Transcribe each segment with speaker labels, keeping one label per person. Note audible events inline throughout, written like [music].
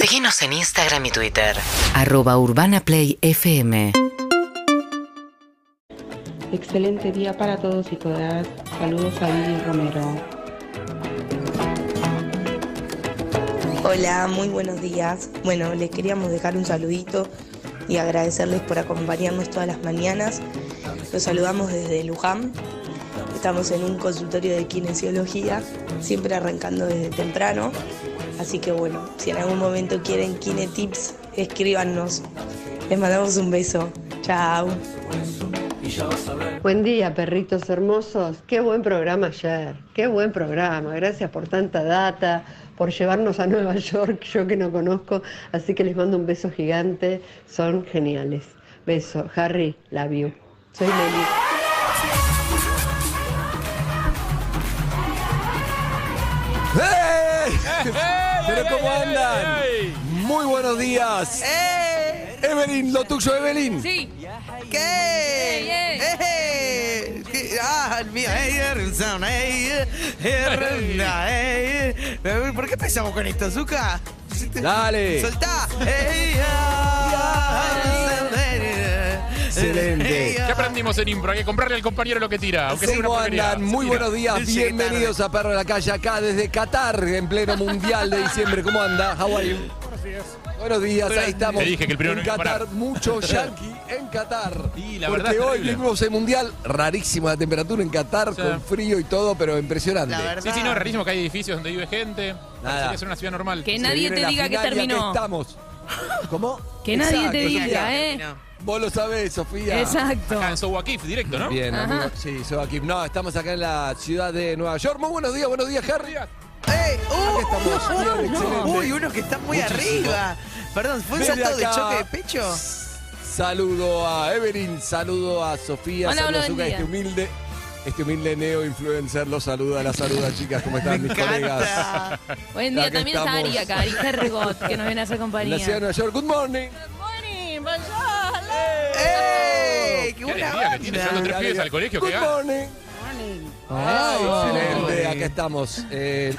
Speaker 1: Seguinos en Instagram y Twitter.
Speaker 2: arroba urbanaplayfm
Speaker 3: Excelente día para todos y todas. Saludos a Vivi Romero.
Speaker 4: Hola, muy buenos días. Bueno, les queríamos dejar un saludito y agradecerles por acompañarnos todas las mañanas. Los saludamos desde Luján. Estamos en un consultorio de kinesiología, siempre arrancando desde temprano. Así que bueno, si en algún momento quieren kine tips, escríbanos. Les mandamos un beso. Chao.
Speaker 5: Buen día, perritos hermosos. Qué buen programa ayer. Qué buen programa. Gracias por tanta data, por llevarnos a Nueva [laughs] York, yo que no conozco. Así que les mando un beso gigante. Son geniales. Beso. Harry, love you. Soy Meli.
Speaker 6: [laughs]
Speaker 7: ¡Ey! ¿Pero cómo andan? Muy buenos días.
Speaker 8: ¡Eh!
Speaker 7: Evelyn, lo tuyo, Evelyn.
Speaker 9: Sí.
Speaker 8: ¿Qué? Eh, eh. Ah, el mío. Eh, eh, son, eh, eh, eh, na, eh, eh. ¿Por qué empezamos con esto, Zuka?
Speaker 7: Dale. Oh,
Speaker 8: ¡Soltá! Eh, ah, eh,
Speaker 7: Excelente.
Speaker 8: eh,
Speaker 6: [laughs] ¿Qué aprendimos en impro? Hay que comprarle al compañero lo que tira, aunque sea una
Speaker 7: ¿Cómo
Speaker 6: porquería.
Speaker 7: andan? Muy buenos días,
Speaker 8: Dice que
Speaker 7: bienvenidos a Perro de la Calle acá desde Qatar, en pleno Mundial de diciembre. ¿Cómo anda? How are you? Buenos días, ahí estamos.
Speaker 6: Te dije que el primero
Speaker 7: en
Speaker 6: no iba a
Speaker 7: Qatar,
Speaker 6: parar. [laughs]
Speaker 10: [laughs]
Speaker 7: mucho yanqui en Qatar.
Speaker 6: Y la verdad
Speaker 7: Porque
Speaker 6: es
Speaker 7: hoy
Speaker 6: terrible.
Speaker 7: vivimos el Mundial, rarísima la temperatura en Qatar,
Speaker 6: Sí.
Speaker 7: con frío y todo, pero impresionante.
Speaker 8: La verdad.
Speaker 6: Sí, sí, no, es rarísimo que hay edificios donde vive gente. Parece que es una ciudad normal.
Speaker 9: Que
Speaker 7: Se
Speaker 9: nadie
Speaker 7: viene
Speaker 9: te
Speaker 7: la
Speaker 9: diga que
Speaker 7: final y acá
Speaker 9: terminó.
Speaker 7: estamos. ¿Cómo?
Speaker 9: Que nadie
Speaker 7: Exacto,
Speaker 9: te diga
Speaker 7: Sofía.
Speaker 9: acá, ¿eh?
Speaker 8: No.
Speaker 7: Vos lo sabés, Sofía.
Speaker 9: Exacto.
Speaker 6: Acá en Sowakif, directo, ¿no?
Speaker 7: Bien,
Speaker 9: Ajá.
Speaker 7: amigo. Sí, soy aquí. No, estamos acá en la ciudad de Nueva York. Muy buenos días, buenos días, Harry.
Speaker 8: Eh,
Speaker 7: Acá
Speaker 8: uh,
Speaker 7: estamos. Bien, excelente.
Speaker 8: Uy, uno que está muy
Speaker 7: Muchísimo.
Speaker 8: arriba. Perdón, ¿fue un
Speaker 7: Desde
Speaker 8: salto de
Speaker 7: acá.
Speaker 8: choque de pecho?
Speaker 7: Saludo a Evelyn, saludo a Sofía,
Speaker 9: Hola,
Speaker 7: saludo a
Speaker 9: hola, buen
Speaker 7: Zucca, este
Speaker 9: día.
Speaker 7: humilde. Este humilde neo influencer los saluda, las saluda chicas,
Speaker 8: [laughs]
Speaker 7: ¿cómo
Speaker 8: Me
Speaker 7: están mis colegas?
Speaker 8: encanta.
Speaker 9: Buen día
Speaker 7: Acá
Speaker 9: también está
Speaker 7: estamos.
Speaker 9: Ari acá, Ari Hergot, que nos viene a hacer
Speaker 7: En la
Speaker 9: compañía.
Speaker 7: ciudad de Nueva York, good morning.
Speaker 9: Morning, bonjour.
Speaker 8: ¡Ey! ¡Qué
Speaker 6: Qué
Speaker 8: buena
Speaker 6: alegría que tiene,
Speaker 8: onda!
Speaker 6: Sandro. Tres pibes al colegio,
Speaker 7: good
Speaker 6: qué gana.
Speaker 7: morning.
Speaker 8: Ah,
Speaker 7: Ay, excelente, acá estamos. Eh,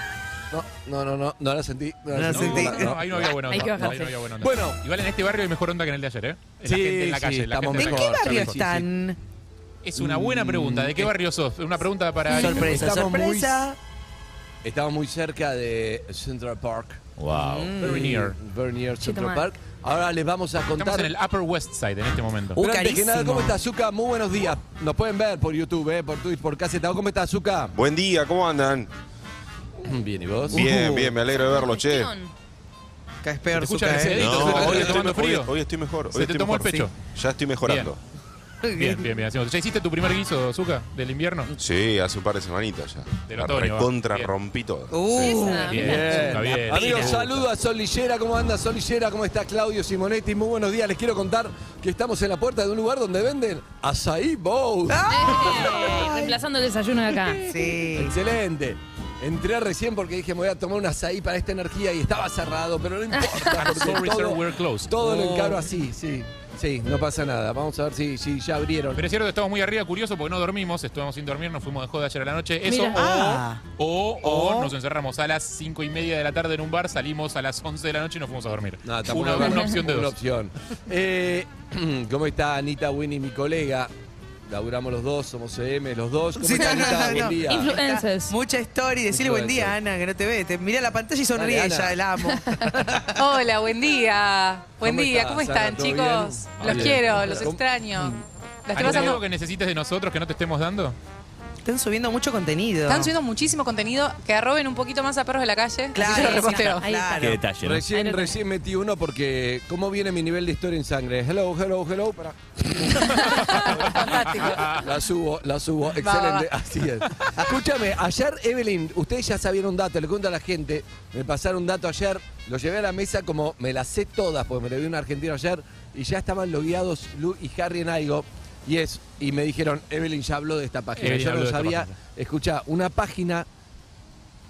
Speaker 7: no, no, no, no, no la sentí.
Speaker 8: No la
Speaker 6: No,
Speaker 8: sentí.
Speaker 6: no, no, ahí no había buena onda.
Speaker 9: Hay que bajarse.
Speaker 6: ahí no había buena onda.
Speaker 7: Bueno.
Speaker 6: Igual en este barrio hay mejor onda que en el de ayer, ¿eh? En
Speaker 7: Sí,
Speaker 6: la gente en la
Speaker 7: sí,
Speaker 6: calle. la
Speaker 7: estamos
Speaker 6: gente en la
Speaker 8: ¿En
Speaker 7: mejor.
Speaker 8: qué
Speaker 6: calle.
Speaker 8: barrio
Speaker 7: Sí, sí, sí.
Speaker 8: están?
Speaker 6: Es una buena pregunta. ¿De qué
Speaker 7: Mm.
Speaker 6: barrio sos? Una pregunta para...
Speaker 8: Sorpresa,
Speaker 7: Estamos muy-
Speaker 8: sorpresa.
Speaker 7: Estamos muy cerca de Central Park.
Speaker 6: Wow.
Speaker 8: Mm.
Speaker 6: Very near.
Speaker 7: Bernier Central
Speaker 9: mal.
Speaker 7: Park. Ahora les vamos a
Speaker 6: Estamos
Speaker 7: contar.
Speaker 6: en el Upper West Side en este momento.
Speaker 7: Pero
Speaker 8: Uh,
Speaker 7: antes que nada,
Speaker 8: carísimo.
Speaker 7: ¿cómo está Zuka? Muy buenos días. Nos pueden ver por YouTube, eh, por Twitch, por Caseta. ¿Cómo está Zuka?
Speaker 11: Buen día, ¿cómo andan?
Speaker 7: [clears throat] Bien, ¿y vos? Uh.
Speaker 11: Bien, bien, me alegro de verlos, che.
Speaker 8: Acá es peor,
Speaker 6: escuchan
Speaker 8: Zucca,
Speaker 6: ese
Speaker 8: ¿eh?
Speaker 6: dedito?
Speaker 11: No,
Speaker 6: ¿Estás
Speaker 11: hoy estoy,
Speaker 6: tomando
Speaker 11: mejor,
Speaker 6: frío?
Speaker 11: hoy- hoy estoy mejor. Hoy
Speaker 6: Se te
Speaker 11: estoy
Speaker 6: tomó el
Speaker 11: mejor.
Speaker 6: pecho.
Speaker 11: Sí, ya estoy mejorando.
Speaker 6: [laughs] Bien, bien, bien. hacemos. ¿Ya hiciste tu primer guiso, Zuka, del invierno?
Speaker 11: Sí, hace un par de semanitas ya.
Speaker 6: Del
Speaker 11: La
Speaker 6: otoño, va.
Speaker 11: recontra
Speaker 6: Bien.
Speaker 11: rompí todo.
Speaker 8: Uh,
Speaker 9: Esa.
Speaker 6: Bien, está bien.
Speaker 7: Amigos,
Speaker 6: Sí,
Speaker 7: saludo a Sol Lillera. ¿Cómo anda Sol Lillera? ¿Cómo está Claudio Simonetti? Muy buenos días. Les quiero contar que estamos en la puerta de un lugar donde venden azaí bowl.
Speaker 9: Eh,
Speaker 7: [laughs]
Speaker 9: Reemplazando el desayuno de acá.
Speaker 8: sí.
Speaker 7: Excelente. Entré recién porque dije me voy a tomar un azaí para esta energía y estaba cerrado, pero
Speaker 9: [laughs]
Speaker 7: no importa.
Speaker 6: I'm
Speaker 7: porque
Speaker 6: sorry, sir,
Speaker 7: todo-
Speaker 6: we're closed.
Speaker 7: Todo
Speaker 9: Oh.
Speaker 7: lo encaro así, sí. Sí, no pasa nada. Vamos a ver si, si ya abrieron.
Speaker 6: Pero es cierto, estamos muy arriba, curioso, porque no dormimos, estuvimos sin dormir, nos fuimos de joda ayer a la noche. Eso,
Speaker 9: Mira.
Speaker 6: o,
Speaker 8: Ah.
Speaker 6: o, o
Speaker 8: O-
Speaker 6: nos encerramos a las 5 y media de la tarde en un bar, salimos a las 11 de la noche y nos fuimos a dormir.
Speaker 7: No, tampoco
Speaker 6: una,
Speaker 7: hablamos.
Speaker 6: una [laughs] opción de
Speaker 7: Una
Speaker 6: dos.
Speaker 7: opción. Eh, [clears throat] ¿Cómo está Anita Winnie, mi colega? Laburamos los dos, somos CM los dos. ¿Cómo
Speaker 8: Sí,
Speaker 7: está
Speaker 8: no,
Speaker 7: Anita?
Speaker 8: no,
Speaker 7: Buen
Speaker 8: no.
Speaker 7: día.
Speaker 9: Influ- Influencers.
Speaker 8: Mucha story. Decirle buen día,
Speaker 7: Influencers.
Speaker 8: Ana, que no te ve. Te mirá la pantalla y sonríe
Speaker 7: Dale, Ana.
Speaker 8: ya, el amo.
Speaker 12: Hola, buen día. Buen
Speaker 7: ¿Cómo
Speaker 12: día,
Speaker 7: estás,
Speaker 12: ¿cómo
Speaker 7: Ana?
Speaker 12: están,
Speaker 7: Ah, ¿Todo
Speaker 12: chicos?
Speaker 7: bien?
Speaker 12: Los
Speaker 7: Bien.
Speaker 12: quiero, los
Speaker 7: ¿Cómo- Mm.
Speaker 12: extraño. La estoy
Speaker 6: Mm. ¿Hay algo
Speaker 12: pasando.
Speaker 6: que necesites de nosotros que no te estemos dando?
Speaker 8: Están subiendo mucho contenido.
Speaker 12: Están subiendo muchísimo contenido. Que arroben un poquito más a perros de la calle. Así yo
Speaker 8: Claro,
Speaker 12: los reposteo.
Speaker 9: Ahí está.
Speaker 8: claro.
Speaker 7: Recién, recién metí uno porque ¿cómo viene mi nivel de historia en sangre? Hello, hello, hello. Para.
Speaker 12: Fantástico.
Speaker 7: La subo, la subo.
Speaker 12: va,
Speaker 7: Excelente. Así es. Escúchame, ayer, Evelyn, ustedes ya sabían un dato, le cuento a la gente. Me pasaron un dato ayer, lo llevé a la mesa como me las sé todas, porque me lo vi un argentino ayer, y ya estaban logueados Lu y Harry en algo. Y es, y me dijeron, Evelyn ya habló de esta página.
Speaker 6: Evelyn
Speaker 7: Yo
Speaker 6: habló
Speaker 7: no
Speaker 6: de esta
Speaker 7: sabía.
Speaker 6: página.
Speaker 7: Escucha, una página,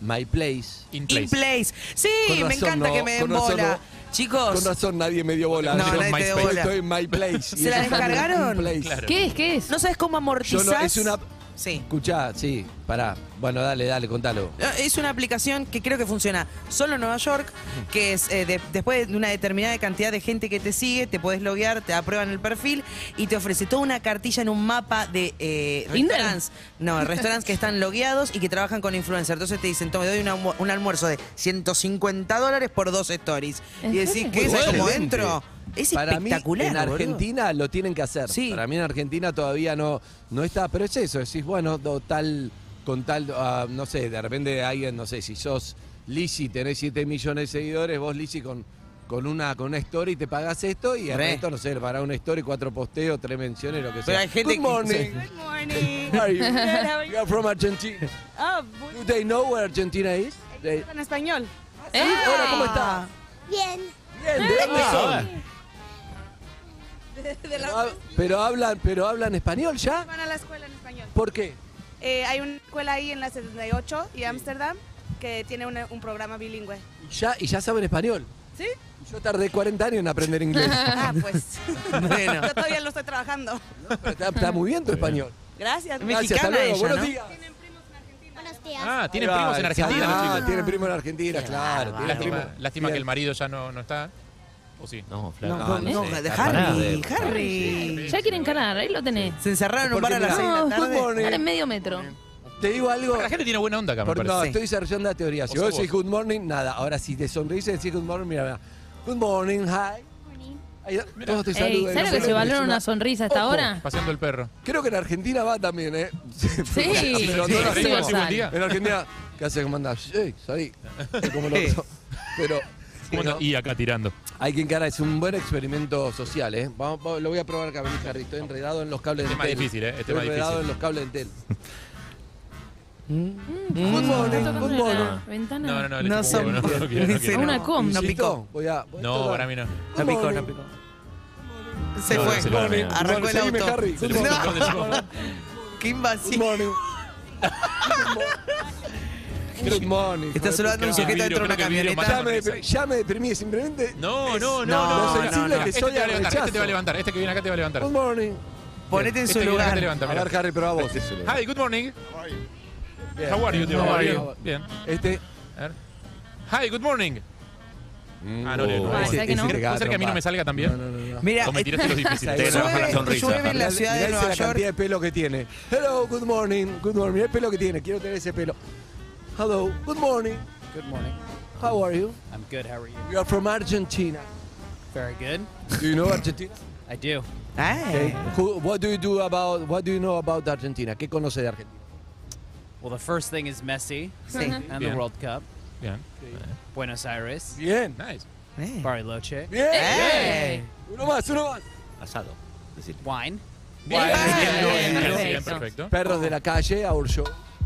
Speaker 7: My Place.
Speaker 6: In place.
Speaker 8: In place. Sí,
Speaker 7: Con
Speaker 8: me
Speaker 7: razón
Speaker 8: encanta
Speaker 7: no,
Speaker 8: que me den
Speaker 7: con razón
Speaker 8: bola.
Speaker 7: Con
Speaker 8: Chicos,
Speaker 7: razón nadie me dio bola.
Speaker 8: No,
Speaker 7: Yo
Speaker 8: nadie te dio
Speaker 7: estoy-
Speaker 8: bola.
Speaker 7: Estoy en My Place. [laughs] y
Speaker 8: ¿Se la
Speaker 7: ellos están en
Speaker 8: descargaron?
Speaker 7: In Place.
Speaker 6: Claro.
Speaker 9: ¿Qué es? ¿Qué es?
Speaker 8: ¿no sabes cómo
Speaker 7: Yo
Speaker 8: amortizás?
Speaker 7: no, es una,
Speaker 8: Sí.
Speaker 7: Escuchá, sí, pará. Bueno, dale, dale, contalo.
Speaker 8: No, Ah, Es una aplicación que creo que funciona solo en Nueva York, que es eh, de- después de una determinada cantidad de gente que te sigue, te podés loguear, te aprueban el perfil y te ofrece toda una cartilla en un mapa de eh,
Speaker 13: ¿Tinder?
Speaker 8: restaurantes.
Speaker 13: [laughs]
Speaker 8: No, restaurantes que están logueados y que trabajan con influencers. Entonces te dicen, toma, te doy una almu- un almuerzo de 150 dólares por dos stories.
Speaker 13: ¿En
Speaker 8: Y decís,
Speaker 13: serio?
Speaker 8: ¿qué es
Speaker 7: Muy
Speaker 8: como
Speaker 7: bueno.
Speaker 8: entro? Es
Speaker 7: Para mí,
Speaker 8: espectacular.
Speaker 7: en
Speaker 8: boludo.
Speaker 7: Argentina lo tienen que hacer.
Speaker 8: Sí.
Speaker 7: Para mí, en Argentina todavía no, no está. Pero es eso, decís, bueno, do- tal, con tal, ah, no sé, de repente alguien, no sé, si sos Lisi, tenés 7 millones de seguidores, vos Lisi con, con, una, con una story te pagás esto y al
Speaker 8: Re.
Speaker 7: resto, no sé, le pagás una story, cuatro posteos, tres menciones, lo que sea.
Speaker 8: Pero hay gente
Speaker 7: Good
Speaker 8: que-
Speaker 7: morning.
Speaker 8: Sí.
Speaker 14: Good morning.
Speaker 7: How are
Speaker 8: [laughs]
Speaker 7: you?
Speaker 14: How are you?
Speaker 7: You are from Argentina.
Speaker 14: Ah,
Speaker 7: Do they know where Argentina is?
Speaker 8: [laughs]
Speaker 7: They-
Speaker 14: en español. Ah.
Speaker 7: Sí, hola, ¿cómo está?
Speaker 14: Bien.
Speaker 7: Bien, ¿de dónde
Speaker 6: Ah,
Speaker 7: son?
Speaker 6: a ver.
Speaker 14: De la-
Speaker 7: Ah, Pero hablan, pero hablan español ya.
Speaker 14: Van a la escuela en español.
Speaker 7: ¿Por qué?
Speaker 14: Eh, hay una escuela ahí en la 78 y Ámsterdam que tiene una- un programa bilingüe.
Speaker 7: Ya, y ya saben español.
Speaker 14: ¿Sí?
Speaker 7: Yo tardé 40 años en aprender
Speaker 13: [laughs]
Speaker 7: inglés.
Speaker 14: Ah, pues.
Speaker 7: [laughs]
Speaker 8: Bueno.
Speaker 14: Yo todavía lo estoy trabajando.
Speaker 7: Pero está, está muy bien tu español.
Speaker 14: Gracias.
Speaker 7: Gracias, hasta
Speaker 8: Mexicana
Speaker 7: luego.
Speaker 8: ella,
Speaker 7: Buenos
Speaker 8: ¿no?
Speaker 7: días.
Speaker 14: Buenos
Speaker 6: Ah, tienen
Speaker 7: Ahí va,
Speaker 6: primos en Argentina, los
Speaker 7: Ah,
Speaker 6: chicos.
Speaker 7: tienen primos en Argentina, claro. tienen
Speaker 6: Lástima,
Speaker 7: primos.
Speaker 6: lástima que el
Speaker 7: Bien.
Speaker 6: marido ya no, no está. ¿O sí?
Speaker 15: No,
Speaker 8: No,
Speaker 15: Flavio.
Speaker 8: no, no,
Speaker 15: sé,
Speaker 8: de
Speaker 15: está parado.
Speaker 8: Harry, Harry.
Speaker 13: Ya quieren ganar, ahí lo tenés.
Speaker 8: Se encerraron en un
Speaker 7: Porque
Speaker 8: bar a las
Speaker 7: mirá,
Speaker 8: seis de la
Speaker 7: good
Speaker 8: tarde.
Speaker 7: morning.
Speaker 13: Están en medio metro.
Speaker 7: Te digo algo.
Speaker 6: La gente tiene buena onda acá, me
Speaker 7: Por- no,
Speaker 6: parece.
Speaker 7: estoy desarrollando la teoría. Si
Speaker 6: O
Speaker 7: vos
Speaker 6: sos
Speaker 7: decís good morning, nada. Ahora, si te sonreís y decís good morning, mira, mira. Good morning, hi. Ahí, todos te
Speaker 13: Ey,
Speaker 7: saludan.
Speaker 13: ¿Sabes lo que se valora una sonrisa hasta
Speaker 7: Ojo.
Speaker 13: ahora?
Speaker 6: Paseando el perro.
Speaker 7: Creo que en Argentina va también, ¿eh?
Speaker 13: Sí.
Speaker 7: [laughs] Pero no lo
Speaker 13: Sí,
Speaker 7: hacemos.
Speaker 13: sí, buen día.
Speaker 7: En Argentina, ¿qué haces? ¿Cómo andás? Ey,
Speaker 6: [laughs]
Speaker 7: salí. Como lo Pero.
Speaker 6: ¿Cómo
Speaker 7: pero
Speaker 6: no? Y acá tirando.
Speaker 7: Hay que encarar, es un buen experimento social, ¿eh? Vamos- vamos- lo voy a probar acá, vení, Harry. Estoy enredado en los cables
Speaker 6: Tema
Speaker 7: de Entel.
Speaker 6: difícil, ¿eh? Es
Speaker 7: Estoy
Speaker 6: tema
Speaker 7: enredado
Speaker 6: difícil.
Speaker 7: en los cables de Entel.
Speaker 13: Mm. Está
Speaker 7: morning,
Speaker 13: tocando
Speaker 7: good
Speaker 13: la
Speaker 7: morning.
Speaker 13: Ventana.
Speaker 6: No, no, no. le
Speaker 8: No
Speaker 6: chupo un
Speaker 8: son.
Speaker 6: huevo, no, no quiero, no quiero.
Speaker 13: no. Una combi.
Speaker 8: No picó.
Speaker 7: Voy a, voy a
Speaker 6: No,
Speaker 7: tratar.
Speaker 6: para mí no.
Speaker 8: No picó, no
Speaker 7: Morning.
Speaker 8: picó. Se
Speaker 6: No,
Speaker 8: fue.
Speaker 6: se lo gané.
Speaker 8: Arrancó el
Speaker 7: Seguime,
Speaker 8: auto.
Speaker 7: Harry.
Speaker 6: Se le
Speaker 8: No.
Speaker 6: fue el control del chico.
Speaker 8: Qué
Speaker 7: Good
Speaker 8: invasivo.
Speaker 7: morning. Good morning.
Speaker 8: Está saludando un
Speaker 6: creo que
Speaker 8: sujeto
Speaker 6: el
Speaker 8: dentro de una
Speaker 6: vidrio, creo que el vidrio
Speaker 8: camioneta.
Speaker 7: Ya me, deprimí, ya me deprimí, simplemente.
Speaker 6: No, no, no,
Speaker 8: No,
Speaker 6: no.
Speaker 7: Lo sensible
Speaker 8: no, no.
Speaker 7: que
Speaker 6: Este
Speaker 7: soy
Speaker 6: te va a
Speaker 7: al
Speaker 6: levantar, este te va a
Speaker 7: rechazo.
Speaker 6: levantar, este que viene acá te va a levantar.
Speaker 7: Good morning.
Speaker 8: Ponete en
Speaker 6: Este
Speaker 8: su
Speaker 6: que viene acá te
Speaker 8: lugar.
Speaker 6: levanta,
Speaker 7: A
Speaker 6: mirá.
Speaker 7: ver, Harry, pero a vos.
Speaker 6: Hi, Este- good morning.
Speaker 7: Bien.
Speaker 6: How are you?
Speaker 7: How are you?
Speaker 6: Bien.
Speaker 7: Este.
Speaker 6: A ver. Hi, good morning. Ah, no,
Speaker 15: Oh.
Speaker 6: no, no.
Speaker 13: Ah,
Speaker 6: Ese-
Speaker 13: ¿sabes que
Speaker 6: ese-
Speaker 13: no?
Speaker 6: ¿Puede ser que a mí no me salga también?
Speaker 7: No, no, no.
Speaker 8: Mira,
Speaker 6: No, me tiraste los
Speaker 8: [laughs]
Speaker 6: difíciles.
Speaker 7: Te
Speaker 8: eh,
Speaker 7: Te baja la
Speaker 8: llueve,
Speaker 15: sonrisa.
Speaker 8: llueve en la
Speaker 7: Mirá-
Speaker 8: ciudad de
Speaker 7: mirá
Speaker 8: Nueva
Speaker 7: esa cantidad
Speaker 8: York.
Speaker 7: de pelo que tiene. Hello, good morning, good morning. Mirá el pelo que tiene, quiero tener ese pelo. Hello, good morning.
Speaker 15: Good morning.
Speaker 7: How are you?
Speaker 15: I'm good. How are you?
Speaker 7: You are from Argentina.
Speaker 15: Very good.
Speaker 7: Do you know Argentina?
Speaker 15: I do.
Speaker 7: Okay.
Speaker 8: Ay.
Speaker 7: Who- what do you do about what do you know about Argentina? ¿Qué conoce de Argentina?
Speaker 15: Well, the first thing is Messi
Speaker 8: Sí.
Speaker 15: and
Speaker 6: Yeah.
Speaker 15: the World Cup.
Speaker 6: Bien.
Speaker 15: Buenos Aires.
Speaker 7: Bien.
Speaker 6: Nice.
Speaker 8: Eh.
Speaker 15: Bariloche.
Speaker 7: Bien.
Speaker 8: Eh.
Speaker 7: Uno más, uno más.
Speaker 15: Asado. Wine.
Speaker 6: Bien,
Speaker 8: Ah,
Speaker 6: bien, bien, bien, bien,
Speaker 13: Perfecto.
Speaker 6: perfecto.
Speaker 7: Perros de la calle, our show.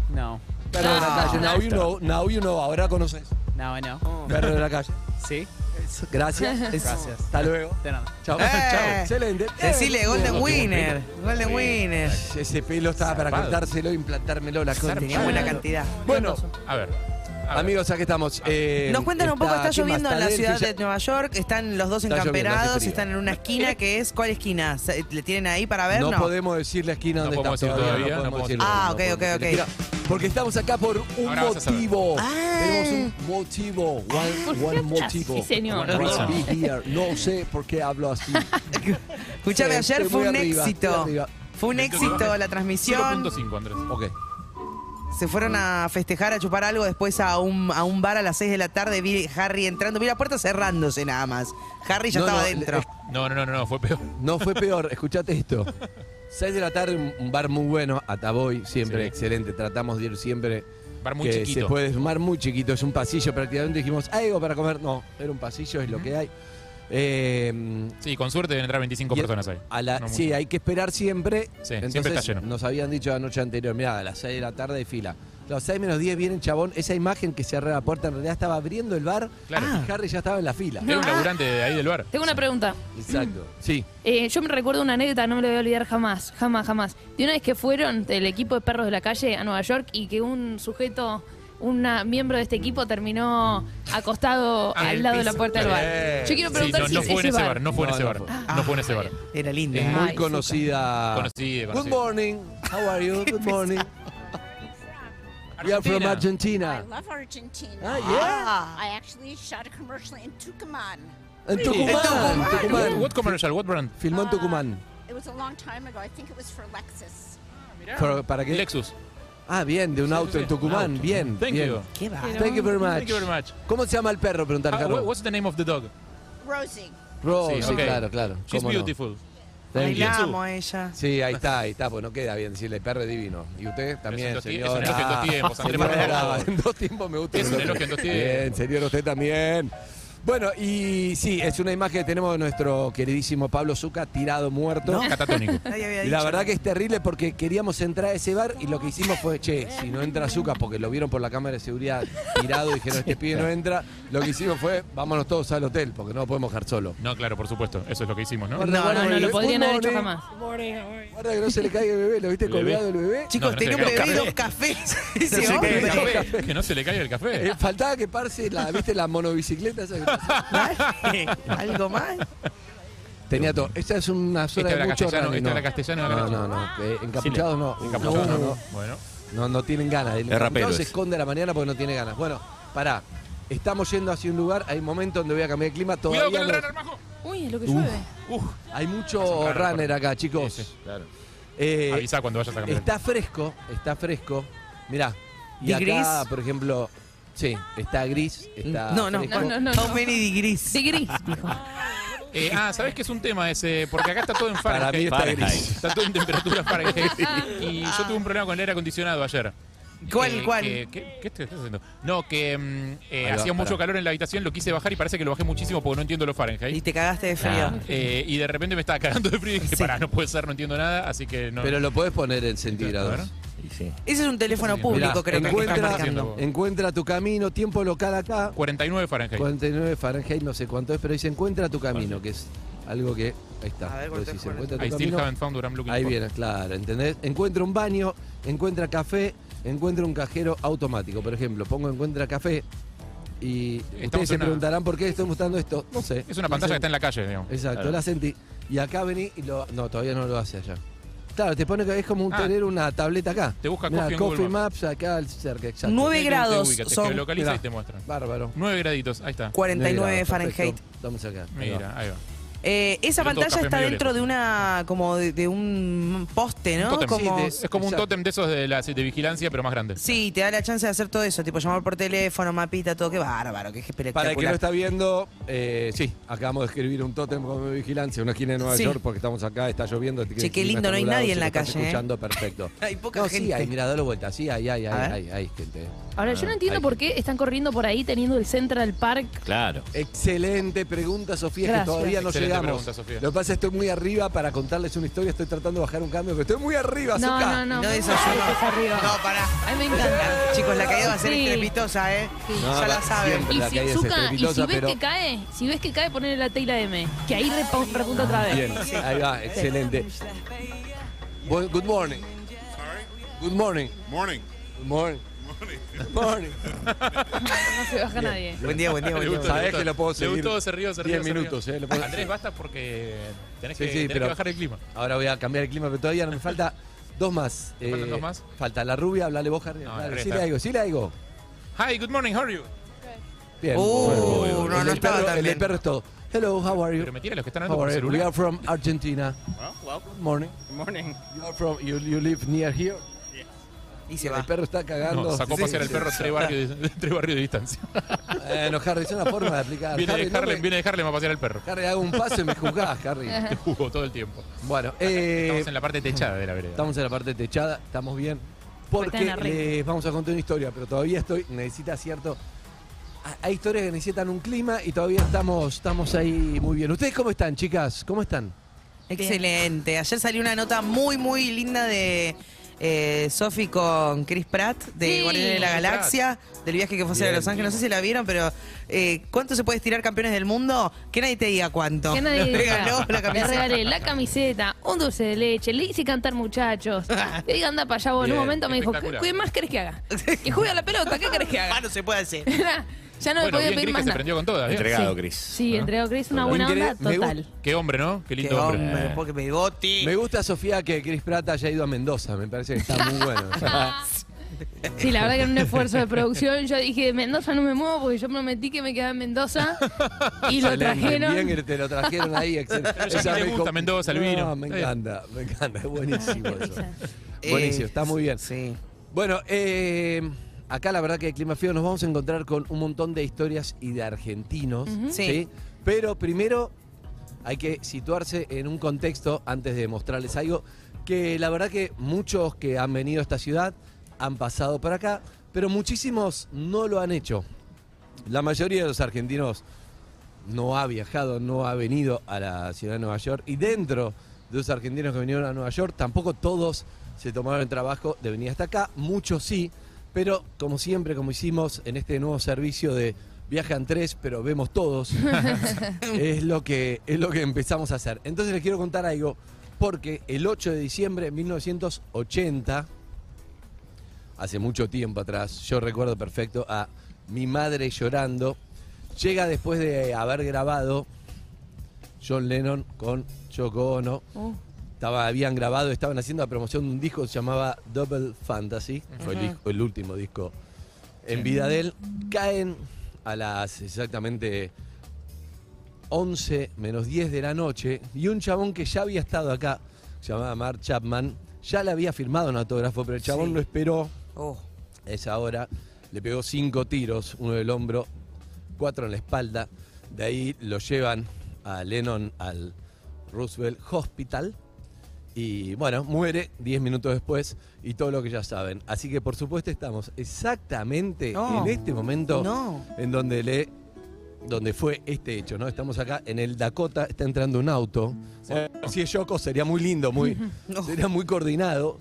Speaker 15: No.
Speaker 7: Perros de la calle, now you know, now you know, ahora conoces.
Speaker 15: Now I know.
Speaker 7: Perros de la calle.
Speaker 15: Sí.
Speaker 7: Eso,
Speaker 8: [laughs]
Speaker 7: Gracias. Eso.
Speaker 15: Gracias.
Speaker 7: Hasta luego.
Speaker 15: De nada.
Speaker 7: Chao.
Speaker 8: Eh.
Speaker 7: Chao. Excelente.
Speaker 8: Decile Golden Winner. Golden Winner.
Speaker 7: Ese pelo estaba para
Speaker 6: Zarpado.
Speaker 7: cortárselo e implantármelo la cosa.
Speaker 8: Tenía buena cantidad.
Speaker 7: Bueno,
Speaker 6: A ver. a ver.
Speaker 7: amigos, aquí estamos. Eh,
Speaker 8: Nos cuentan un poco, está
Speaker 7: ¿quién más?
Speaker 8: lloviendo en la
Speaker 7: Tadel,
Speaker 8: ciudad
Speaker 7: que
Speaker 8: de Nueva York, están los dos
Speaker 7: Está lloviendo, hace
Speaker 8: encamperados,
Speaker 7: frío.
Speaker 8: están en una esquina que es, ¿cuál esquina? ¿Se- ¿Le tienen ahí para
Speaker 7: ya-
Speaker 8: ver?
Speaker 7: No podemos decir la esquina
Speaker 6: No
Speaker 7: donde
Speaker 6: podemos
Speaker 7: estamos
Speaker 6: decir todavía,
Speaker 7: todavía.
Speaker 6: no podemos
Speaker 7: decirlo,
Speaker 8: decirlo.
Speaker 7: no
Speaker 8: Ah, ok,
Speaker 7: podemos
Speaker 8: ok,
Speaker 7: decir
Speaker 8: ok.
Speaker 7: la esquina, Porque estamos acá por un
Speaker 6: Ahora vas a saber.
Speaker 7: motivo.
Speaker 8: Ah.
Speaker 7: Tenemos un motivo. One, one motivo.
Speaker 13: Sí, señor.
Speaker 6: One
Speaker 7: Wanna
Speaker 6: reason.
Speaker 7: be here. No sé por qué
Speaker 8: [laughs]
Speaker 7: hablo así.
Speaker 8: Escuchame,
Speaker 7: Estoy
Speaker 8: ayer fue
Speaker 7: muy
Speaker 8: un
Speaker 7: arriba,
Speaker 8: éxito.
Speaker 7: estoy arriba.
Speaker 8: Fue un éxito la transmisión.
Speaker 6: 1.5, Andrés.
Speaker 7: Ok.
Speaker 8: Se fueron a festejar, a chupar algo, después a un, a un bar a las 6 de la tarde vi Harry entrando, vi la puerta cerrándose nada más. Harry ya
Speaker 7: No,
Speaker 8: estaba
Speaker 7: no,
Speaker 8: dentro.
Speaker 7: es-
Speaker 6: No, no, no, no, no, fue peor.
Speaker 7: [laughs] No fue peor, escuchate esto. 6 de la tarde, un- un bar muy bueno, Ataboy, siempre
Speaker 6: Sí.
Speaker 7: excelente. Tratamos de ir siempre.
Speaker 6: Bar muy
Speaker 7: que Se
Speaker 6: chiquito.
Speaker 7: puede tomar muy chiquito, es un pasillo prácticamente. Dijimos, ¿hay algo para comer? No, era un pasillo, es lo que hay. Eh,
Speaker 6: Sí, con suerte deben entrar 25
Speaker 7: y
Speaker 6: personas ahí.
Speaker 7: a la-
Speaker 6: No mucho.
Speaker 7: sí, hay que esperar siempre.
Speaker 6: Sí,
Speaker 7: Entonces,
Speaker 6: siempre está lleno.
Speaker 7: Nos habían dicho la noche anterior, mirá, a las 6 de la tarde hay fila. Los 6 menos 10 viene el chabón. Esa imagen que cerró la puerta en realidad estaba abriendo el bar.
Speaker 6: Claro.
Speaker 7: Y Harry ya estaba en la fila.
Speaker 6: Era un laburante de ahí del bar.
Speaker 13: Tengo una pregunta.
Speaker 7: Exacto.
Speaker 8: Mm.
Speaker 7: Sí.
Speaker 13: Eh, yo me recuerdo una anécdota, no me la voy a olvidar jamás, jamás, jamás. De una vez que fueron el equipo de perros de la calle a Nueva York y que un sujeto un miembro de este equipo terminó acostado
Speaker 6: Ah,
Speaker 13: al
Speaker 6: el
Speaker 13: lado de la
Speaker 6: piso.
Speaker 13: puerta del bar.
Speaker 6: Bien.
Speaker 13: Yo quiero preguntar
Speaker 6: Sí, no, no
Speaker 13: si
Speaker 6: fue en ese bar, no fue en
Speaker 7: No,
Speaker 6: ese
Speaker 7: no
Speaker 6: bar.
Speaker 7: fue.
Speaker 8: Ah.
Speaker 6: No fue en ese
Speaker 15: Ah,
Speaker 6: bar.
Speaker 8: Era linda.
Speaker 7: Es
Speaker 13: Ay,
Speaker 7: muy
Speaker 13: sí,
Speaker 7: conocida.
Speaker 6: Conocida,
Speaker 7: Good
Speaker 6: conocida.
Speaker 7: morning. How are you? Good morning. We are from Argentina.
Speaker 16: I love Argentina.
Speaker 7: Ah, yeah?
Speaker 16: I actually shot a commercial in Tucumán.
Speaker 7: En
Speaker 6: Sí.
Speaker 7: Tucumán.
Speaker 6: En
Speaker 7: Tucumán.
Speaker 6: What commercial? What brand?
Speaker 7: Filmó en Tucumán.
Speaker 16: Ah. It was a long time ago. I think it was for Lexus.
Speaker 7: Pero, ¿Para qué?
Speaker 6: Lexus.
Speaker 7: Ah, bien, de un auto en Tucumán. Bien.
Speaker 6: Thank
Speaker 7: bien.
Speaker 6: you.
Speaker 8: Qué va.
Speaker 7: Thank you very much.
Speaker 6: Thank you very much.
Speaker 7: ¿Cómo se llama el perro? Preguntar,
Speaker 6: Ah,
Speaker 7: Carlos.
Speaker 6: what- what's the name of the dog?
Speaker 16: Rosie.
Speaker 7: Rose, sí,
Speaker 6: ok.
Speaker 7: claro, claro.
Speaker 6: She's
Speaker 7: cómo no.
Speaker 6: beautiful.
Speaker 7: Thank you.
Speaker 8: la amo a ella.
Speaker 7: Sí, ahí está, ahí está, pues no queda bien decirle perro es divino. Y usted también,
Speaker 6: dos tie- es
Speaker 7: señor.
Speaker 6: un elogio en dos tiempos, Andrés,
Speaker 7: [laughs]
Speaker 6: por favor.
Speaker 7: en dos tiempos me gusta.
Speaker 6: Es un
Speaker 7: el
Speaker 6: elogio en dos
Speaker 7: Bien,
Speaker 6: tiempos.
Speaker 7: señor, usted también. Bueno, y sí, es una imagen que tenemos de nuestro queridísimo Pablo Zucca tirado
Speaker 8: [laughs]
Speaker 7: muerto.
Speaker 6: No, catatónico.
Speaker 8: Nadie había
Speaker 7: Y la
Speaker 8: dicho.
Speaker 7: verdad que es terrible porque queríamos entrar a ese bar y lo que hicimos fue, che, si no entra Zucca, porque lo vieron por la cámara de seguridad tirado y dijeron, este pibe no entra, lo que hicimos fue, vámonos todos al hotel, porque no lo podemos dejar solo.
Speaker 6: No, claro, por supuesto. Eso es lo que hicimos, ¿no?
Speaker 7: No,
Speaker 6: No,
Speaker 13: No, no lo
Speaker 7: Good
Speaker 13: podrían haber hecho
Speaker 7: morning.
Speaker 13: jamás.
Speaker 7: Guarda que no se le caiga el bebé, ¿lo viste
Speaker 6: El bebé.
Speaker 7: colgado el bebé?
Speaker 8: Chicos,
Speaker 6: No, no
Speaker 8: tenía un
Speaker 6: se le
Speaker 8: bebé
Speaker 6: cae
Speaker 8: dos
Speaker 6: el [laughs]
Speaker 8: cafés.
Speaker 6: se
Speaker 8: Ese
Speaker 6: le
Speaker 8: hombre.
Speaker 6: caiga el café. Que no se le caiga el café.
Speaker 7: Eh, faltaba que parse la, ¿viste la monobicicleta esa
Speaker 8: [laughs]
Speaker 7: que pasa?
Speaker 8: ¿Algo más?
Speaker 7: Tenía todo. Esta es una zona
Speaker 6: Este
Speaker 7: de
Speaker 6: era
Speaker 7: mucho
Speaker 6: castellano,
Speaker 7: running,
Speaker 6: este era castellano,
Speaker 7: No,
Speaker 6: era
Speaker 7: no, no. eh, encapuchados no.
Speaker 6: Encapuchado,
Speaker 7: no,
Speaker 6: no.
Speaker 7: no.
Speaker 6: Bueno.
Speaker 7: No, no tienen ganas. El
Speaker 5: Es
Speaker 7: encapuchado
Speaker 5: rapero
Speaker 7: se
Speaker 5: ese.
Speaker 7: esconde a la mañana porque no tiene ganas. Bueno, pará. Estamos yendo hacia un lugar, hay un momento donde voy a cambiar el clima, todavía
Speaker 6: Cuidado con el
Speaker 7: no-
Speaker 6: runner, majo.
Speaker 13: Uy, es lo que
Speaker 7: Uf.
Speaker 13: llueve.
Speaker 6: Uf.
Speaker 7: hay
Speaker 6: Es un
Speaker 7: mucho
Speaker 6: runner,
Speaker 7: runner
Speaker 6: correcto.
Speaker 7: acá, chicos.
Speaker 6: Sí, sí, claro.
Speaker 7: Eh,
Speaker 6: Avisa cuando vayas a caminar.
Speaker 7: Está fresco, está fresco. Mirá. Y
Speaker 8: ¿Y
Speaker 7: acá,
Speaker 8: gris?
Speaker 7: por ejemplo, sí, está gris, está
Speaker 8: No, no.
Speaker 7: fresco.
Speaker 13: No, no, no.
Speaker 8: How
Speaker 13: no.
Speaker 8: many degrees? [laughs]
Speaker 13: De gris, dijo.
Speaker 6: Eh, ah, ¿sabés que es un tema ese? Porque acá está todo en
Speaker 7: Para mí
Speaker 6: Fahrenheit.
Speaker 7: está gris.
Speaker 6: Está todo en temperatura
Speaker 13: [laughs]
Speaker 6: Fahrenheit. Y yo tuve un problema con el aire acondicionado ayer.
Speaker 8: ¿Cuál,
Speaker 6: Eh,
Speaker 8: cuál?
Speaker 6: que- que- ¿Qué te estás haciendo? No, que mm, eh,
Speaker 7: Ahí va,
Speaker 6: hacía mucho
Speaker 7: pará.
Speaker 6: calor en la habitación, lo quise bajar y parece que lo bajé muchísimo porque no entiendo los Fahrenheit.
Speaker 8: Y te cagaste de frío.
Speaker 6: Ah, eh, y de repente me estaba cagando de frío y dije, pará, no puede ser, no entiendo nada, así que no.
Speaker 7: Pero lo podés poner en
Speaker 6: A ver.
Speaker 7: centígrados.
Speaker 8: Ese es un teléfono
Speaker 6: Mirá,
Speaker 8: público,
Speaker 7: Mirá,
Speaker 8: creo que que está
Speaker 7: encuentra,
Speaker 8: marcando.
Speaker 7: encuentra tu camino, tiempo local acá.
Speaker 6: 49 Fahrenheit.
Speaker 7: 49 Fahrenheit, no sé cuánto es, pero dice encuentra tu camino, que es algo que. Ahí
Speaker 8: A
Speaker 7: está.
Speaker 8: ver,
Speaker 7: Vos
Speaker 8: 43,
Speaker 7: decís, encuentra tu
Speaker 6: I still
Speaker 7: camino.
Speaker 6: haven't found what I'm looking
Speaker 7: Ahí
Speaker 6: for.
Speaker 7: viene, claro, ¿entendés? Encuentra un baño, encuentra café, encuentra un cajero automático. Por ejemplo, pongo encuentra café y ustedes
Speaker 6: en
Speaker 7: se
Speaker 6: una-
Speaker 7: preguntarán por qué estoy mostrando esto. No sé.
Speaker 6: Es una pantalla que está en la calle, digamos.
Speaker 7: Exacto, la sentí. Y acá vení y lo. No, todavía no lo hace allá. Claro, te pone que es como un-
Speaker 6: Ah.
Speaker 7: tener una tableta acá.
Speaker 6: Te busca
Speaker 7: Mirá,
Speaker 6: Coffee en Google
Speaker 7: Maps acá al- cerca, exacto.
Speaker 8: 9 grados
Speaker 6: Te, ubica, te
Speaker 8: son
Speaker 6: geolocaliza
Speaker 7: Mirá.
Speaker 6: y te muestra.
Speaker 7: Bárbaro.
Speaker 6: 9 graditos, ahí está.
Speaker 8: 49
Speaker 7: Nueve grados,
Speaker 8: Fahrenheit.
Speaker 7: perfecto. Estamos acá. Ahí va.
Speaker 6: Mira, ahí va.
Speaker 8: Eh, esa
Speaker 6: Pero todo
Speaker 8: pantalla
Speaker 6: café
Speaker 8: está
Speaker 6: medio
Speaker 8: dentro
Speaker 6: lejos.
Speaker 8: de una como de, de un poste, ¿no?
Speaker 6: Tótem.
Speaker 8: Como
Speaker 7: Sí, de-
Speaker 6: Es como un
Speaker 7: Exacto.
Speaker 6: tótem de esos de, la, de vigilancia, pero más grande.
Speaker 8: Sí, te da la chance de hacer todo eso, tipo llamar por teléfono, mapita, todo, qué bárbaro, qué espectacular.
Speaker 7: Para el que no está viendo, eh, sí, acabamos de escribir un tótem con vigilancia, una esquina de Nueva
Speaker 8: Sí.
Speaker 7: York, porque estamos acá, está lloviendo.
Speaker 8: Che, qué lindo, no hay nadie en la calle, ¿eh?
Speaker 7: escuchando perfecto.
Speaker 8: [laughs] Hay poca
Speaker 7: no, sí,
Speaker 8: gente.
Speaker 7: hay, mira, dale vuelta, sí, hay, hay,
Speaker 8: A
Speaker 7: hay,
Speaker 8: ver.
Speaker 7: hay, hay gente. Ah,
Speaker 13: Ahora, yo no entiendo por qué están corriendo por ahí teniendo el Central Park.
Speaker 11: Claro.
Speaker 7: Excelente pregunta, Sofía,
Speaker 13: Gracias.
Speaker 7: que todavía no
Speaker 6: Excelente
Speaker 7: llegamos.
Speaker 6: pregunta, Sofía.
Speaker 7: Lo que pasa es que estoy muy arriba para contarles una historia, estoy tratando de bajar un cambio, pero estoy muy arriba,
Speaker 13: No,
Speaker 7: Zucca.
Speaker 13: no, no.
Speaker 8: No
Speaker 13: me
Speaker 8: desayuno.
Speaker 13: encanta que estés arriba.
Speaker 8: No, pará.
Speaker 13: A mí me encanta.
Speaker 8: Chicos, la caída va a ser
Speaker 13: Sí.
Speaker 8: estrepitosa, ¿eh?
Speaker 7: No,
Speaker 8: ya la
Speaker 7: va-
Speaker 8: saben.
Speaker 7: siempre.
Speaker 13: Y
Speaker 7: La
Speaker 13: si,
Speaker 7: caída es
Speaker 13: Zucca, y si
Speaker 7: estrepitosa,
Speaker 13: ves
Speaker 7: pero-
Speaker 13: que cae, si ves que cae, ponele la tela M. Que ahí repa- repunta otra vez.
Speaker 7: Bien, ahí va, excelente. Bu- good morning. Good morning.
Speaker 9: Morning.
Speaker 7: Good morning. Good morning.
Speaker 13: No se baja nadie.
Speaker 8: Buen día, buen día, buen
Speaker 6: Le [laughs]
Speaker 8: día.
Speaker 6: gustó, le
Speaker 7: Sabés
Speaker 6: gustó.
Speaker 7: que lo puedo
Speaker 6: Le
Speaker 7: seguir.
Speaker 6: gustó, se rió, se rió,
Speaker 7: 10
Speaker 6: se rió.
Speaker 7: minutos, ¿eh? Lo puedo-
Speaker 6: Andrés, basta porque tenés,
Speaker 7: Sí,
Speaker 6: que,
Speaker 7: sí,
Speaker 6: tenés
Speaker 7: pero-
Speaker 6: que bajar el clima.
Speaker 7: Ahora voy a cambiar el clima, pero todavía no me falta dos más. Eh,
Speaker 6: ¿Te faltan dos más?
Speaker 7: Falta la rubia, hablale vos, Harry.
Speaker 6: No,
Speaker 7: Dale,
Speaker 6: la
Speaker 7: sí le
Speaker 6: reta.
Speaker 7: digo, sí le digo.
Speaker 6: Hi, good morning, how are you?
Speaker 7: Bien.
Speaker 8: Uh, no,
Speaker 7: el, del
Speaker 8: no estaba
Speaker 7: perro,
Speaker 8: tan
Speaker 7: el del
Speaker 8: bien.
Speaker 7: perro es todo. Hello, how are you?
Speaker 6: Pero me tira los que están
Speaker 7: How
Speaker 6: hablando por
Speaker 7: are you? We are
Speaker 6: celular.
Speaker 7: from Argentina.
Speaker 11: Well, welcome.
Speaker 7: Good morning.
Speaker 11: Good morning.
Speaker 7: You are from you, you live near here.
Speaker 8: Y se
Speaker 7: El
Speaker 8: va.
Speaker 7: perro está cagando.
Speaker 6: No, sacó a
Speaker 7: Sí,
Speaker 6: pasear
Speaker 7: sí,
Speaker 6: el perro
Speaker 7: sí.
Speaker 6: tres barrios de, [laughs] tres barrios de
Speaker 7: [laughs]
Speaker 6: distancia.
Speaker 7: Bueno, Harry, es una forma de aplicar.
Speaker 6: viene
Speaker 7: Harry,
Speaker 6: de
Speaker 7: no
Speaker 6: Harlem,
Speaker 7: me-
Speaker 6: viene de Harlem a pasear al perro. [laughs]
Speaker 7: Harry, hago un paso y me juzgás, Harry.
Speaker 8: [laughs]
Speaker 6: Te jugó todo el tiempo.
Speaker 7: Bueno, eh,
Speaker 6: Estamos en la parte techada de la vereda.
Speaker 7: Estamos en la parte techada, estamos bien.
Speaker 13: Cuéntame
Speaker 7: Porque
Speaker 13: la reta.
Speaker 7: les vamos a contar una historia, pero todavía estoy, necesita cierto. ha- Hay historias que necesitan un clima y todavía estamos, estamos ahí muy bien. ¿Ustedes cómo están, chicas? ¿Cómo están?
Speaker 8: Excelente. Ayer salió una nota muy, muy linda de eh, Sophie con Chris Pratt de
Speaker 17: Sí.
Speaker 8: Guardianes de la
Speaker 17: Chris
Speaker 8: Galaxia, del viaje que fue a hacer a
Speaker 17: Bien.
Speaker 8: Los Ángeles. No sé si la vieron, pero eh, ¿cuánto se puede estirar campeones del mundo? Que nadie te diga cuánto.
Speaker 13: Que
Speaker 8: [laughs]
Speaker 13: nadie
Speaker 8: Le
Speaker 13: diga.
Speaker 8: regaló la
Speaker 13: Le
Speaker 8: camiseta.
Speaker 13: regalé la camiseta, un dulce de leche, le hice cantar muchachos. Le dije, anda para allá vos. En un
Speaker 8: Bien,
Speaker 13: momento me dijo, ¿qué,
Speaker 8: espectacular.
Speaker 13: qué más querés que haga? Que juegue a la pelota, ¿qué querés que haga?
Speaker 8: Más [laughs] no se puede hacer.
Speaker 13: [laughs] ya no
Speaker 6: Bueno,
Speaker 13: me podía
Speaker 6: bien, Ah.
Speaker 13: pedir
Speaker 6: Cris,
Speaker 13: más
Speaker 6: que se
Speaker 13: nada.
Speaker 6: prendió con todas. ¿eh?
Speaker 13: Entregado,
Speaker 6: Chris.
Speaker 13: Sí, entregó Chris una buena onda total.
Speaker 6: Qué hombre, ¿no? Qué lindo
Speaker 8: Qué
Speaker 6: hombre.
Speaker 8: hombre, porque me boti.
Speaker 7: Me gusta, Sofía, que Chris Pratt haya ido a Mendoza. Me parece que está muy bueno.
Speaker 13: [laughs] Sí, la verdad que en un esfuerzo de producción yo dije, de Mendoza no me muevo porque yo prometí que me quedaba en
Speaker 7: [laughs]
Speaker 13: Mendoza y lo
Speaker 7: Excelente,
Speaker 13: trajeron.
Speaker 7: Bien que te lo
Speaker 6: [laughs]
Speaker 7: trajeron ahí. excel-
Speaker 6: Pero ya
Speaker 7: Esa
Speaker 6: que le
Speaker 7: me
Speaker 6: gusta
Speaker 7: com-
Speaker 6: Mendoza, el
Speaker 7: No,
Speaker 6: vino.
Speaker 7: me
Speaker 6: Está bien.
Speaker 7: encanta, me encanta.
Speaker 8: [laughs]
Speaker 7: Es buenísimo eso.
Speaker 8: Eh,
Speaker 7: buenísimo, está muy bien.
Speaker 8: Sí.
Speaker 7: Bueno, eh, acá la verdad que el clima frío nos vamos a encontrar con un montón de historias y de argentinos.
Speaker 8: Ujú.
Speaker 7: ¿sí?
Speaker 8: Sí.
Speaker 7: Pero primero hay que situarse en un contexto antes de mostrarles algo que la verdad que muchos que han venido a esta ciudad han pasado por acá, pero muchísimos no lo han hecho. La mayoría de los argentinos no ha viajado, no ha venido a la ciudad de Nueva York. Y dentro de los argentinos que vinieron a Nueva York, tampoco todos se tomaron el trabajo de venir hasta acá. Muchos sí, pero como siempre, como hicimos en este nuevo servicio de viajan tres, pero vemos todos, es, lo que, es lo que empezamos a hacer. Entonces les quiero contar algo, porque el 8 de diciembre de 1980 hace mucho tiempo atrás. Yo recuerdo perfecto a mi madre llorando. Llega después de haber grabado John Lennon con Choco Ono.
Speaker 5: Uh.
Speaker 7: Estaba, habían grabado, estaban haciendo la promoción de un disco que se llamaba Double Fantasy. Fue el,
Speaker 5: Ujú.
Speaker 7: disco- el último disco en
Speaker 5: Sí.
Speaker 7: vida de él. Caen a las exactamente 11 menos 10 de la noche y un chabón que ya había estado acá, se llamaba Mark Chapman, ya le había firmado un autógrafo, pero el chabón
Speaker 8: Sí.
Speaker 7: lo esperó
Speaker 8: Oh.
Speaker 7: a esa hora. Le pegó cinco tiros, uno del hombro, cuatro en la espalda. De ahí lo llevan a Lennon al Roosevelt Hospital. Y bueno, muere 10 minutos después y todo lo que ya saben. Así que por supuesto estamos exactamente
Speaker 8: No.
Speaker 7: en este momento
Speaker 8: No.
Speaker 7: en donde le donde fue este hecho, ¿no? Estamos acá en el Dakota, está entrando un auto. Eh, si es Yoko sería muy lindo, muy
Speaker 8: [laughs] No.
Speaker 7: sería muy coordinado,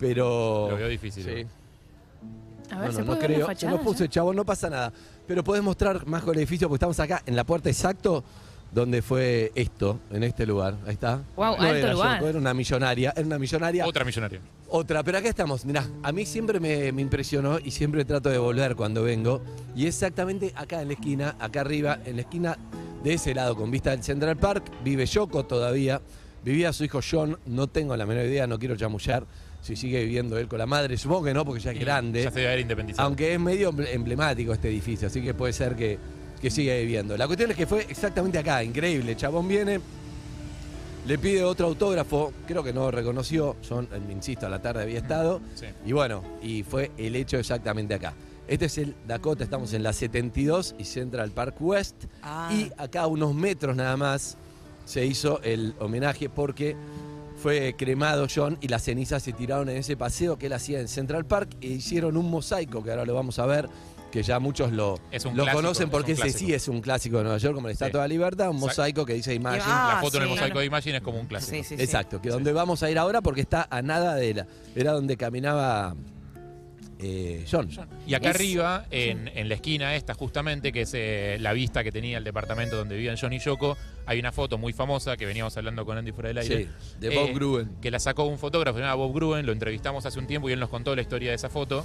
Speaker 7: pero
Speaker 6: Lo veo difícil.
Speaker 7: Sí.
Speaker 13: A ver,
Speaker 7: no,
Speaker 13: ¿se puede
Speaker 7: no, no
Speaker 13: ver la
Speaker 7: creo. Se
Speaker 13: fachada
Speaker 7: nos puso
Speaker 13: ya?
Speaker 7: el chabón, no pasa nada. Pero podés mostrar más con el edificio, porque estamos acá en la puerta exacto donde fue esto, en este lugar. Ahí está.
Speaker 13: Guau,
Speaker 7: no
Speaker 13: alto
Speaker 7: era
Speaker 13: lugar.
Speaker 7: Yoko, era una millonaria. Era una millonaria.
Speaker 6: Otra millonaria.
Speaker 7: Otra, pero acá estamos. Mirá, a mí siempre me, me impresionó y siempre trato de volver cuando vengo. Y exactamente acá en la esquina, acá arriba, en la esquina de ese lado, con vista del Central Park, vive Yoko todavía. Vivía su hijo John, no tengo la menor idea, no quiero chamullar si sigue viviendo él con la madre. Supongo que no, porque ya es grande.
Speaker 6: Ya se debe haber independizado.
Speaker 7: Aunque es medio emble- emblemático este edificio, así que puede ser que, que siga viviendo. La cuestión es que fue exactamente acá, increíble. El Chabón viene, le pide otro autógrafo, creo que no reconoció, yo eh, insisto, a la tarde había estado.
Speaker 6: Sí.
Speaker 7: Y bueno, y fue el hecho exactamente acá. Este es el Dakota, estamos en la 72 y Central Park West.
Speaker 8: Ah.
Speaker 7: Y acá a unos metros nada más se hizo el homenaje porque fue cremado John y las cenizas se tiraron en ese paseo que él hacía en Central Park e hicieron un mosaico que ahora lo vamos a ver, que ya muchos lo,
Speaker 6: Es un
Speaker 7: lo
Speaker 6: clásico,
Speaker 7: conocen
Speaker 6: es
Speaker 7: porque
Speaker 6: un
Speaker 7: ese sí
Speaker 6: clásico.
Speaker 7: es un clásico de Nueva York, como la Estatua de la Libertad, un
Speaker 6: Exacto.
Speaker 7: mosaico que dice Imagine.
Speaker 6: la foto en el mosaico de Imagine es como un clásico.
Speaker 8: Sí, sí, sí.
Speaker 7: Exacto, que donde vamos a ir ahora porque está a nada de la. Era donde caminaba eh, John.
Speaker 6: Y acá
Speaker 7: Es-
Speaker 6: arriba, en, en la esquina esta justamente, que es eh, la vista que tenía el departamento donde vivían John y Yoko, hay una foto muy famosa que veníamos hablando con Andy fuera del aire. eh,
Speaker 7: Sí, de Bob Gruen.
Speaker 6: Que la sacó un fotógrafo llamado Bob Gruen, lo entrevistamos hace un tiempo y él nos contó la historia de esa foto.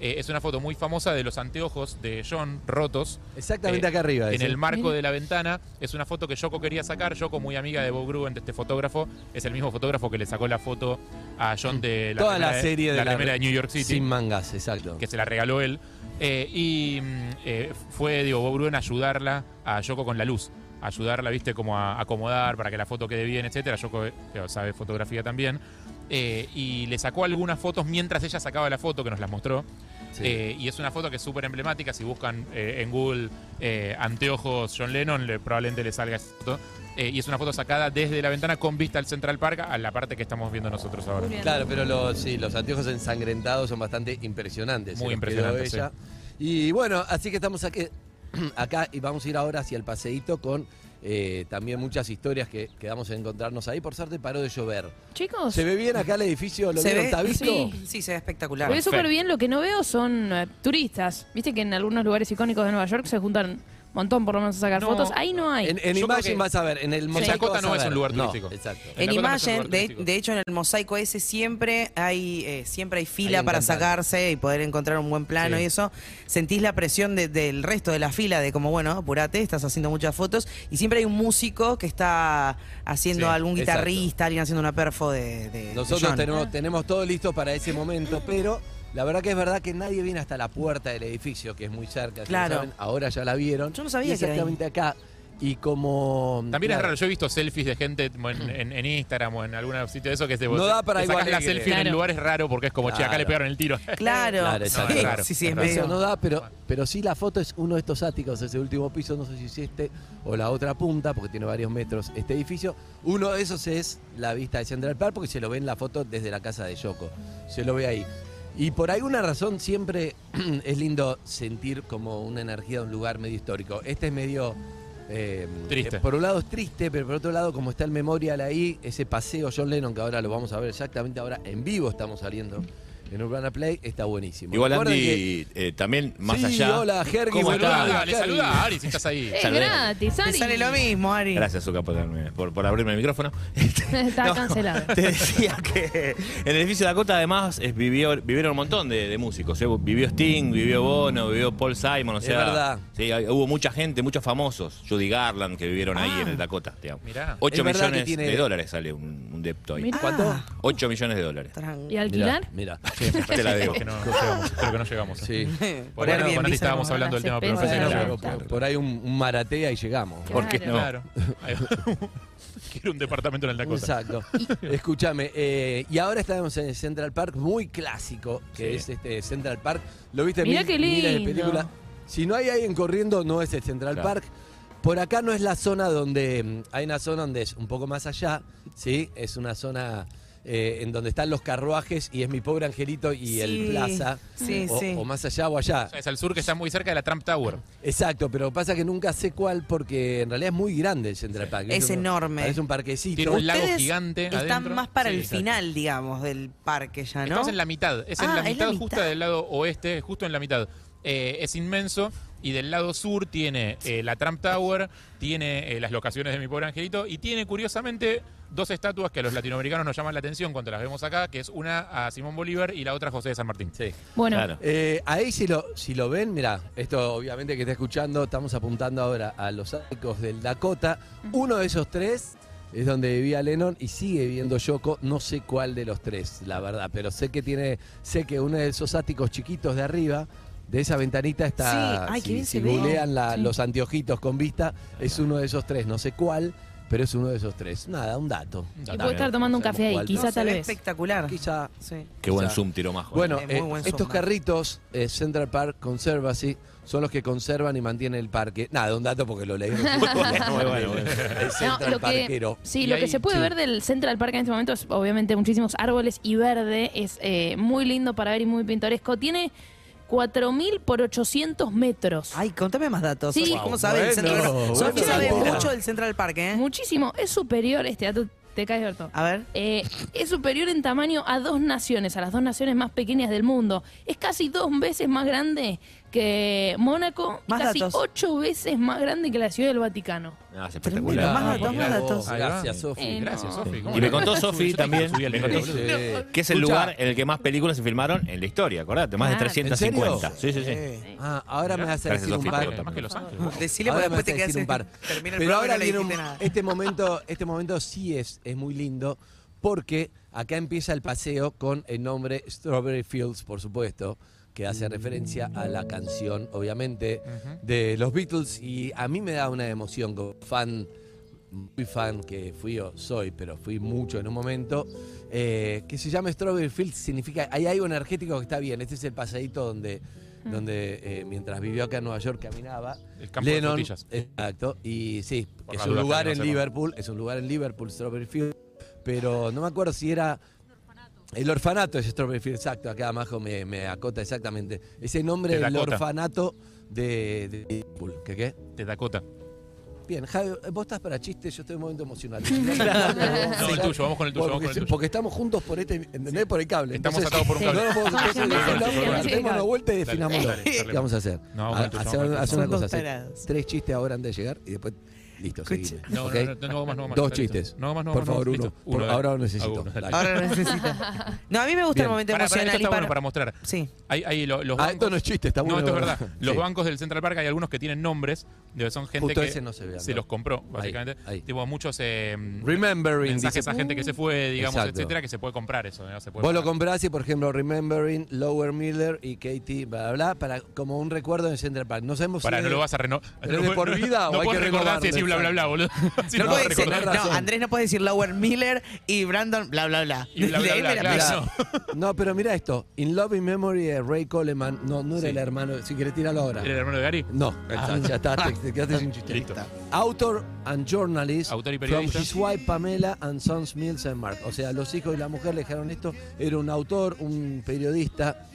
Speaker 6: Eh, es una foto muy famosa de los anteojos de John rotos. eh,
Speaker 7: Exactamente acá arriba,
Speaker 6: En
Speaker 7: ese.
Speaker 6: el marco
Speaker 7: Mira.
Speaker 6: de la ventana. Es una foto que Yoko quería sacar. Yoko, muy amiga de Bob Gruen, de este fotógrafo. Es el mismo fotógrafo que le sacó la foto a John de la,
Speaker 7: Mm. Toda
Speaker 6: remera
Speaker 7: la serie de
Speaker 6: la
Speaker 7: la-
Speaker 6: remera de New York City
Speaker 7: Sin mangas, exacto.
Speaker 6: que se la regaló él. Eh, y mm, eh, fue, digo, Bob Bruin a ayudarla a Yoko con la luz. a Ayudarla, viste, como a acomodar para que la foto quede bien, etcétera. Yoko eh, digo, sabe fotografía también. Eh, y le sacó algunas fotos mientras ella sacaba la foto que nos las mostró.
Speaker 7: Sí.
Speaker 6: Eh, y es una foto que es súper emblemática. Si buscan eh, en Google eh, anteojos John Lennon, le- probablemente le salga esa foto. Eh, y es una foto sacada desde la ventana con vista al Central Park, a la parte que estamos viendo nosotros ahora.
Speaker 7: Claro, pero los, sí, los anteojos ensangrentados son bastante impresionantes.
Speaker 6: Muy
Speaker 7: se los quedó
Speaker 6: impresionantes,
Speaker 7: [clears throat] ella. Y bueno, así que estamos aquí, acá y vamos a ir ahora hacia el paseíto con eh, también muchas historias que quedamos en encontrarnos ahí. Por suerte paró de llover.
Speaker 13: Chicos.
Speaker 7: ¿Se ve bien acá el edificio? ¿Lo
Speaker 8: ¿Se
Speaker 7: vieron?
Speaker 8: ve?
Speaker 7: ¿Está visto?
Speaker 8: Sí, sí, se ve espectacular.
Speaker 13: Pero es súper bien, lo que no veo son eh, turistas. Viste que en algunos lugares icónicos de Nueva York se juntan un montón por lo menos a sacar
Speaker 7: No.
Speaker 13: fotos. Ahí no hay.
Speaker 7: En, en
Speaker 13: Yo creo
Speaker 7: Imagine
Speaker 13: que-
Speaker 7: vas a ver, en el
Speaker 13: Sí.
Speaker 7: mosaico
Speaker 13: Chacota
Speaker 7: vas a
Speaker 13: no es un
Speaker 7: ver.
Speaker 13: lugar
Speaker 7: No,
Speaker 6: turístico.
Speaker 7: exacto.
Speaker 6: Dakota
Speaker 8: En
Speaker 6: no es un
Speaker 8: imagen,
Speaker 6: lugar
Speaker 8: de,
Speaker 6: turístico.
Speaker 8: de hecho en el mosaico ese siempre hay, eh, siempre hay fila
Speaker 6: Hay un
Speaker 8: para
Speaker 6: cantante.
Speaker 8: sacarse y poder encontrar un buen plano
Speaker 6: Sí.
Speaker 8: y eso. Sentís la presión de- del resto de la fila de como, bueno, apurate, estás haciendo muchas fotos. Y siempre hay un músico que está haciendo
Speaker 7: Sí,
Speaker 8: algún
Speaker 7: exacto.
Speaker 8: guitarrista, alguien haciendo una perfo de... de- de
Speaker 7: Nosotros
Speaker 8: John. Ah, ¿eh?
Speaker 7: tenemos, tenemos todo listo para ese momento, pero la verdad que es verdad que nadie viene hasta la puerta del edificio, que es muy cerca. si lo
Speaker 6: Claro.
Speaker 7: saben, ahora ya la vieron. Yo
Speaker 8: no sabía que era ahí.
Speaker 7: exactamente acá. Y como.
Speaker 6: También es
Speaker 7: claro, Mm.
Speaker 6: raro, yo he visto selfies de gente en, en- en Instagram o en algún sitio de eso que te,
Speaker 7: No da para
Speaker 6: te sacás
Speaker 7: igual
Speaker 6: la
Speaker 7: que-
Speaker 6: selfie en
Speaker 7: Claro.
Speaker 6: el lugar es raro porque es como, che, acá
Speaker 7: Claro.
Speaker 6: le pegaron el tiro. [laughs]
Speaker 8: Claro.
Speaker 7: exacto.
Speaker 6: No, es raro, es raro.
Speaker 7: Eso no da, pero, pero sí la foto es uno de estos áticos, ese último piso, no sé si es este o la otra punta, porque tiene varios metros este edificio. Uno de esos es la vista de Central Park, porque se lo ve en la foto desde la casa de Yoko. Se lo ve ahí. Y por alguna razón siempre [clears throat] es lindo sentir como una energía de un lugar medio histórico. Este es medio... eh,
Speaker 6: Triste.
Speaker 7: eh, por un lado es triste, pero por otro lado, como está el memorial ahí, ese paseo John Lennon, que ahora lo vamos a ver exactamente ahora en vivo, estamos saliendo en Urbana Play, está buenísimo.
Speaker 11: Igual
Speaker 7: Recuerden
Speaker 11: Andy, eh, también más
Speaker 7: Sí,
Speaker 11: allá.
Speaker 7: hola, Hergy,
Speaker 11: ¿Cómo
Speaker 7: boludo,
Speaker 11: estás?
Speaker 7: dale, saludá, Eh,
Speaker 6: Ari, si estás ahí.
Speaker 13: Es
Speaker 11: Saludé.
Speaker 13: gratis, Ari.
Speaker 8: Te sale lo mismo, Ari.
Speaker 11: Gracias, Zuka, por, darme- por- por abrirme el micrófono.
Speaker 13: [laughs] Está cancelado.
Speaker 11: Te decía que en el edificio de Dakota, además, es- vivió, vivieron un montón de, de músicos. ¿eh? Vivió Sting, vivió Bono, vivió Paul Simon. O
Speaker 7: Es
Speaker 11: sea,
Speaker 7: verdad.
Speaker 11: Sí, hay- hubo mucha gente, muchos famosos. Judy Garland, que vivieron ahí en el Dakota. Digamos.
Speaker 6: Mirá.
Speaker 11: 8
Speaker 7: Es verdad que
Speaker 11: millones
Speaker 7: tiene-
Speaker 11: de dólares sale un, un depto ahí.
Speaker 13: Mirá. ¿Cuánto?
Speaker 11: 8 millones de dólares.
Speaker 13: ¿Y alquilar?
Speaker 7: Mira,
Speaker 11: te la
Speaker 6: Creo
Speaker 11: debo.
Speaker 6: que no, no llegamos, creo que no llegamos. [laughs]
Speaker 7: Sí.
Speaker 6: Por bueno,
Speaker 7: Airbnb
Speaker 6: con Andy
Speaker 7: se
Speaker 6: estábamos
Speaker 7: nos
Speaker 6: hablando del tema, pero me
Speaker 7: Por,
Speaker 6: parece que no llegamos.
Speaker 7: por- por ahí un, un maratea y llegamos.
Speaker 11: ¿Por qué no?
Speaker 6: Claro. [laughs] Quiero un departamento en el Dakota.
Speaker 7: Exacto. Escúchame, eh, y ahora estamos en el Central Park, muy clásico, que
Speaker 6: Sí.
Speaker 7: es este Central Park. Lo viste en
Speaker 13: Mirá
Speaker 7: mil-
Speaker 13: qué
Speaker 7: miles de
Speaker 13: lindo.
Speaker 7: películas. Si no hay alguien corriendo, no es el Central
Speaker 11: Claro.
Speaker 7: Park. Por acá no es la zona donde. mm, Hay una zona donde es un poco más allá, ¿sí? Es una zona. eh, en donde están los carruajes y es mi pobre angelito y el
Speaker 6: Sí,
Speaker 7: plaza.
Speaker 6: sí,
Speaker 7: o,
Speaker 6: sí.
Speaker 7: o más allá o allá.
Speaker 6: Es al sur que está muy cerca de la Trump Tower.
Speaker 7: Exacto, pero pasa que nunca sé cuál porque en realidad es muy grande el Central Park.
Speaker 8: Es
Speaker 7: un-
Speaker 8: enorme.
Speaker 7: Es un parquecito.
Speaker 8: Ustedes Están más para el final, digamos, del parque ya, ¿no?
Speaker 6: Estamos en la mitad. Es en
Speaker 8: Ah,
Speaker 6: la mitad justa del lado oeste, justo en la mitad. Eh, es inmenso. Y del lado sur tiene eh, la Trump Tower, tiene eh, las locaciones de mi pobre angelito y tiene curiosamente dos estatuas que a los latinoamericanos nos llaman la atención cuando las vemos acá, que es una a Simón Bolívar y la otra a José de San Martín.
Speaker 7: Sí.
Speaker 13: Bueno.
Speaker 7: Eh, ahí si lo, si lo ven, mirá, esto obviamente que está escuchando, estamos apuntando ahora a los áticos del Dakota. Uno de esos tres es donde vivía Lennon y sigue viviendo Yoko. No sé cuál de los tres, la verdad, pero sé que tiene, sé que uno de esos áticos chiquitos de arriba. De esa ventanita está.
Speaker 8: Sí, ay, qué
Speaker 7: si
Speaker 8: bien
Speaker 7: si
Speaker 8: se ve.
Speaker 7: googlean la-
Speaker 8: Sí.
Speaker 7: los anteojitos con vista, es uno de esos tres. No sé cuál, pero es uno de esos tres. Nada, un dato.
Speaker 13: Y puede estar tomando un café ahí, quizá
Speaker 8: No, se
Speaker 13: tal
Speaker 8: ve
Speaker 13: vez.
Speaker 8: espectacular.
Speaker 7: Quizá.
Speaker 8: Sí.
Speaker 11: Qué buen
Speaker 7: Quizá.
Speaker 11: zoom tiró más.
Speaker 7: Bueno,
Speaker 8: Muy
Speaker 7: eh,
Speaker 8: buen
Speaker 7: estos
Speaker 8: Zumba.
Speaker 7: carritos eh, Central Park Conservancy son los que conservan y mantienen el parque. Nada, un dato porque lo leí.
Speaker 11: muy bueno, muy bueno.
Speaker 7: El
Speaker 13: No,
Speaker 7: Central
Speaker 13: lo que,
Speaker 7: Parquero.
Speaker 13: sí,
Speaker 7: Y
Speaker 13: lo
Speaker 7: ahí-
Speaker 13: que se puede
Speaker 7: sí.
Speaker 13: ver del Central Park en este momento es obviamente muchísimos árboles y verde. Es eh, muy lindo para ver y muy pintoresco. Tiene 4.000 por 800 metros.
Speaker 8: Ay, contame más datos.
Speaker 13: Sí.
Speaker 8: Sofía, ¿Cómo
Speaker 13: Wow,
Speaker 7: Ah,
Speaker 8: sabe el
Speaker 13: bueno,
Speaker 8: Central Park?
Speaker 13: bueno.
Speaker 8: Sofía sabe
Speaker 13: Mira.
Speaker 8: mucho del Central Park, ¿eh?
Speaker 13: Muchísimo. Es superior este dato. Te caes, Berto.
Speaker 8: A ver.
Speaker 13: Eh, es superior en tamaño a dos naciones, a las dos naciones más pequeñas del mundo. Es casi dos veces más grande que Mónaco, y
Speaker 8: Más
Speaker 13: casi
Speaker 8: datos.
Speaker 13: ocho veces más grande que la Ciudad del Vaticano.
Speaker 11: Ah, es espectacular.
Speaker 8: Más datos,
Speaker 11: Mirá
Speaker 8: más
Speaker 11: vos.
Speaker 8: datos.
Speaker 11: Ahí va.
Speaker 7: Gracias, Sofi.
Speaker 13: Eh, no.
Speaker 6: Gracias, Sofi. ¿Cómo
Speaker 11: Ah. Y me
Speaker 6: la-
Speaker 11: contó Sofi
Speaker 6: Yo te
Speaker 11: también
Speaker 6: subí al
Speaker 11: me
Speaker 6: minuto,
Speaker 11: contó,
Speaker 6: boludo.
Speaker 11: que es el
Speaker 7: Escucha.
Speaker 11: lugar en el que más películas se filmaron en la historia, acordate, más de
Speaker 7: Ah, ¿en
Speaker 11: 350. Sí,
Speaker 7: serio?
Speaker 11: sí, sí.
Speaker 7: Ah, ahora me hace
Speaker 11: Gracias,
Speaker 7: decir un
Speaker 11: Sofi, por
Speaker 7: par.
Speaker 11: contarme. Más que Los
Speaker 7: Ángeles.
Speaker 8: Decile
Speaker 7: Ahora
Speaker 8: porque
Speaker 7: me
Speaker 8: después te
Speaker 7: vas a decir
Speaker 8: quedas
Speaker 7: un par.
Speaker 8: Termina el programa
Speaker 7: Pero
Speaker 8: y
Speaker 7: ahora
Speaker 8: no le
Speaker 7: viene un-
Speaker 8: dijiste nada.
Speaker 7: este momento, este momento sí es, es muy lindo porque acá empieza el paseo con el nombre Strawberry Fields, por supuesto, que
Speaker 6: Mm.
Speaker 7: hace referencia a la canción, obviamente, de los Beatles y a mí me da una emoción como fan muy fan que fui o soy, pero fui mucho en un momento, eh, que se llama Strawberry Fields, significa, hay algo energético que está bien, este es el paseíto donde, donde eh, mientras vivió acá en Nueva York caminaba.
Speaker 6: Mm. El campo de frutillas.
Speaker 7: Exacto, y sí,
Speaker 6: Por
Speaker 7: es
Speaker 6: las
Speaker 7: un
Speaker 6: dudas que
Speaker 7: lugar
Speaker 6: no
Speaker 7: en
Speaker 6: sepan.
Speaker 7: Liverpool, es un lugar en Liverpool, Strawberry Fields, pero no me acuerdo si era... El orfanato es Strawberry Fields, exacto, acá abajo me, me acota exactamente. Ese nombre
Speaker 6: De
Speaker 7: del
Speaker 6: Dakota.
Speaker 7: orfanato de, de Liverpool, ¿qué qué?
Speaker 6: De Dakota.
Speaker 7: Bien, Javi, eh, vos estás para chistes, yo estoy en un momento emocional.
Speaker 6: No, el tuyo, vamos con el tuyo, vamos
Speaker 7: Porque,
Speaker 6: con el tuyo.
Speaker 7: porque estamos juntos por este, ¿entendés? Por el cable.
Speaker 6: Estamos
Speaker 7: Entonces,
Speaker 6: atados por un cable.
Speaker 7: No nos podemos- entonces,
Speaker 6: Sí,
Speaker 7: dejémoslo,
Speaker 6: sí, sí, sí, sí.
Speaker 7: Démonos vuelta y
Speaker 6: Dale,
Speaker 7: definámoslo.
Speaker 6: dale, dale.
Speaker 7: ¿Qué vamos a hacer?
Speaker 6: No, vamos
Speaker 7: A-
Speaker 6: con el tuyo,
Speaker 7: hacer
Speaker 6: vamos con el
Speaker 7: hacer
Speaker 6: tuyo.
Speaker 7: una
Speaker 6: Son
Speaker 7: cosa.
Speaker 6: dos
Speaker 7: hacer
Speaker 6: tarados.
Speaker 7: tres chistes ahora antes de llegar y después. Listo, seguime.
Speaker 6: No, no,
Speaker 7: ¿ok?
Speaker 6: no, no, no hago más, no hago más,
Speaker 7: Dos
Speaker 6: está listo.
Speaker 7: chistes.
Speaker 6: No hago más, no hago
Speaker 7: Por
Speaker 6: más, no,
Speaker 7: favor, uno.
Speaker 6: listo. Uno,
Speaker 7: Por-
Speaker 6: dale.
Speaker 7: Ahora lo
Speaker 6: Hago
Speaker 7: necesito.
Speaker 6: uno, dale.
Speaker 8: Ahora lo necesito. No, a mí me gusta el momento
Speaker 6: Pará, pará, esto
Speaker 8: emocional. y
Speaker 6: está
Speaker 8: para-
Speaker 6: bueno para mostrar.
Speaker 8: Sí.
Speaker 6: Hay, hay lo- los
Speaker 7: Ah,
Speaker 6: bancos-
Speaker 7: esto no es chiste, está bueno,
Speaker 6: No, esto es
Speaker 7: la
Speaker 6: verdad.
Speaker 7: verdad.
Speaker 6: Los
Speaker 7: Sí.
Speaker 6: bancos del Central Park hay algunos que tienen nombres, de- son gente
Speaker 7: Justo
Speaker 6: que
Speaker 7: ese no se ve, ¿no?
Speaker 6: los compró, básicamente. Tipo, muchos eh,
Speaker 7: Remembering,
Speaker 6: mensajes
Speaker 7: dice-
Speaker 6: a gente que se fue, digamos,
Speaker 7: Exacto.
Speaker 6: etcétera, que se puede comprar eso. ¿no? Se puede
Speaker 7: Vos lo
Speaker 6: comprar.
Speaker 7: comprás y, por ejemplo, Remembering, Lower Miller y Katie, bla, bla, bla, para, como un recuerdo de Central Park. No sabemos
Speaker 6: Pará,
Speaker 7: si.
Speaker 6: no lo vas a renovar.
Speaker 7: ¿Pero es de
Speaker 6: [laughs]
Speaker 7: por vida o hay que
Speaker 6: recordar
Speaker 7: renovarlo?
Speaker 6: si decir bla, bla, bla, boludo. [laughs] Si
Speaker 8: No,
Speaker 6: lo
Speaker 8: puede
Speaker 6: vas a
Speaker 8: decir-
Speaker 6: recordar.
Speaker 8: no, Andrés no puede decir Lower Miller y Brandon, bla, bla, bla.
Speaker 6: Y bla, bla,
Speaker 8: Leeme
Speaker 6: bla,
Speaker 8: la
Speaker 6: claro.
Speaker 8: apellido.
Speaker 7: [laughs] No, pero mira esto. In Love in Memory de Ray Coleman. No, no era el hermano. Si querés tirarlo ahora.
Speaker 6: ¿Era el hermano de Gary? Ah.
Speaker 7: No, Ah, ya- ya está, te, te quedaste sin chiste.
Speaker 6: Listo.
Speaker 7: Author and journalist
Speaker 6: Autor y
Speaker 7: from
Speaker 6: periodista.
Speaker 7: his wife Pamela and sons Mills and Mark. O sea, los hijos y la mujer le dejaron esto. Era un autor, un periodista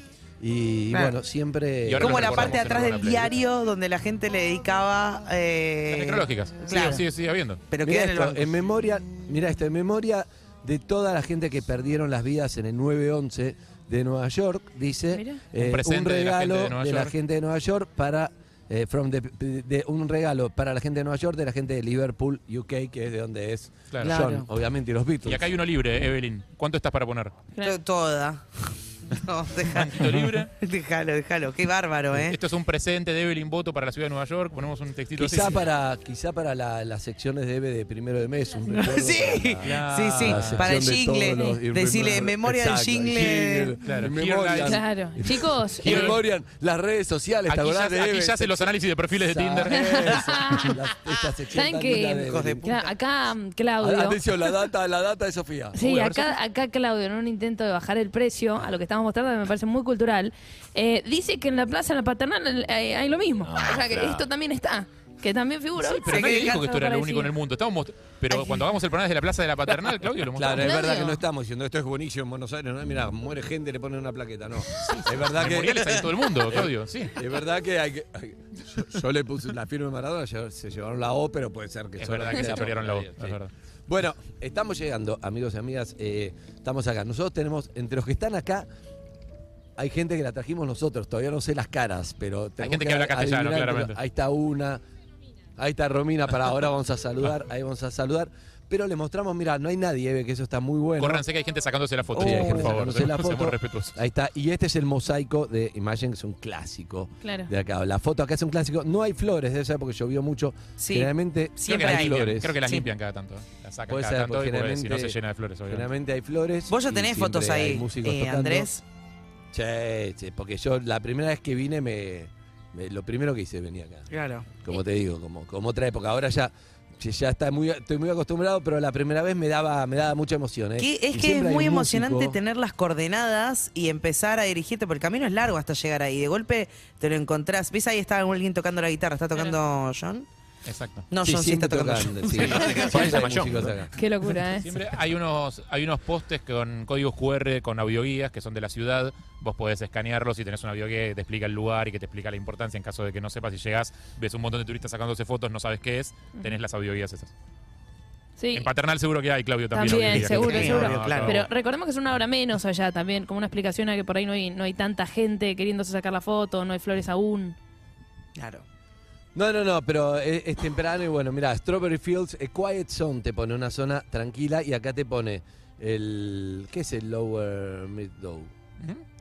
Speaker 7: y
Speaker 8: Claro.
Speaker 7: bueno, siempre.
Speaker 6: Y ahora
Speaker 8: Como
Speaker 6: nos
Speaker 8: la parte de
Speaker 6: recordamos
Speaker 8: atrás
Speaker 6: en
Speaker 8: del
Speaker 6: Urbana Play.
Speaker 8: diario donde la gente le dedicaba. eh,
Speaker 6: Las necrológicas.
Speaker 8: Claro.
Speaker 6: Sí, sigue, sigue habiendo.
Speaker 8: Pero
Speaker 7: Mirá
Speaker 8: queda en el
Speaker 7: esto,
Speaker 8: banco.
Speaker 7: en memoria, mira esto, en memoria de toda la gente que perdieron las vidas en el 9-11 de Nueva York, dice eh,
Speaker 6: Un
Speaker 7: un
Speaker 6: presente de la
Speaker 7: regalo
Speaker 6: gente de Nueva
Speaker 7: de la
Speaker 6: York.
Speaker 7: gente de Nueva York para eh, from the- de un regalo para la gente de Nueva York de la gente de Liverpool, UK, que es de donde es
Speaker 6: Claro.
Speaker 7: John,
Speaker 6: Claro.
Speaker 7: obviamente, y los Beatles.
Speaker 6: Y acá hay uno libre, eh, Evelyn. ¿Cuánto estás para poner?
Speaker 8: to- Toda. [laughs] No, déjalo.
Speaker 6: libre?
Speaker 8: [laughs] Déjalo, déjalo. Qué bárbaro, ¿eh?
Speaker 6: Esto es un presente de Evelyn Voto para la ciudad de Nueva York. Ponemos un textito
Speaker 7: Quizá
Speaker 6: así. [laughs]
Speaker 7: para, quizá para la- las secciones de EVE de primero de mes, un recuerdo
Speaker 8: Sí,
Speaker 7: para la-
Speaker 8: sí, sí,
Speaker 7: la sección
Speaker 8: para el
Speaker 7: de
Speaker 8: jingle,
Speaker 7: todos los- y
Speaker 8: decirle,
Speaker 7: remember-
Speaker 8: memoria del
Speaker 7: Exacto,
Speaker 8: jingle.
Speaker 6: Claro.
Speaker 7: en memoria.
Speaker 13: Claro.
Speaker 6: [laughs]
Speaker 13: Chicos,
Speaker 7: Y
Speaker 13: eh,
Speaker 7: memorian las redes sociales, ¿te
Speaker 6: Aquí ya,
Speaker 7: acordás de
Speaker 6: aquí
Speaker 7: Eve?
Speaker 6: ya hacen los análisis de perfiles de Tinder.
Speaker 13: [laughs]
Speaker 7: [laughs] Eso, la- esta sección
Speaker 13: ¿saben
Speaker 7: tan linda de
Speaker 13: qué?
Speaker 7: Evelyn.
Speaker 13: Claro, Acá, mm,
Speaker 7: A-
Speaker 13: Claudio.
Speaker 7: Atención, la data, la data de Sofía.
Speaker 13: Sí,
Speaker 7: Uy, a ver,
Speaker 13: acá, acá Claudio, en un intento de bajar el precio a lo que estamos mostrando, que me parece muy cultural, eh, dice que en la plaza, en la paternal, eh, hay lo mismo. o sea, que
Speaker 6: Ah, claro.
Speaker 13: esto también está, que también figura.
Speaker 6: Sí,
Speaker 13: ¿viste?
Speaker 6: pero nadie dijo que esto era lo
Speaker 13: Parecido.
Speaker 6: único en el mundo. Estamos most- pero cuando hagamos el programa desde la Plaza de la Paternal, Claudio, lo mostramos.
Speaker 7: Claro, es verdad que no estamos diciendo esto es buenísimo en Buenos Aires, no, mira, muere gente, le ponen una plaqueta, no. Es verdad que
Speaker 6: Memoriales hay en todo el mundo, Claudio, sí.
Speaker 7: [laughs] Es verdad que hay que hay- yo, yo le puse la firma de Maradona, lle- se llevaron la O, pero puede ser que
Speaker 6: Es
Speaker 7: solo
Speaker 6: verdad que se
Speaker 7: sea
Speaker 6: chorearon la O,
Speaker 7: por-
Speaker 6: es verdad.
Speaker 7: Bueno, estamos llegando, amigos y amigas, eh, estamos acá. Nosotros tenemos entre los que están acá hay gente que la trajimos nosotros, todavía no sé las caras, pero tenemos
Speaker 6: gente que habla castellano,
Speaker 7: adivinar entre-
Speaker 6: claramente.
Speaker 7: Ahí está una. Ahí está Romina, para ahora vamos
Speaker 6: [laughs]
Speaker 7: a saludar, ahí vamos a saludar. Pero le mostramos, mira, no hay nadie, Eve, que eso está muy bueno.
Speaker 6: Córranse que hay gente sacándose la foto,
Speaker 7: Sí, hay
Speaker 6: por
Speaker 7: gente
Speaker 6: favor.
Speaker 7: Oh, sacándose la
Speaker 6: Seamos
Speaker 7: foto.
Speaker 6: respetuosos.
Speaker 7: Ahí está. Y este es el mosaico de Imagine, que es un clásico.
Speaker 6: Claro.
Speaker 7: De acá. La foto acá es un clásico. No hay flores, debe ser porque llovió mucho.
Speaker 8: Sí.
Speaker 7: Generalmente
Speaker 6: Creo que,
Speaker 8: Siempre
Speaker 6: las
Speaker 8: hay.
Speaker 6: limpian,
Speaker 7: Eh, flores.
Speaker 6: creo que las
Speaker 7: Sí.
Speaker 6: limpian cada tanto. Las sacan
Speaker 7: Puede
Speaker 6: cada
Speaker 7: ser,
Speaker 6: tanto
Speaker 7: porque
Speaker 6: y porque si no
Speaker 7: generalmente-
Speaker 6: se llena de flores, obviamente.
Speaker 7: Generalmente hay flores.
Speaker 8: Vos ya
Speaker 7: y
Speaker 8: tenés fotos
Speaker 7: siempre
Speaker 8: ahí,
Speaker 7: hay músicos
Speaker 8: eh,
Speaker 7: tocando.
Speaker 8: Andrés.
Speaker 7: Sí, sí, porque yo la primera vez que vine me, me- lo primero que hice venía acá.
Speaker 8: Claro.
Speaker 7: Como te digo, como, como otra época. Ahora ya, ya está muy, estoy muy acostumbrado, pero la primera vez me daba, me daba mucha emoción. ¿eh?
Speaker 8: Que- es
Speaker 7: Y
Speaker 8: que es
Speaker 7: siempre hay
Speaker 8: muy
Speaker 7: un
Speaker 8: emocionante
Speaker 7: músico.
Speaker 8: tener las coordenadas y empezar a dirigirte, porque el camino es largo hasta llegar ahí. De golpe te lo encontrás. ¿Ves ahí está alguien tocando la guitarra? ¿Está tocando John?
Speaker 6: Exacto.
Speaker 8: No,
Speaker 7: Sí,
Speaker 8: John sí
Speaker 7: siempre
Speaker 8: está tocando.
Speaker 7: tocando,
Speaker 8: John.
Speaker 7: sí.
Speaker 6: [laughs] Siempre
Speaker 7: Siempre hay
Speaker 6: John.
Speaker 7: músicos acá.
Speaker 13: Qué locura, ¿eh?
Speaker 6: Siempre hay unos, hay unos postes con códigos QR, con audioguías que son de la ciudad. Vos podés escanearlos y tenés una audioguía que te explica el lugar y que te explica la importancia en caso de que no sepas. Si llegás, ves un montón de turistas sacándose fotos, no sabes qué es, tenés las audioguías esas.
Speaker 7: Eh,
Speaker 13: Sí.
Speaker 6: En Paternal seguro que hay, Claudio, también.
Speaker 13: También,
Speaker 6: audioguías.
Speaker 13: seguro,
Speaker 6: Sí,
Speaker 13: seguro.
Speaker 6: no, no.
Speaker 13: Pero recordemos que es una hora menos allá también, como una explicación a que por ahí no hay, no hay tanta gente queriéndose sacar la foto, no hay flores aún.
Speaker 8: Claro.
Speaker 7: No, no, no, pero es, es temprano y bueno, mira, Strawberry Fields, eh, Quiet Zone te pone una zona tranquila y acá te pone el. ¿Qué es el Lower Meadow?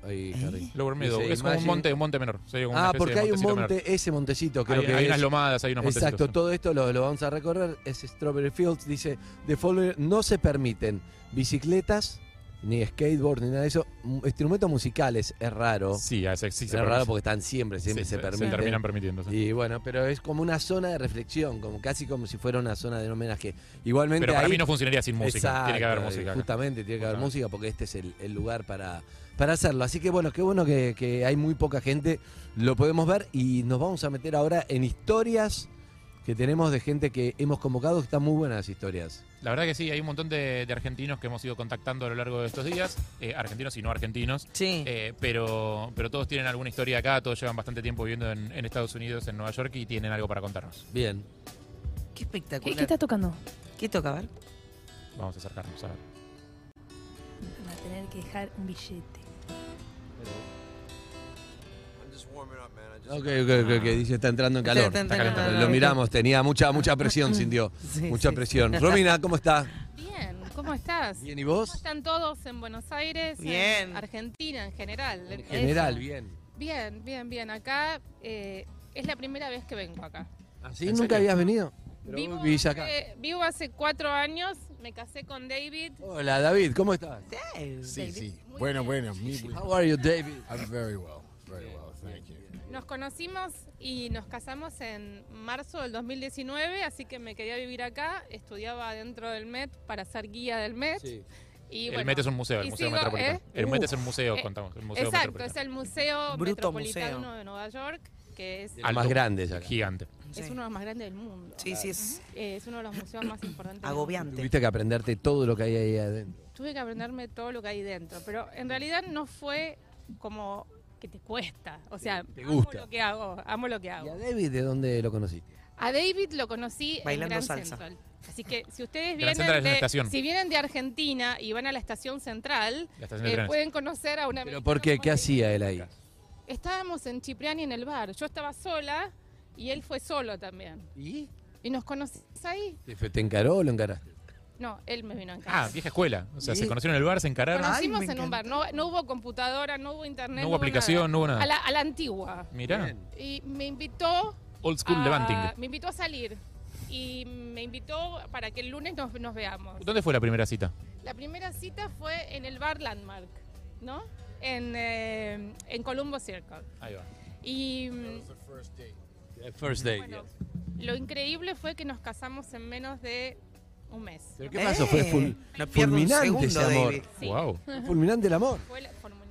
Speaker 7: Ahí, Harry.
Speaker 6: Lower Meadow.
Speaker 7: Dice,
Speaker 6: Es como un
Speaker 7: Imagine-
Speaker 6: monte, un monte menor. Sería como una
Speaker 7: Ah,
Speaker 6: especie
Speaker 7: porque
Speaker 6: de
Speaker 7: hay un
Speaker 6: montecito
Speaker 7: monte,
Speaker 6: menor.
Speaker 7: ese montecito creo
Speaker 6: Hay-
Speaker 7: que
Speaker 6: hay
Speaker 7: es-
Speaker 6: unas lomadas, hay unos montecitos,
Speaker 7: Exacto,
Speaker 6: sí.
Speaker 7: todo esto lo, lo vamos a recorrer, es Strawberry Fields, dice, de follower no se permiten bicicletas, ni skateboard, ni nada de eso, M- instrumentos musicales, es raro.
Speaker 6: Sí, es, sí,
Speaker 7: es
Speaker 6: se
Speaker 7: raro
Speaker 6: permite.
Speaker 7: porque están siempre, siempre
Speaker 6: Sí,
Speaker 7: se,
Speaker 6: se- se
Speaker 7: permiten.
Speaker 6: terminan permitiendo, sí.
Speaker 7: Y bueno, pero es como una zona de reflexión, como casi como si fuera una zona de homenaje. Igualmente
Speaker 6: Pero para
Speaker 7: ahí-
Speaker 6: mí no funcionaría sin música, tiene que haber
Speaker 7: Exacto, eh,
Speaker 6: música acá.
Speaker 7: Justamente, tiene que haber
Speaker 6: Justamente.
Speaker 7: música porque este es el, el lugar para, para hacerlo. Así que bueno, qué bueno que, que hay muy poca gente, lo podemos ver y nos vamos a meter ahora en historias que tenemos de gente que hemos convocado, que están muy buenas las historias.
Speaker 6: La verdad que sí, hay un montón de, de argentinos que hemos ido contactando a lo largo de estos días, eh, argentinos y no argentinos, Eh, pero, pero todos tienen alguna historia acá, todos llevan bastante tiempo viviendo en, en Estados Unidos, en Nueva York y tienen algo para contarnos.
Speaker 7: Bien.
Speaker 8: Qué espectacular.
Speaker 13: ¿Qué, qué estás tocando?
Speaker 8: ¿Qué toca, a ver?
Speaker 6: Vamos a acercarnos a ver.
Speaker 13: Van a tener que dejar un billete.
Speaker 7: Ok, ok, ok, ok, dice, está entrando en
Speaker 8: Está-
Speaker 7: calor.
Speaker 8: está entrando en calor.
Speaker 7: Lo miramos, tenía mucha,
Speaker 8: [laughs]
Speaker 7: mucha presión, sintió.
Speaker 8: Sí,
Speaker 7: mucha
Speaker 8: sí.
Speaker 7: presión. Romina, ¿cómo está?
Speaker 12: Bien, ¿cómo estás?
Speaker 7: Bien, ¿y vos?
Speaker 12: ¿Cómo están todos en Buenos Aires? en
Speaker 7: Bien.
Speaker 12: Argentina en general.
Speaker 7: En general,
Speaker 12: Eso.
Speaker 7: bien.
Speaker 12: Bien, bien, bien. Acá eh, es la primera vez que vengo acá.
Speaker 7: ¿Así nunca habías venido? Ah, Pero
Speaker 12: Vivo,
Speaker 7: vos vivís acá.
Speaker 12: hace- vivo hace cuatro años, me casé con David.
Speaker 7: Hola, David, ¿cómo estás?
Speaker 12: David.
Speaker 18: Bueno, bueno. mi-
Speaker 7: How are you, David?
Speaker 18: I'm very well. Very well, thank you.
Speaker 12: Nos conocimos y nos casamos en marzo del 2019, así que me quería vivir acá. Estudiaba dentro del MET para ser guía del MET. Y
Speaker 6: El
Speaker 12: bueno,
Speaker 6: MET es un museo, el
Speaker 12: y
Speaker 6: Museo
Speaker 12: sigo-
Speaker 6: Metropolitano.
Speaker 12: ¿eh?
Speaker 6: El MET es un museo,
Speaker 12: Eh,
Speaker 6: contamos. El museo
Speaker 12: Exacto,
Speaker 6: Metropolitano.
Speaker 12: es el Museo
Speaker 6: Bruto
Speaker 12: Metropolitano
Speaker 6: museo.
Speaker 12: de Nueva York, que es,
Speaker 6: Alto,
Speaker 7: más grande ya.
Speaker 6: Gigante.
Speaker 12: es uno de los más grandes del mundo.
Speaker 8: Sí, sí, es-
Speaker 12: Ujú. Eh, es uno de los museos más importantes. del mundo.
Speaker 7: Tuviste que aprenderte todo lo que hay ahí adentro.
Speaker 12: Tuve que aprenderme todo lo que hay dentro, pero en realidad no fue como que te cuesta. O sea,
Speaker 7: Te
Speaker 12: amo
Speaker 7: gusta.
Speaker 12: lo que hago, amo lo que hago.
Speaker 7: David, ¿de dónde lo conociste?
Speaker 12: A David lo conocí
Speaker 7: Bailando
Speaker 12: en Gran
Speaker 7: salsa.
Speaker 12: Central. Así que si ustedes
Speaker 7: Gran
Speaker 12: vienen
Speaker 7: Central es una
Speaker 12: de,
Speaker 7: estación.
Speaker 12: si vienen de Argentina y van a la estación central,
Speaker 7: La estación de
Speaker 12: eh,
Speaker 7: trenes.
Speaker 12: pueden conocer a una
Speaker 7: ¿Pero por qué? ¿Qué hacía él ahí?
Speaker 12: Estábamos en Cipriani en el bar. Yo estaba sola y él fue solo también.
Speaker 7: ¿Y?
Speaker 12: ¿Y nos conocimos ahí?
Speaker 7: ¿Te, te encaró o lo encaraste?
Speaker 12: No, él me vino a encarar.
Speaker 6: Ah, vieja escuela. O sea,
Speaker 7: ¿Y?
Speaker 6: se conocieron en el bar, se encararon.
Speaker 12: Conocimos en un bar. No, no hubo computadora, no hubo internet.
Speaker 6: No hubo aplicación, no hubo nada.
Speaker 12: A la, a la antigua.
Speaker 6: Mirá,
Speaker 12: Y me invitó
Speaker 6: old school
Speaker 12: a-
Speaker 6: Levanting.
Speaker 12: Ah, Me invitó a salir. Y me invitó para que el lunes nos, nos veamos.
Speaker 6: ¿Dónde fue la primera cita? Ah,
Speaker 12: La primera cita fue en el bar Landmark, ¿no? En, eh, en Columbo Circle.
Speaker 6: Ahí va.
Speaker 12: Y mm,
Speaker 7: First date.
Speaker 12: Bueno, lo increíble fue que nos casamos en menos de un mes.
Speaker 7: ¿Pero qué pasó? Fue
Speaker 12: Eh,
Speaker 7: ful- fulminante ese amor.
Speaker 12: Sí.
Speaker 7: Fue fulminante el amor.
Speaker 12: Fue la-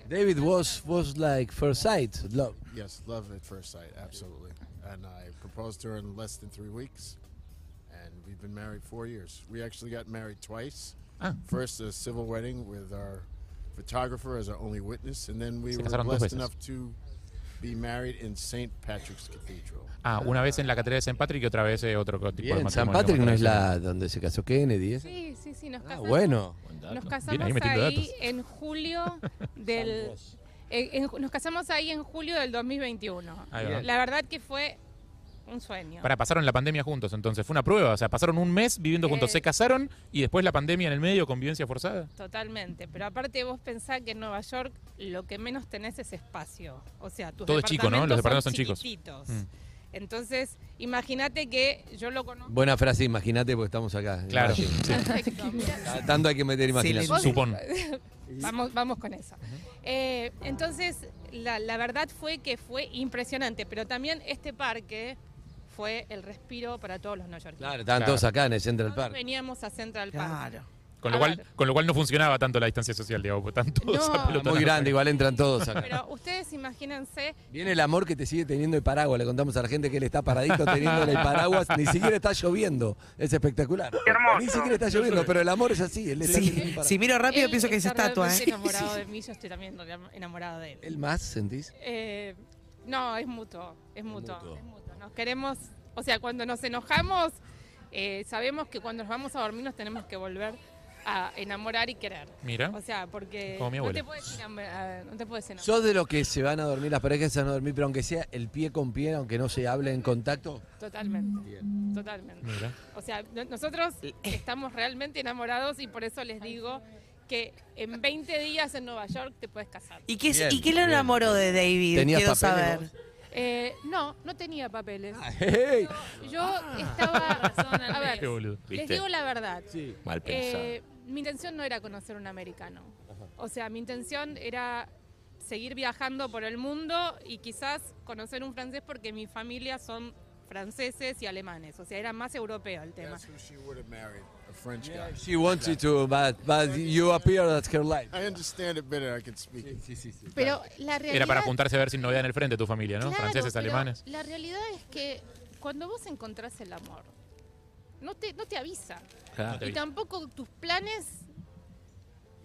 Speaker 7: David was, was like first sight, love.
Speaker 18: Yes, love at first sight, absolutely. And I proposed to her in less than three weeks, and we've been married four years. We actually got married twice.
Speaker 6: Ah.
Speaker 18: First, a civil wedding with our photographer as our only witness, and then we
Speaker 6: Se
Speaker 18: were
Speaker 6: casaron dos
Speaker 18: blessed
Speaker 6: veces.
Speaker 18: enough to be married in St. Patrick's Cathedral.
Speaker 6: Ah, una vez en la catedral de San Patrick y otra vez eh, otro co- tipo de
Speaker 7: Bien,
Speaker 6: matrimonio.
Speaker 7: San Patrick no es
Speaker 6: tradicional.
Speaker 7: la donde se casó Kennedy. ¿eh?
Speaker 12: Sí, sí, sí,
Speaker 6: Ah,
Speaker 12: nos casamos.
Speaker 7: bueno. Buen dato.
Speaker 12: Nos
Speaker 7: Bien,
Speaker 12: casamos
Speaker 7: ahí metiendo
Speaker 12: ahí
Speaker 7: datos.
Speaker 6: [laughs]
Speaker 12: en julio del. eh, en ju- nos casamos ahí en julio del 2021.
Speaker 6: Ahí va.
Speaker 12: La verdad que fue un sueño.
Speaker 6: Para, pasaron la pandemia juntos, entonces fue una prueba. O sea, pasaron un mes viviendo juntos.
Speaker 12: Eh.
Speaker 6: Se casaron y después la pandemia en el medio, convivencia forzada.
Speaker 12: Totalmente, pero aparte vos pensás que en Nueva York lo que menos tenés es espacio. O sea, tus
Speaker 6: Todo es chico, ¿no? Los departamentos son chicos.
Speaker 12: chiquititos.
Speaker 6: Mm.
Speaker 12: Entonces, imagínate que yo lo conozco.
Speaker 7: Buena frase, imagínate, porque estamos acá.
Speaker 6: Claro, [laughs]
Speaker 7: Imagínate.
Speaker 6: sí.
Speaker 12: Perfecto, mira.
Speaker 7: Ah, Tanto hay que meter imaginación.
Speaker 12: Vos- vamos, vamos con eso. Eh, entonces, la, la verdad fue que fue impresionante, pero también este parque fue el respiro para todos los neoyorquinos.
Speaker 7: Claro, estaban todos acá en el Central
Speaker 12: Todos
Speaker 7: Park.
Speaker 12: veníamos a Central Park.
Speaker 6: Ah, Con lo, cual, con lo cual no funcionaba tanto la distancia social, digamos, porque están todos
Speaker 12: No.
Speaker 6: apelotonados.
Speaker 7: Muy grande, igual entran todos acá.
Speaker 12: Pero ustedes imagínense
Speaker 7: Viene el amor que te sigue teniendo el paraguas. Le contamos a la gente que él está paradito teniendo el paraguas. Ni siquiera está lloviendo. Es espectacular. Ni siquiera está lloviendo, pero el amor es así. Él está teniendo el paraguas.
Speaker 8: Si miro rápido,
Speaker 12: Él
Speaker 8: pienso que es
Speaker 12: está
Speaker 8: estatua.
Speaker 7: [laughs]
Speaker 12: realmente
Speaker 8: ¿eh?
Speaker 12: enamorado de mí, yo estoy también enamorado de él.
Speaker 7: ¿El más sentís?
Speaker 12: Eh, no, es mutuo, es mutuo,
Speaker 7: mutuo.
Speaker 12: es mutuo. Nos queremos, o sea, cuando nos enojamos, eh, sabemos que cuando nos vamos a dormir nos tenemos que volver a enamorar y querer.
Speaker 7: Mira.
Speaker 12: O sea, porque
Speaker 7: Como mi
Speaker 12: no te
Speaker 7: abuela.
Speaker 12: puedes enamorar. No te puedes enamorar.
Speaker 7: ¿Sos de los que se van a dormir, las parejas se van a dormir, pero aunque sea el pie con pie, aunque no se hable en contacto?
Speaker 12: Totalmente. Totalmente.
Speaker 7: Mira.
Speaker 12: O sea, no- nosotros estamos realmente enamorados y por eso les digo que en 20 días en Nueva York te puedes casar.
Speaker 8: ¿Y qué, es-
Speaker 7: Bien,
Speaker 8: ¿Y qué lo
Speaker 7: bien.
Speaker 8: enamoró de David?
Speaker 7: ¿Tenías
Speaker 8: Quiero
Speaker 7: papeles
Speaker 8: saber.
Speaker 12: Eh, no, no tenía papeles.
Speaker 7: Ah, ¡Hey!
Speaker 12: Yo estaba. A ver,
Speaker 7: Qué boludo.
Speaker 12: les
Speaker 7: ¿Viste?
Speaker 12: digo la verdad. Eh,
Speaker 7: Sí.
Speaker 19: Mal pensado.
Speaker 12: mi intención no era conocer un americano.
Speaker 19: Ajá.
Speaker 12: O sea, mi intención era seguir viajando por el mundo y quizás conocer un francés porque mi familia son franceses y alemanes. O sea, era más europeo el tema.
Speaker 18: A French guy.
Speaker 7: She wanted to, but, but you appear at her life.
Speaker 18: I understand it better. I can speak it.
Speaker 12: Pero la realidad.
Speaker 6: Era para apuntarse a ver sin novedad en el frente tu familia, ¿no?
Speaker 12: Claro,
Speaker 6: Franceses,
Speaker 12: pero
Speaker 6: alemanes.
Speaker 12: La realidad es que cuando vos encontrás el amor, no te, no te avisa.
Speaker 7: Claro. No te
Speaker 12: Y
Speaker 7: avisa.
Speaker 12: tampoco tus planes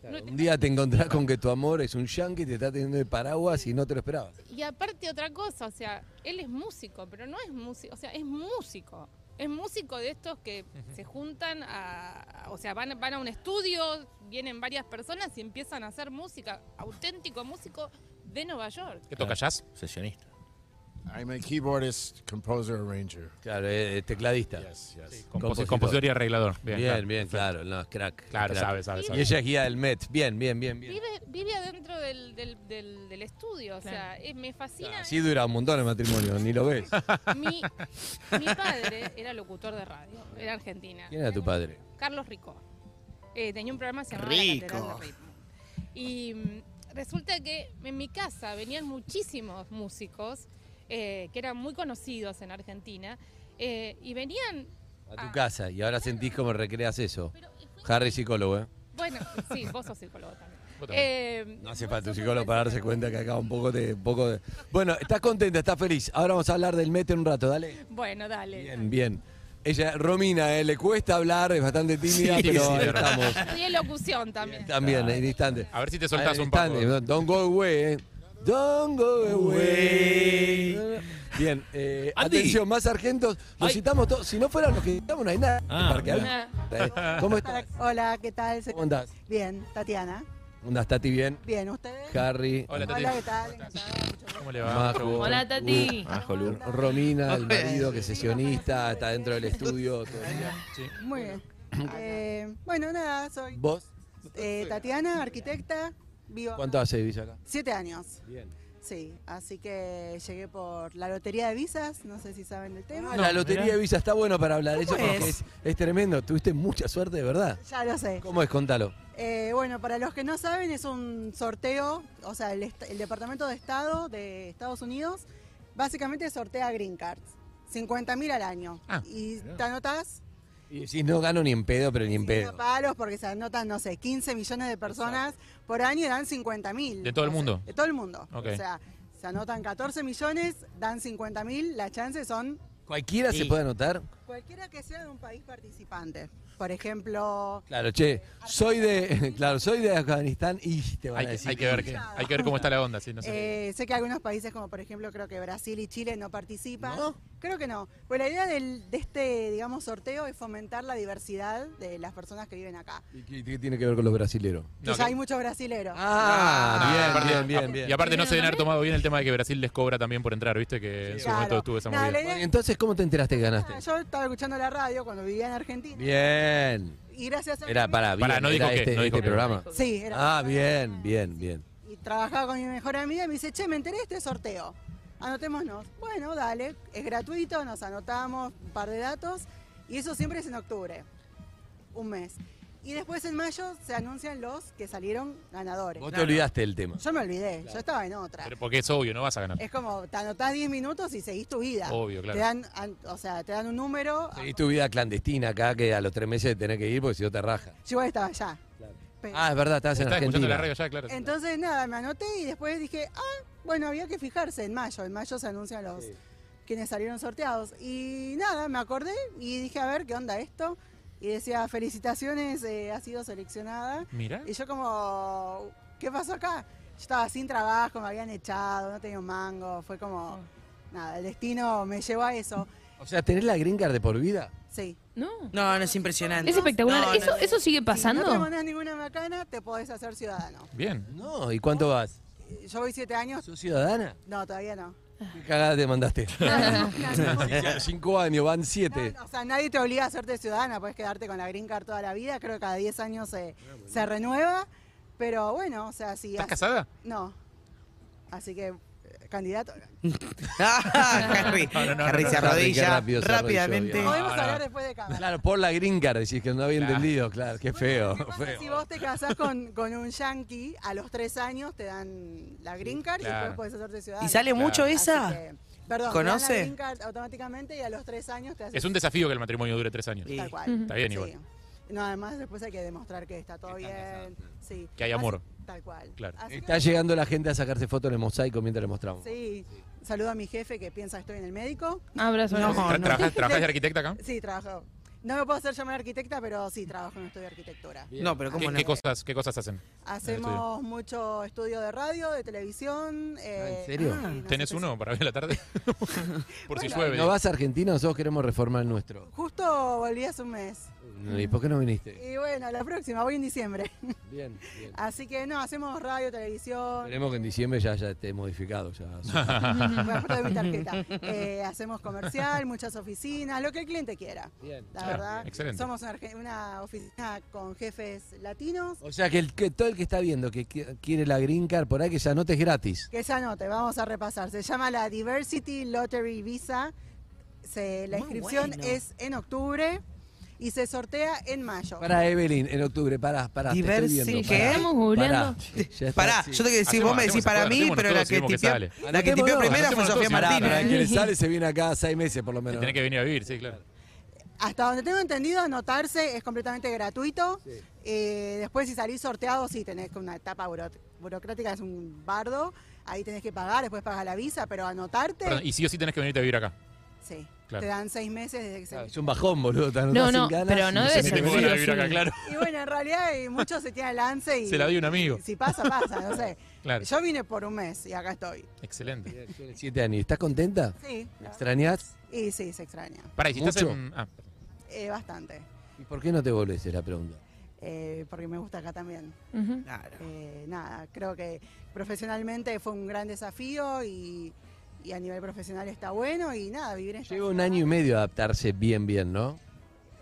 Speaker 7: Claro, un día te encontrás con que tu amor es un yankee, te está teniendo el paraguas y no te lo esperabas.
Speaker 12: Y aparte otra cosa, o sea, él es músico, pero no es músico, o sea, es músico.
Speaker 9: es músico de estos que se juntan a, a- o sea, van, van a un estudio, vienen varias personas y empiezan a hacer música, auténtico músico de Nueva York.
Speaker 6: ¿Qué toca jazz?
Speaker 11: Sesionista.
Speaker 18: I'm a keyboardist, composer, arranger.
Speaker 7: Claro, eh, tecladista.
Speaker 18: yes.
Speaker 6: Composi- compositor y arreglador.
Speaker 7: Bien,
Speaker 6: Bien,
Speaker 7: bien,
Speaker 6: claro,
Speaker 7: bien, claro. No, es crack.
Speaker 6: Claro,
Speaker 7: crack.
Speaker 6: sabe, sabe, sabe.
Speaker 7: Y ella es guía del Met. Bien, bien, bien, bien.
Speaker 9: Vive, vive adentro del, del- del- del estudio, o sea, es- me fascina.
Speaker 7: Así dura un montón el matrimonio, ni lo [laughs] ves.
Speaker 9: Mi, mi padre era locutor de radio, era argentina.
Speaker 7: ¿Quién era tu padre?
Speaker 9: Carlos Rico. Eh, tenía un programa que se llamaba La Catedral
Speaker 7: Rico.
Speaker 9: de Ritmo. Y mm, resulta que en mi casa venían muchísimos músicos eh, que eran muy conocidos en Argentina eh, y venían,
Speaker 7: A tu casa. Y ahora sentís como recreas eso. Harry, psicólogo, ¿eh?
Speaker 9: bueno, sí, vos sos psicólogo también.
Speaker 7: [laughs] Vos también.
Speaker 9: Eh,
Speaker 7: No hace falta un psicólogo para darse cuenta que acá un poco de. Un poco de... [laughs] Bueno, estás contenta, estás feliz. Ahora vamos a hablar del Met en un rato, dale.
Speaker 9: bueno, dale.
Speaker 7: Bien, bien. Ella, Romina, eh, le cuesta hablar, es bastante tímida,
Speaker 6: Sí,
Speaker 7: pero
Speaker 6: sí,
Speaker 7: ahí
Speaker 6: de verdad.
Speaker 7: estamos.
Speaker 9: Estoy en locución también.
Speaker 7: También, en instante.
Speaker 6: A ver si te soltás
Speaker 7: Ahí,
Speaker 6: un poco.
Speaker 7: instante. Don't go away, eh. Don't go away. Bien, eh,
Speaker 11: Andy.
Speaker 7: atención, más sargentos. Los citamos todos. Si no fueran los que citamos, no hay nada.
Speaker 11: Ah,
Speaker 7: Parque,
Speaker 11: mirá.
Speaker 7: [laughs] ¿eh? ¿Cómo estás?
Speaker 20: Hola, ¿qué tal?
Speaker 7: ¿Cómo andás?
Speaker 20: Bien, Tatiana.
Speaker 7: ¿Cómo andás, Tati? Bien.
Speaker 20: Bien, ¿ustedes?
Speaker 7: Harry.
Speaker 6: Hola,
Speaker 20: Hola, ¿qué tal?
Speaker 6: ¿Cómo le va?
Speaker 7: Majo. Uh,
Speaker 6: Hola,
Speaker 13: Tati.
Speaker 7: Majo, Lu. Romina, el marido que es sesionista, está dentro del estudio. todo el día.
Speaker 20: Muy bien. Eh, bueno, nada,
Speaker 7: [laughs]
Speaker 20: soy
Speaker 7: ¿Vos?
Speaker 20: eh, Tatiana, arquitecta, vivo
Speaker 7: ¿Cuánto hace Villa acá?
Speaker 20: siete años.
Speaker 7: Bien.
Speaker 20: Sí, así que llegué por la lotería de visas, no sé si saben del tema.
Speaker 7: Ah, la lotería de Villa está bueno para hablar de eso
Speaker 20: Ah, ¿Cómo
Speaker 7: porque
Speaker 20: es?
Speaker 7: es, es tremendo. Tuviste mucha suerte, de verdad.
Speaker 20: Ya lo sé.
Speaker 7: ¿Cómo es? Contalo.
Speaker 20: Eh, bueno, para los que no saben, es un sorteo, o sea, el, est- el Departamento de Estado de Estados Unidos básicamente sortea green cards, 50 mil al año.
Speaker 7: Ah,
Speaker 20: y te anotás
Speaker 7: Y decís, no gano ni en pedo, pero ni en
Speaker 20: a
Speaker 7: pedo.
Speaker 20: palos porque se anotan, no sé, 15 millones de personas por año y dan 50 mil.
Speaker 7: ¿De todo el mundo?
Speaker 20: De todo el mundo.
Speaker 7: Ok.
Speaker 20: O sea, se anotan 14 millones, dan 50 mil, las chances son
Speaker 7: ¿Cualquiera se puede anotar?
Speaker 20: cualquiera que sea de un país participante. Por ejemplo,
Speaker 7: Claro, che, soy de, [laughs] claro, soy de Afganistán y te van
Speaker 6: Hay
Speaker 7: a
Speaker 6: que-
Speaker 7: decir.
Speaker 6: hay que ver qué- hay que ver cómo está la onda, sí, no sé.
Speaker 20: Eh, sé que algunos países, como por ejemplo, creo que Brasil y Chile no participan. Creo que no. Pues la idea del- de este, digamos, sorteo es fomentar la diversidad de las personas que viven acá.
Speaker 7: ¿Y qué, qué tiene que ver con los brasileros?
Speaker 20: Quizá hay muchos brasileros.
Speaker 7: Ah,
Speaker 6: aparte-
Speaker 7: bien, bien, bien, bien.
Speaker 6: Y aparte no se deben haber tomado bien el tema de que Brasil les cobra también por entrar, ¿viste? Que en su
Speaker 20: Claro.
Speaker 6: momento estuvo esa
Speaker 20: No, la
Speaker 6: movida.
Speaker 20: idea-
Speaker 7: Entonces, ¿cómo te enteraste que ganaste?
Speaker 20: Yo estaba escuchando la radio cuando vivía en Argentina
Speaker 7: Bien.
Speaker 20: y gracias a
Speaker 7: Era para, bien,
Speaker 6: Pará, no dijo
Speaker 7: era
Speaker 6: qué,
Speaker 7: este,
Speaker 6: no dijo
Speaker 7: este
Speaker 6: qué.
Speaker 7: programa.
Speaker 20: Sí, era-
Speaker 7: Ah, bien, bien, bien.
Speaker 20: y trabajaba con mi mejor amiga y me dice, che, me enteré de este sorteo. Anotémonos. Bueno, dale, es gratuito, nos anotamos un par de datos y eso siempre es en octubre, un mes. Y después en mayo se anuncian los que salieron ganadores.
Speaker 7: Vos te olvidaste del tema.
Speaker 20: Yo me olvidé, yo estaba en otra.
Speaker 6: Pero porque es obvio, no vas a ganar.
Speaker 20: Es como, te anotás 10 minutos y seguís tu vida.
Speaker 7: Obvio, claro.
Speaker 20: Te dan, an- o sea, te dan un número.
Speaker 7: Y tu vida clandestina acá, que a los tres meses tenés que ir porque si no te raja.
Speaker 20: Yo igual estaba allá.
Speaker 7: Ah, es verdad, estás en
Speaker 6: Estás escuchando
Speaker 7: Argentina.
Speaker 6: la radio ya, claro.
Speaker 20: Entonces nada, me anoté y después dije, ah, bueno, había que fijarse en mayo. En mayo se anuncian los quienes salieron sorteados. Y nada, me acordé y dije, a ver, ¿qué onda esto? Y decía, felicitaciones, eh, ha sido seleccionada.
Speaker 6: Mirá.
Speaker 20: Y yo como, ¿qué pasó acá? Yo estaba sin trabajo, me habían echado, no tenía un mango. Fue como,
Speaker 13: Ah.
Speaker 20: nada, el destino me llevó a eso.
Speaker 7: O sea, ¿tenés la green card de por vida?
Speaker 20: Sí.
Speaker 13: No.
Speaker 8: No, no es impresionante.
Speaker 13: Es espectacular.
Speaker 8: No, no,
Speaker 13: eso,
Speaker 8: no.
Speaker 13: eso sigue pasando.
Speaker 20: Si no te mandás ninguna macana, te podés hacer ciudadano.
Speaker 6: Bien.
Speaker 7: No, ¿y cuánto vas?
Speaker 20: Yo voy siete años.
Speaker 7: ¿Sos ciudadana?
Speaker 20: No, todavía no.
Speaker 7: ¿Qué cagada
Speaker 20: [laughs]
Speaker 7: te mandaste? [laughs] Cinco años, van siete.
Speaker 20: O sea, nadie te obliga a hacerte ciudadana, puedes quedarte con la green card toda la vida, creo que cada 10 años se,
Speaker 8: Ah,
Speaker 20: se renueva, pero bueno, o sea, si...
Speaker 6: ¿Estás
Speaker 20: hace-
Speaker 6: casada?
Speaker 20: No. Así que, eh,
Speaker 6: [laughs]
Speaker 20: candidato... Ah,
Speaker 8: Harry,
Speaker 7: No, no, no,
Speaker 8: Harry
Speaker 7: no,
Speaker 8: se
Speaker 7: no, no, qué
Speaker 8: arrodilla
Speaker 7: rápido se arrodilló,
Speaker 8: rápidamente.
Speaker 7: bien.
Speaker 20: Podemos
Speaker 7: No,
Speaker 20: hablar
Speaker 7: no.
Speaker 20: después de cada...
Speaker 7: Claro, por la green card, decís que no había entendido, claro, qué feo, feo.
Speaker 20: Si vos te casás con, con un yankee, a los 3 años te dan la green card y
Speaker 7: Claro.
Speaker 20: después podés hacerte ciudadano.
Speaker 8: ¿Y sale mucho
Speaker 20: Así
Speaker 8: esa?
Speaker 20: que, perdón,
Speaker 8: ¿Conoce?
Speaker 20: te dan la green card automáticamente y a los 3 años te haces...
Speaker 6: Es un desafío que el matrimonio dure tres años.
Speaker 20: Tal cual.
Speaker 6: Está bien
Speaker 20: Sí.
Speaker 6: igual.
Speaker 20: No, además después hay que demostrar que está todo bien. Sí.
Speaker 7: Que hay amor.
Speaker 20: Así- tal cual.
Speaker 7: Claro.
Speaker 20: Así
Speaker 7: Está
Speaker 20: que-
Speaker 7: llegando la gente a sacarse fotos en el mosaico mientras le mostramos.
Speaker 20: Sí. Saludo a mi jefe que piensa que estoy en el médico.
Speaker 6: [laughs]
Speaker 20: [laughs]
Speaker 13: Abrazo.
Speaker 6: ¿Tra- trabajas- ¿Trabajás de arquitecta acá?
Speaker 20: Sí, trabajo. No me puedo hacer llamar arquitecta, pero sí trabajo en un estudio de arquitectura.
Speaker 6: No, pero ¿Qué,
Speaker 8: no?
Speaker 6: qué cosas, ¿Qué cosas hacen? en el estudio?
Speaker 20: Hacemos mucho estudio de radio, de televisión. eh, sí, no,
Speaker 6: ¿Tenés uno para ver la
Speaker 20: [laughs]
Speaker 6: tarde? [laughs] Por si llueve.
Speaker 7: ¿No vas a Argentina? Nosotros queremos reformar el nuestro.
Speaker 20: Justo volví hace un mes.
Speaker 7: ¿Y por qué no viniste?
Speaker 20: Y bueno, la próxima, voy en diciembre.
Speaker 7: Bien, bien.
Speaker 20: [laughs] Así que no, hacemos radio, televisión.
Speaker 7: Esperemos que en diciembre ya, ya [laughs] esté modificado.
Speaker 20: [laughs] Me
Speaker 7: Ya.
Speaker 20: acuerdo de mi tarjeta. [laughs] Eh, hacemos comercial, muchas oficinas, lo que el cliente quiera. La
Speaker 7: Ah,
Speaker 20: verdad,
Speaker 7: excelente.
Speaker 20: somos una, arge- una oficina con jefes latinos.
Speaker 7: o sea, que, el, que todo el que está viendo que qui- quiere la green card por ahí, que ya no te es gratis.
Speaker 20: Que esa no, te vamos a repasar. Se llama la Diversity Lottery Visa. Se- la inscripción es en octubre y se sortea en mayo.
Speaker 7: Para Evelyn, en octubre, pará, pará. te estoy
Speaker 8: Diversi-
Speaker 7: viendo,
Speaker 8: ¿Qué?
Speaker 7: pará,
Speaker 8: Estamos
Speaker 7: pará.
Speaker 8: googleando.
Speaker 7: Ya está,
Speaker 8: Pará,
Speaker 7: sí.
Speaker 8: yo te que decir, vos me decís para mí, pero la que tipió, la que tipió primera
Speaker 7: Anotémoslo.
Speaker 8: fue
Speaker 7: Anotémoslo
Speaker 8: Sofía
Speaker 7: todos, pará,
Speaker 8: Martínez.
Speaker 7: Para el que le sale se viene acá seis meses por lo menos.
Speaker 6: Tenés que venir a vivir, sí, claro.
Speaker 20: Hasta donde tengo entendido, anotarse es completamente gratuito. Eh, después, si salís sorteado, sí, tenés que una etapa buro- burocrática, es un bardo. Ahí tenés que pagar, después pagas la visa, pero anotarte,
Speaker 6: Perdón, y sí o sí tenés que venirte a vivir acá.
Speaker 20: sí.
Speaker 6: Claro.
Speaker 20: Te dan seis meses desde que se
Speaker 7: Ah, Es un bajón, boludo. te anotás
Speaker 6: No,
Speaker 7: sin
Speaker 6: no,
Speaker 7: ganas
Speaker 6: pero
Speaker 7: y
Speaker 6: no
Speaker 7: se
Speaker 6: debe
Speaker 7: mete
Speaker 6: ser
Speaker 7: con
Speaker 6: sí
Speaker 7: la
Speaker 6: o
Speaker 7: vibra
Speaker 6: sí.
Speaker 7: acá, claro.
Speaker 20: Y bueno, en realidad eh, muchos se tiran el lance y.
Speaker 6: Se la dio un amigo.
Speaker 20: Si pasa, pasa, no sé.
Speaker 6: [laughs] Claro.
Speaker 20: Yo vine por un mes y acá estoy.
Speaker 6: Excelente.
Speaker 7: Siete años. ¿Estás contenta?
Speaker 20: Sí.
Speaker 7: ¿Me extrañás?
Speaker 20: Y sí, se extraña.
Speaker 6: Pará, y si estás
Speaker 7: Mucho.
Speaker 6: en. Ah,
Speaker 20: Eh, bastante.
Speaker 7: ¿Y por qué no te volvés? Es la pregunta.
Speaker 20: eh, porque me gusta acá también. Eh, nada, creo que profesionalmente fue un gran desafío y, y a nivel profesional está bueno y nada, vivir en esta
Speaker 7: Lleva un año y medio adaptarse bien, bien, ¿no?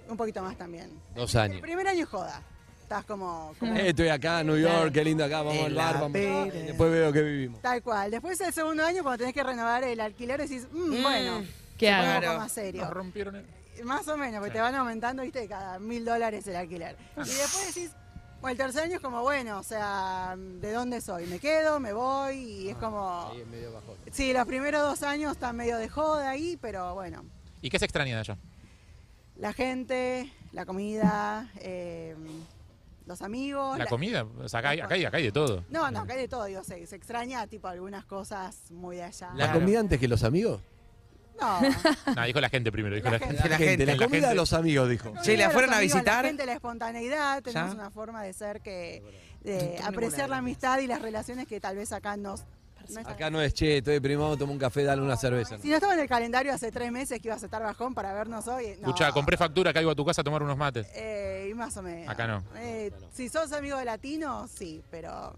Speaker 20: un poquito más también.
Speaker 7: Dos
Speaker 20: El
Speaker 7: años.
Speaker 20: primer año es joda. Estás como, como-
Speaker 7: Eh, estoy acá, New York, qué lindo acá, vamos
Speaker 20: Este En
Speaker 7: al bar,
Speaker 20: la
Speaker 7: vamos.
Speaker 20: pera.
Speaker 7: Después veo que vivimos.
Speaker 20: tal cual. Después del segundo año, cuando tenés que renovar el alquiler, decís, "Mm,
Speaker 6: Mm,
Speaker 20: bueno,
Speaker 6: ¿qué
Speaker 20: se pone
Speaker 6: hago?
Speaker 20: un poco
Speaker 6: Claro.
Speaker 20: más serio. Eh,
Speaker 6: Nos rompieron el-
Speaker 20: Más o menos, porque te van aumentando, viste, cada mil dólares el alquiler. Y
Speaker 6: Ah.
Speaker 20: después decís, bueno, el tercer año es como, bueno, o sea, ¿de dónde soy? ¿Me quedo? ¿Me voy? Y
Speaker 6: Ah.
Speaker 20: es como...
Speaker 7: Ahí es medio bajón.
Speaker 20: Sí, los primeros dos años están medio de joda ahí, pero bueno,
Speaker 6: ¿Y qué se extraña de allá?
Speaker 20: la gente, la comida, eh, los amigos.
Speaker 6: La comida. O sea, acá, hay- acá, hay, acá hay de todo.
Speaker 20: No, no, acá hay de todo, digo, se, se extraña tipo algunas cosas muy de allá.
Speaker 7: ¿La comida antes que los amigos?
Speaker 20: No.
Speaker 6: No, dijo la gente primero. Dijo la, gente.
Speaker 7: La gente, la comida de los amigos, dijo.
Speaker 6: Che, ¿la
Speaker 20: Los
Speaker 6: fueron a
Speaker 20: amigos,
Speaker 6: visitar?
Speaker 20: La gente, la espontaneidad, tenemos
Speaker 6: ¿Ya?
Speaker 20: una forma de ser que, de apreciar la amistad y las relaciones que tal vez acá no, no están.
Speaker 7: Acá no es che, estoy deprimido, tomo un café, dale una cerveza.
Speaker 20: Si no estaba en el calendario hace tres meses que ibas a estar bajón para vernos hoy, no.
Speaker 6: Escucha, compré factura, caigo a tu casa a tomar unos mates.
Speaker 20: Eh, y más o menos.
Speaker 6: Acá no.
Speaker 20: Eh, Si sos amigo de latino, sí, pero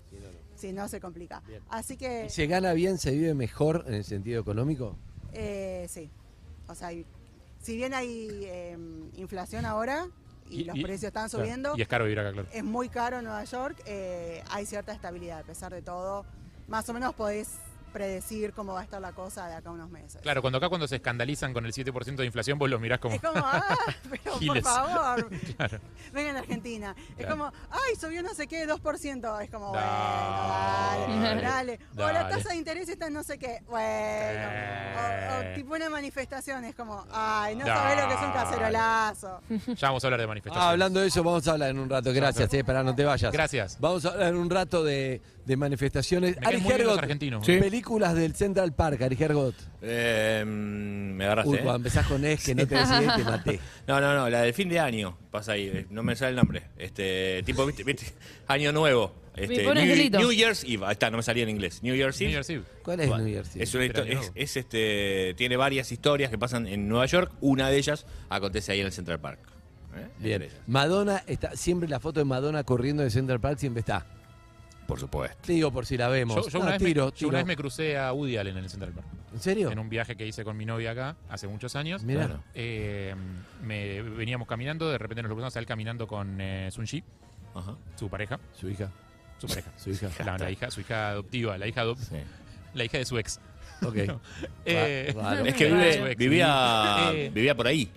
Speaker 20: si no se complica. Así que,
Speaker 7: ¿Y se gana bien, se vive mejor en el sentido económico?
Speaker 20: eh, sí. O sea, y- si bien hay eh, inflación ahora y,
Speaker 6: Y-
Speaker 20: los
Speaker 6: y-
Speaker 20: precios están
Speaker 6: claro,
Speaker 20: subiendo,
Speaker 6: y es caro vivir acá, claro.
Speaker 20: es muy caro en Nueva York, eh, hay cierta estabilidad a pesar de todo. Más o menos podés predecir cómo va a estar la cosa de acá a unos meses.
Speaker 6: Claro, cuando acá cuando se escandalizan con el 7% de inflación, vos los mirás como.
Speaker 20: Es como,
Speaker 6: [laughs]
Speaker 20: ah, pero por
Speaker 6: Giles.
Speaker 20: favor,
Speaker 6: [laughs] claro.
Speaker 20: vengan a Argentina. Es
Speaker 6: Claro.
Speaker 20: como, ay, subió no sé qué, 2%. Es como,
Speaker 6: Dale,
Speaker 20: bueno, dale, dale. O la
Speaker 6: dale. Eh.
Speaker 20: tasa de interés está en no sé qué. Bueno.
Speaker 7: Eh.
Speaker 20: O, o tipo una manifestación, es como, ay, no sabés lo que es un
Speaker 6: Dale.
Speaker 20: cacerolazo.
Speaker 6: Ya vamos a hablar de manifestaciones.
Speaker 7: Ah, hablando de eso, vamos a hablar en un rato. Gracias, eh, para no te vayas.
Speaker 6: Gracias.
Speaker 7: Vamos a hablar en un rato de, de manifestaciones.
Speaker 6: Me caen
Speaker 7: Ari
Speaker 6: muy bien los
Speaker 7: Hergot,
Speaker 6: argentinos. ¿eh?
Speaker 11: Sí.
Speaker 7: Películas del Central Park, Ari Hergot.
Speaker 11: Eh, me agarraste.
Speaker 7: Uy,
Speaker 11: ¿eh?
Speaker 7: cuando empezás con es
Speaker 11: [laughs]
Speaker 7: que no te decidí, te maté.
Speaker 11: No, no, no, la del fin de año pasa ahí, eh, no me sale el nombre. Este, tipo, viste, viste, año nuevo. Este,
Speaker 7: Me pones
Speaker 11: New,
Speaker 7: delito.
Speaker 11: New Year's Eve, ahí está, no me salía en inglés. New Year's Eve.
Speaker 7: ¿Cuál es New Year's Eve?
Speaker 11: Es una
Speaker 7: Pero
Speaker 11: histo-
Speaker 7: año
Speaker 11: es, es, este, tiene varias historias que pasan en Nueva York, una de ellas acontece ahí en el Central Park. ¿eh?
Speaker 7: Bien. Madonna está, siempre la foto de Madonna corriendo de Central Park siempre está.
Speaker 11: Por supuesto.
Speaker 7: Te digo por si la vemos.
Speaker 6: Yo, yo una
Speaker 7: No,
Speaker 6: vez me-
Speaker 7: Ah, tiro,
Speaker 6: yo
Speaker 7: tiro.
Speaker 6: una vez me crucé a Woody Allen en el Central Park.
Speaker 7: ¿En serio?
Speaker 6: En un viaje que hice con mi novia acá hace muchos años.
Speaker 7: Mirá. Claro.
Speaker 6: Eh, me, veníamos caminando, de repente nos lo cruzamos a él caminando con eh, Sun Shi, su pareja.
Speaker 7: Su hija.
Speaker 6: Su pareja.
Speaker 7: Su hija.
Speaker 6: La, la hija. Su hija adoptiva, la hija adop- La hija de su ex. [laughs]
Speaker 7: Ok.
Speaker 11: Es que
Speaker 6: la hija de
Speaker 11: vive-
Speaker 6: su ex.
Speaker 11: vivía,
Speaker 6: Eh,
Speaker 11: vivía por ahí.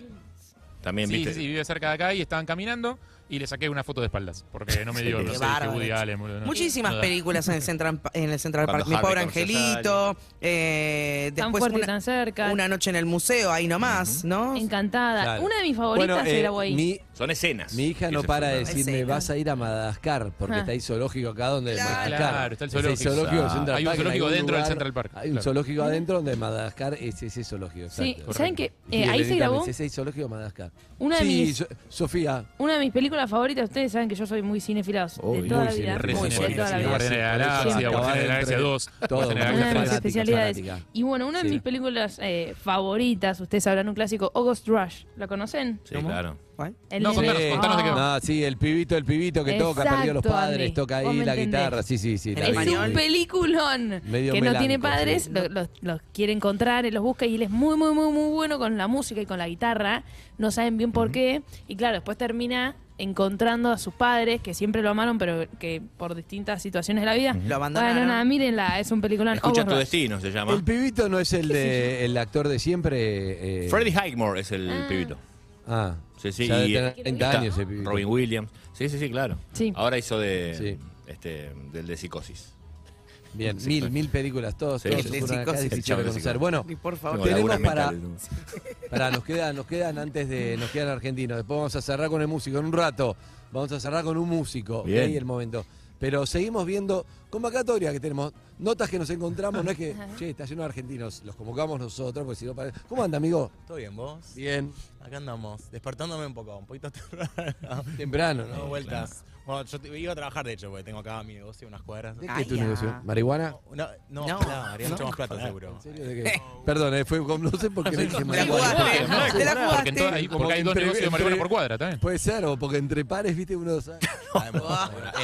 Speaker 11: También,
Speaker 6: sí,
Speaker 11: viste.
Speaker 6: sí, sí, vive cerca de acá y estaban caminando y le saqué una foto de espaldas porque no me dio,
Speaker 8: Qué
Speaker 6: no sé, dije
Speaker 8: bárbaro,
Speaker 6: Woody
Speaker 8: che.
Speaker 6: Allen. boludo, no.
Speaker 8: Muchísimas
Speaker 6: No da.
Speaker 8: películas en el Central, en el Central
Speaker 6: Cuando
Speaker 8: Park. Mi
Speaker 6: Harry
Speaker 8: pobre
Speaker 6: conoció a
Speaker 8: angelito. eh,
Speaker 13: Tan
Speaker 8: después
Speaker 13: fuerte,
Speaker 8: una,
Speaker 13: tan cerca.
Speaker 8: una noche en el museo, ahí nomás, ¿no?
Speaker 13: Encantada.
Speaker 7: Claro.
Speaker 13: Una de mis favoritas
Speaker 7: Bueno, eh,
Speaker 13: era Guay. [laughs]
Speaker 7: mi-
Speaker 11: Son escenas.
Speaker 7: Mi hija
Speaker 11: que
Speaker 7: no
Speaker 11: se
Speaker 7: para de
Speaker 11: filmaron.
Speaker 7: decirme, vas a ir a Madagascar, porque
Speaker 13: Ah.
Speaker 7: está ahí zoológico acá donde
Speaker 6: Claro,
Speaker 7: Madagascar.
Speaker 6: claro, está el
Speaker 7: Es
Speaker 6: zoológico. Ah,
Speaker 7: del
Speaker 6: Hay
Speaker 7: Central
Speaker 6: un
Speaker 7: Park, en
Speaker 6: zoológico
Speaker 7: algún
Speaker 6: dentro del Central Park,
Speaker 7: Hay un
Speaker 6: claro.
Speaker 7: zoológico adentro donde Madagascar es ese zoológico.
Speaker 13: Sí,
Speaker 7: exacto.
Speaker 13: ¿saben que
Speaker 7: Y
Speaker 13: eh,
Speaker 7: le
Speaker 13: ahí se
Speaker 7: gritan,
Speaker 13: grabó?
Speaker 7: "Es ese zoológico de Madagascar. película.
Speaker 13: Una de
Speaker 7: sí,
Speaker 13: mis-
Speaker 7: So- Sofía.
Speaker 13: Una de mis películas favoritas, ustedes saben que yo soy muy cinefilados de toda la vida.
Speaker 6: Re
Speaker 13: de
Speaker 6: cinéfila,
Speaker 13: toda la
Speaker 6: sí,
Speaker 13: vida.
Speaker 6: Guardianes de la
Speaker 7: Sí.
Speaker 6: Galaxia, Guardianes de la Galaxia
Speaker 7: Todo,
Speaker 6: 2,
Speaker 7: todo,
Speaker 6: Guardianes de la
Speaker 13: Una de
Speaker 6: Galaxia
Speaker 13: mis
Speaker 6: 3.
Speaker 13: especialidades.
Speaker 7: fanática.
Speaker 13: Y bueno, una de
Speaker 7: Sí.
Speaker 13: mis películas eh, favoritas, ustedes sabrán un clásico, August Rush. ¿La conocen?
Speaker 11: Sí, claro.
Speaker 13: El No, nene. contanos, contanos de qué va.
Speaker 7: Ah, sí, el pibito, el pibito que toca, perdió a los
Speaker 13: Exacto,
Speaker 7: padres,
Speaker 13: Andy.
Speaker 7: toca
Speaker 13: Vos
Speaker 7: ahí
Speaker 13: me
Speaker 7: la
Speaker 13: entendés.
Speaker 7: guitarra. Sí, sí, sí. la
Speaker 13: es
Speaker 7: vi.
Speaker 13: un peliculón
Speaker 7: Medio
Speaker 13: que no tiene
Speaker 7: melanco,
Speaker 13: padres,
Speaker 7: sí.
Speaker 13: lo- los los quiere encontrar, él los busca y él es muy, muy, muy, muy bueno con la música y con la guitarra. No saben bien por qué. Y claro, después termina encontrando a sus padres, que siempre lo amaron, pero que por distintas situaciones de la vida.
Speaker 11: Lo abandonaron.
Speaker 13: Bueno, nada, mírenla, es un peliculón.
Speaker 11: Escucha
Speaker 13: August
Speaker 11: tu
Speaker 13: Rush.
Speaker 11: destino, se llama.
Speaker 7: El pibito no es el de el actor de siempre. eh,
Speaker 11: Freddie Highmore es el
Speaker 13: Ah.
Speaker 11: pibito.
Speaker 7: Ah.
Speaker 11: Sí, sí.
Speaker 7: Ya debe
Speaker 11: y,
Speaker 7: tener
Speaker 11: eh,
Speaker 7: 30
Speaker 11: está
Speaker 7: años ese pibito.
Speaker 11: Robin Williams. Sí, sí, sí, claro.
Speaker 13: Sí.
Speaker 11: Ahora hizo de. Este, del de psicosis.
Speaker 7: Bien,
Speaker 11: Sí,
Speaker 7: mil,
Speaker 11: claro.
Speaker 7: mil películas, todos,
Speaker 11: Sí.
Speaker 7: todos
Speaker 11: El
Speaker 7: se
Speaker 11: de
Speaker 7: fueron acá,
Speaker 11: psicosis.
Speaker 7: es
Speaker 11: El
Speaker 7: difícil
Speaker 11: chavo de
Speaker 7: reconocer.
Speaker 11: psicosis.
Speaker 7: Bueno,
Speaker 11: Y por favor.
Speaker 7: tenemos
Speaker 11: Laburan
Speaker 7: para,
Speaker 11: mentales,
Speaker 7: [laughs] para nos quedan, nos quedan antes de, nos quedan argentinos, después vamos a cerrar con el músico, en un rato, vamos a cerrar con un músico,
Speaker 11: Bien.
Speaker 7: ahí el momento. Pero seguimos viendo convocatorias que tenemos, notas que nos encontramos, no es que, che, está lleno de argentinos, los convocamos nosotros, porque si no parece. ¿Cómo anda, amigo?
Speaker 21: ¿Todo bien vos?
Speaker 7: Bien.
Speaker 21: Acá andamos, despertándome un poco, un poquito [laughs] temprano.
Speaker 7: Temprano, ¿no?
Speaker 21: Dando vueltas. Bueno, yo te- iba a trabajar de hecho, porque tengo acá mi negocio, unas cuadras.
Speaker 7: ¿De qué es tu negocio? ¿Marihuana?
Speaker 21: No, no,
Speaker 7: No.
Speaker 21: pará, haría mucho
Speaker 7: No.
Speaker 21: más plata
Speaker 7: Pará,
Speaker 21: seguro.
Speaker 7: ¿en serio? [laughs] ¿De qué? Perdón, eh, fue con- no sé por
Speaker 21: [laughs]
Speaker 7: qué le dije
Speaker 21: Te la
Speaker 7: marihuana.
Speaker 21: jugaste, Max, te la
Speaker 7: Porque
Speaker 21: jugaste.
Speaker 7: entonces-
Speaker 21: Ahí,
Speaker 6: porque hay dos
Speaker 7: entre-
Speaker 6: negocios de marihuana por cuadra también.
Speaker 7: Puede ser, o porque entre pares, viste,
Speaker 6: [laughs]
Speaker 7: uno sabe.
Speaker 21: Bueno,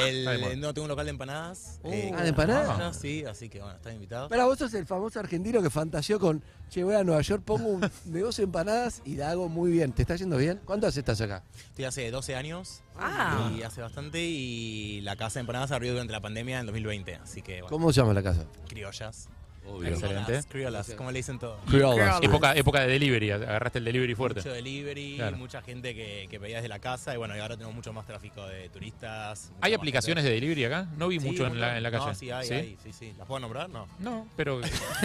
Speaker 21: el- no, tengo un local de empanadas. eh,
Speaker 7: ¿Ah, de empanadas?
Speaker 21: Ah, Sí, así que bueno, están invitados.
Speaker 7: Pero vos sos el famoso argentino que fantaseó con, che, voy a Nueva York,
Speaker 6: [laughs]
Speaker 7: pongo un negocio de empanadas y la hago muy bien. ¿Te está yendo bien? ¿Cuánto hace
Speaker 6: [laughs]
Speaker 7: estás acá?
Speaker 21: Estoy hace 12 años.
Speaker 7: Ah.
Speaker 21: Y hace bastante. Y la casa de empanadas se abrió durante la pandemia en 2020. Así que, bueno.
Speaker 7: ¿Cómo se llama la casa?
Speaker 21: Criollas.
Speaker 6: Obvio. Excelente.
Speaker 21: Criolas, criolas, como le dicen todos.
Speaker 6: Época, época de delivery, agarraste el delivery fuerte.
Speaker 21: Mucho delivery,
Speaker 6: Claro.
Speaker 21: mucha gente que, que pedía desde la casa. Y bueno, y ahora tenemos mucho más tráfico de turistas. mucho
Speaker 6: ¿Hay
Speaker 21: más
Speaker 6: aplicaciones
Speaker 21: gente.
Speaker 6: de delivery acá? No vi
Speaker 21: Sí,
Speaker 6: mucho en
Speaker 21: mucho.
Speaker 6: la, en la calle.
Speaker 21: No, sí, hay, hay, sí, sí. ¿Las puedo nombrar? No.
Speaker 6: No,
Speaker 21: [laughs]
Speaker 6: pero,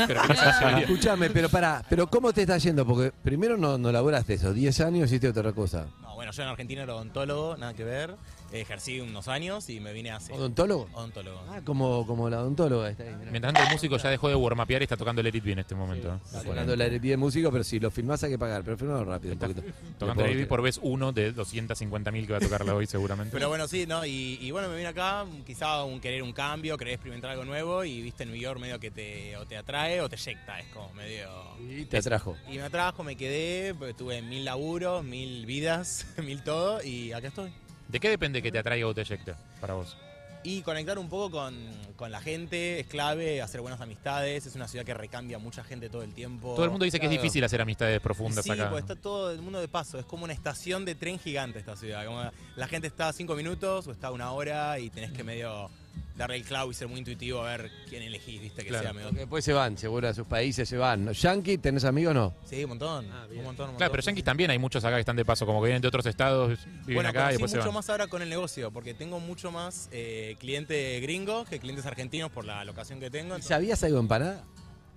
Speaker 6: pero que no sea
Speaker 7: Ah,
Speaker 6: delivery.
Speaker 7: Escuchame, pero pará, pero ¿cómo te está yendo? Porque primero no, no laboraste eso, 10 años hiciste otra cosa.
Speaker 21: No, bueno, yo en Argentina era odontólogo, nada que ver. Ejercí unos años y me vine hace.
Speaker 7: ¿Odontólogo?
Speaker 21: Odontólogo.
Speaker 7: Ah, como, como la odontóloga está ahí. mirá.
Speaker 6: Mientras tanto, el músico ya dejó de warmapear y está tocando el Let It Be en este momento. ¿eh?
Speaker 7: Está sonando la alegría de músico, pero si lo filmás hay que pagar, pero filmalo rápido un poquito.
Speaker 6: Tocando el Let It Be por vez uno de 250.000 que va a tocarla hoy seguramente.
Speaker 21: Pero bueno, sí, ¿no? Y, y bueno, me vine acá, quizá un querer un cambio, querer experimentar algo nuevo y viste New York medio que te, o te atrae o te eyecta, es como medio...
Speaker 7: Y te atrajo.
Speaker 21: Y me atrajo, me quedé, porque tuve mil laburos, mil vidas, [laughs] mil todo y acá estoy.
Speaker 6: ¿De qué depende que te atraiga o te eyecte para vos?
Speaker 21: Y conectar un poco con, con la gente es clave, hacer buenas amistades, es una ciudad que recambia mucha gente todo el tiempo.
Speaker 6: Todo el mundo dice que es
Speaker 21: Oh, Claro.
Speaker 6: difícil hacer amistades profundas
Speaker 21: Sí,
Speaker 6: acá.
Speaker 21: pues está todo el mundo de paso. Es como una estación de tren gigante esta ciudad. Como la gente está a cinco minutos o está a una hora y tenés
Speaker 6: Mm.
Speaker 21: que medio darle el clavo y ser muy intuitivo a ver quién elegís, viste, que sea medio.
Speaker 7: Porque después se van, se vuelven a sus países, se van. ¿No? ¿Yankee, tenés amigos o no?
Speaker 21: Sí, un montón. un montón, un montón.
Speaker 6: Claro, pero Yankees también hay muchos acá que están de paso, como que vienen de otros estados, viven
Speaker 21: bueno,
Speaker 6: acá y
Speaker 21: conocí
Speaker 6: después se
Speaker 21: mucho
Speaker 6: van.
Speaker 21: más ahora con el negocio, porque tengo mucho más eh, clientes gringos que clientes argentinos por la locación que tengo.
Speaker 7: ¿Y ¿Sabías algo de empanada?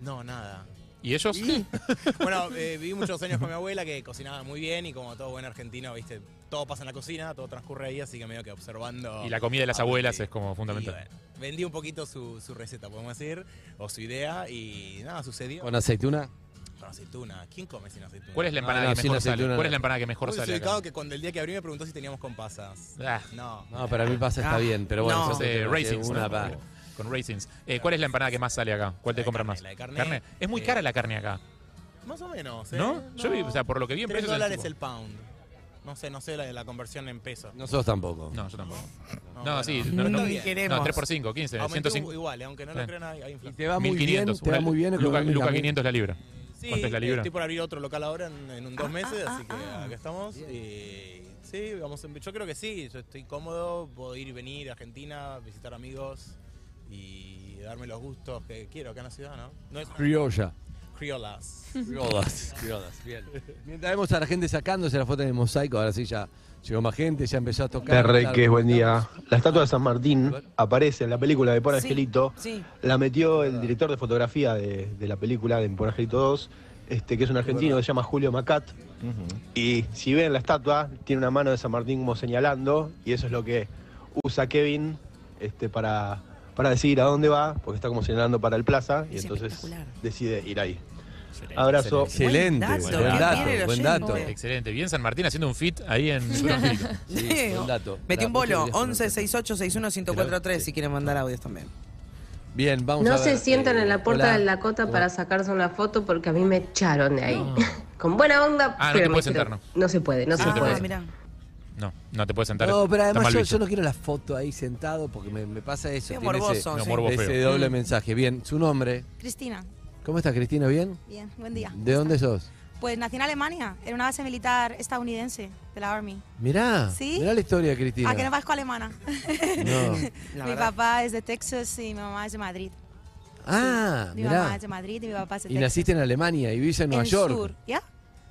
Speaker 21: No,
Speaker 6: [laughs]
Speaker 21: nada.
Speaker 6: ¿Y ellos?
Speaker 21: bueno, eh, viví muchos años con mi abuela que cocinaba muy bien y como todo buen argentino, viste, todo pasa en la cocina, todo transcurre ahí, así que medio que observando.
Speaker 6: Y la comida de las
Speaker 21: aprendí.
Speaker 6: abuelas es como fundamental.
Speaker 21: Vendí un poquito su, su receta, podemos decir, o su idea, y nada, sucedió.
Speaker 7: ¿Con aceituna?
Speaker 21: Con aceituna. ¿Quién come sin aceituna?
Speaker 6: ¿Cuál es la empanada que mejor sale? ¿Cuál es la empanada que mejor
Speaker 21: Muy
Speaker 6: sale acá?
Speaker 21: desubicado que cuando el día que abrí me preguntó si teníamos con pasas.
Speaker 6: Ah.
Speaker 21: No.
Speaker 7: No, para mí pasa está
Speaker 6: Ah,
Speaker 7: bien, pero bueno,
Speaker 6: no.
Speaker 7: eso
Speaker 6: Eh,
Speaker 7: te-
Speaker 6: Raisins,
Speaker 7: una
Speaker 6: ¿no?
Speaker 7: pa-
Speaker 6: Con Racings. ¿Cuál es la empanada que más sale acá? ¿Cuál te compran más?
Speaker 21: la de carne.
Speaker 6: Es muy
Speaker 21: Eh,
Speaker 6: cara la carne acá.
Speaker 21: Más o menos, ¿eh?
Speaker 6: ¿No? Yo vi, o sea, por lo que vi en
Speaker 21: Tres
Speaker 6: precios es
Speaker 21: dólares
Speaker 6: tipo-
Speaker 21: el pound. No sé, no sé la, la conversión en pesos.
Speaker 7: Nosotros tampoco.
Speaker 6: No, yo tampoco. No,
Speaker 21: bueno.
Speaker 6: sí.
Speaker 21: No
Speaker 6: No, no,
Speaker 21: lo queremos.
Speaker 6: no, 3 por 5, 15.
Speaker 21: Aumentó
Speaker 6: 105.
Speaker 21: igual, eh, aunque no lo
Speaker 6: Sí.
Speaker 21: crean, hay- hay inflación.
Speaker 7: Y te va muy bien, te va
Speaker 6: una-
Speaker 7: muy bien
Speaker 6: Luca,
Speaker 7: económicamente.
Speaker 6: Luca 500 la libra.
Speaker 21: Sí,
Speaker 6: ¿Cuánto es la libra? Ah,
Speaker 21: estoy por abrir otro local ahora en, en un dos meses, así que acá estamos. Y sí, vamos en- yo creo que sí, yo estoy cómodo, puedo ir y venir a Argentina, visitar amigos y darme los gustos que quiero acá en la ciudad, ¿no? no es-
Speaker 7: Criolla.
Speaker 21: Criolas.
Speaker 7: Criolas, criolas, bien.
Speaker 21: [laughs]
Speaker 7: Mientras vemos a la gente sacándose la foto en el mosaico, ahora sí ya llegó más gente, ya empezó a tocar.
Speaker 22: Terre,
Speaker 7: Claro.
Speaker 22: que es buen día. La estatua de San Martín aparece en la película de Por
Speaker 7: Sí,
Speaker 22: Angelito. La metió el director de fotografía de, de la película de Por Angelito 2, este, que es un argentino que se llama Julio Macat. Y si ven la estatua, tiene una mano de San Martín como señalando, y eso es lo que usa Kevin este, para, para decidir a dónde va, porque está como señalando para el plaza, y entonces decide ir ahí. Abrazo.
Speaker 7: Excelente,
Speaker 22: Buen dato,
Speaker 7: buen
Speaker 22: qué
Speaker 7: dato,
Speaker 22: bien el
Speaker 7: buen
Speaker 22: oyente.
Speaker 7: dato.
Speaker 6: Excelente. Bien San Martín haciendo un fit ahí en Sudamérica.
Speaker 8: Leo.
Speaker 7: buen dato.
Speaker 8: Metí un
Speaker 7: La
Speaker 8: bolo.
Speaker 7: posibilidad.
Speaker 8: 11 68 61 1043 si quieren mandar audios también.
Speaker 7: Bien, vamos a
Speaker 23: No
Speaker 7: ver. eh,
Speaker 23: se sientan en la puerta
Speaker 7: Hola.
Speaker 23: del Dakota para sacarse una foto porque a mí me echaron de ahí. [laughs] Con buena onda,
Speaker 6: Ah, no
Speaker 23: pero
Speaker 6: te
Speaker 23: me
Speaker 6: puedes
Speaker 23: dijeron,
Speaker 6: sentar,
Speaker 23: no se puede, no
Speaker 6: Ah,
Speaker 23: se
Speaker 6: no te
Speaker 23: puede.
Speaker 6: puedes No, no te puedes sentar.
Speaker 7: No, pero
Speaker 6: está
Speaker 7: además
Speaker 6: mal
Speaker 7: yo,
Speaker 6: visto.
Speaker 7: yo no quiero la foto ahí sentado porque me, me pasa eso.
Speaker 17: Medio
Speaker 7: tiene ese,
Speaker 17: morboso, No, sí. morbo
Speaker 7: ese
Speaker 17: feo.
Speaker 7: doble
Speaker 17: Mm.
Speaker 7: mensaje. Bien, su nombre.
Speaker 3: Cristina,
Speaker 7: ¿Cómo estás, Cristina? ¿Bien?
Speaker 3: bien, buen día.
Speaker 7: ¿De dónde sos?
Speaker 3: Pues nací en Alemania, en una base militar estadounidense de la Army.
Speaker 7: Mirá,
Speaker 3: ¿Sí?
Speaker 7: mirá la historia, de Cristina.
Speaker 3: ¿A qué no parezco alemana?
Speaker 7: [laughs]
Speaker 3: [laughs]
Speaker 7: No. La
Speaker 3: mi
Speaker 7: verdad.
Speaker 3: papá es de Texas y mi mamá es de Madrid.
Speaker 7: Ah,
Speaker 3: Mi mamá
Speaker 7: mirá.
Speaker 3: es de Madrid y mi papá es de
Speaker 7: Y
Speaker 3: Texas.
Speaker 7: naciste en Alemania y vivís en Nueva
Speaker 3: el
Speaker 7: York.
Speaker 3: sur, ¿ya?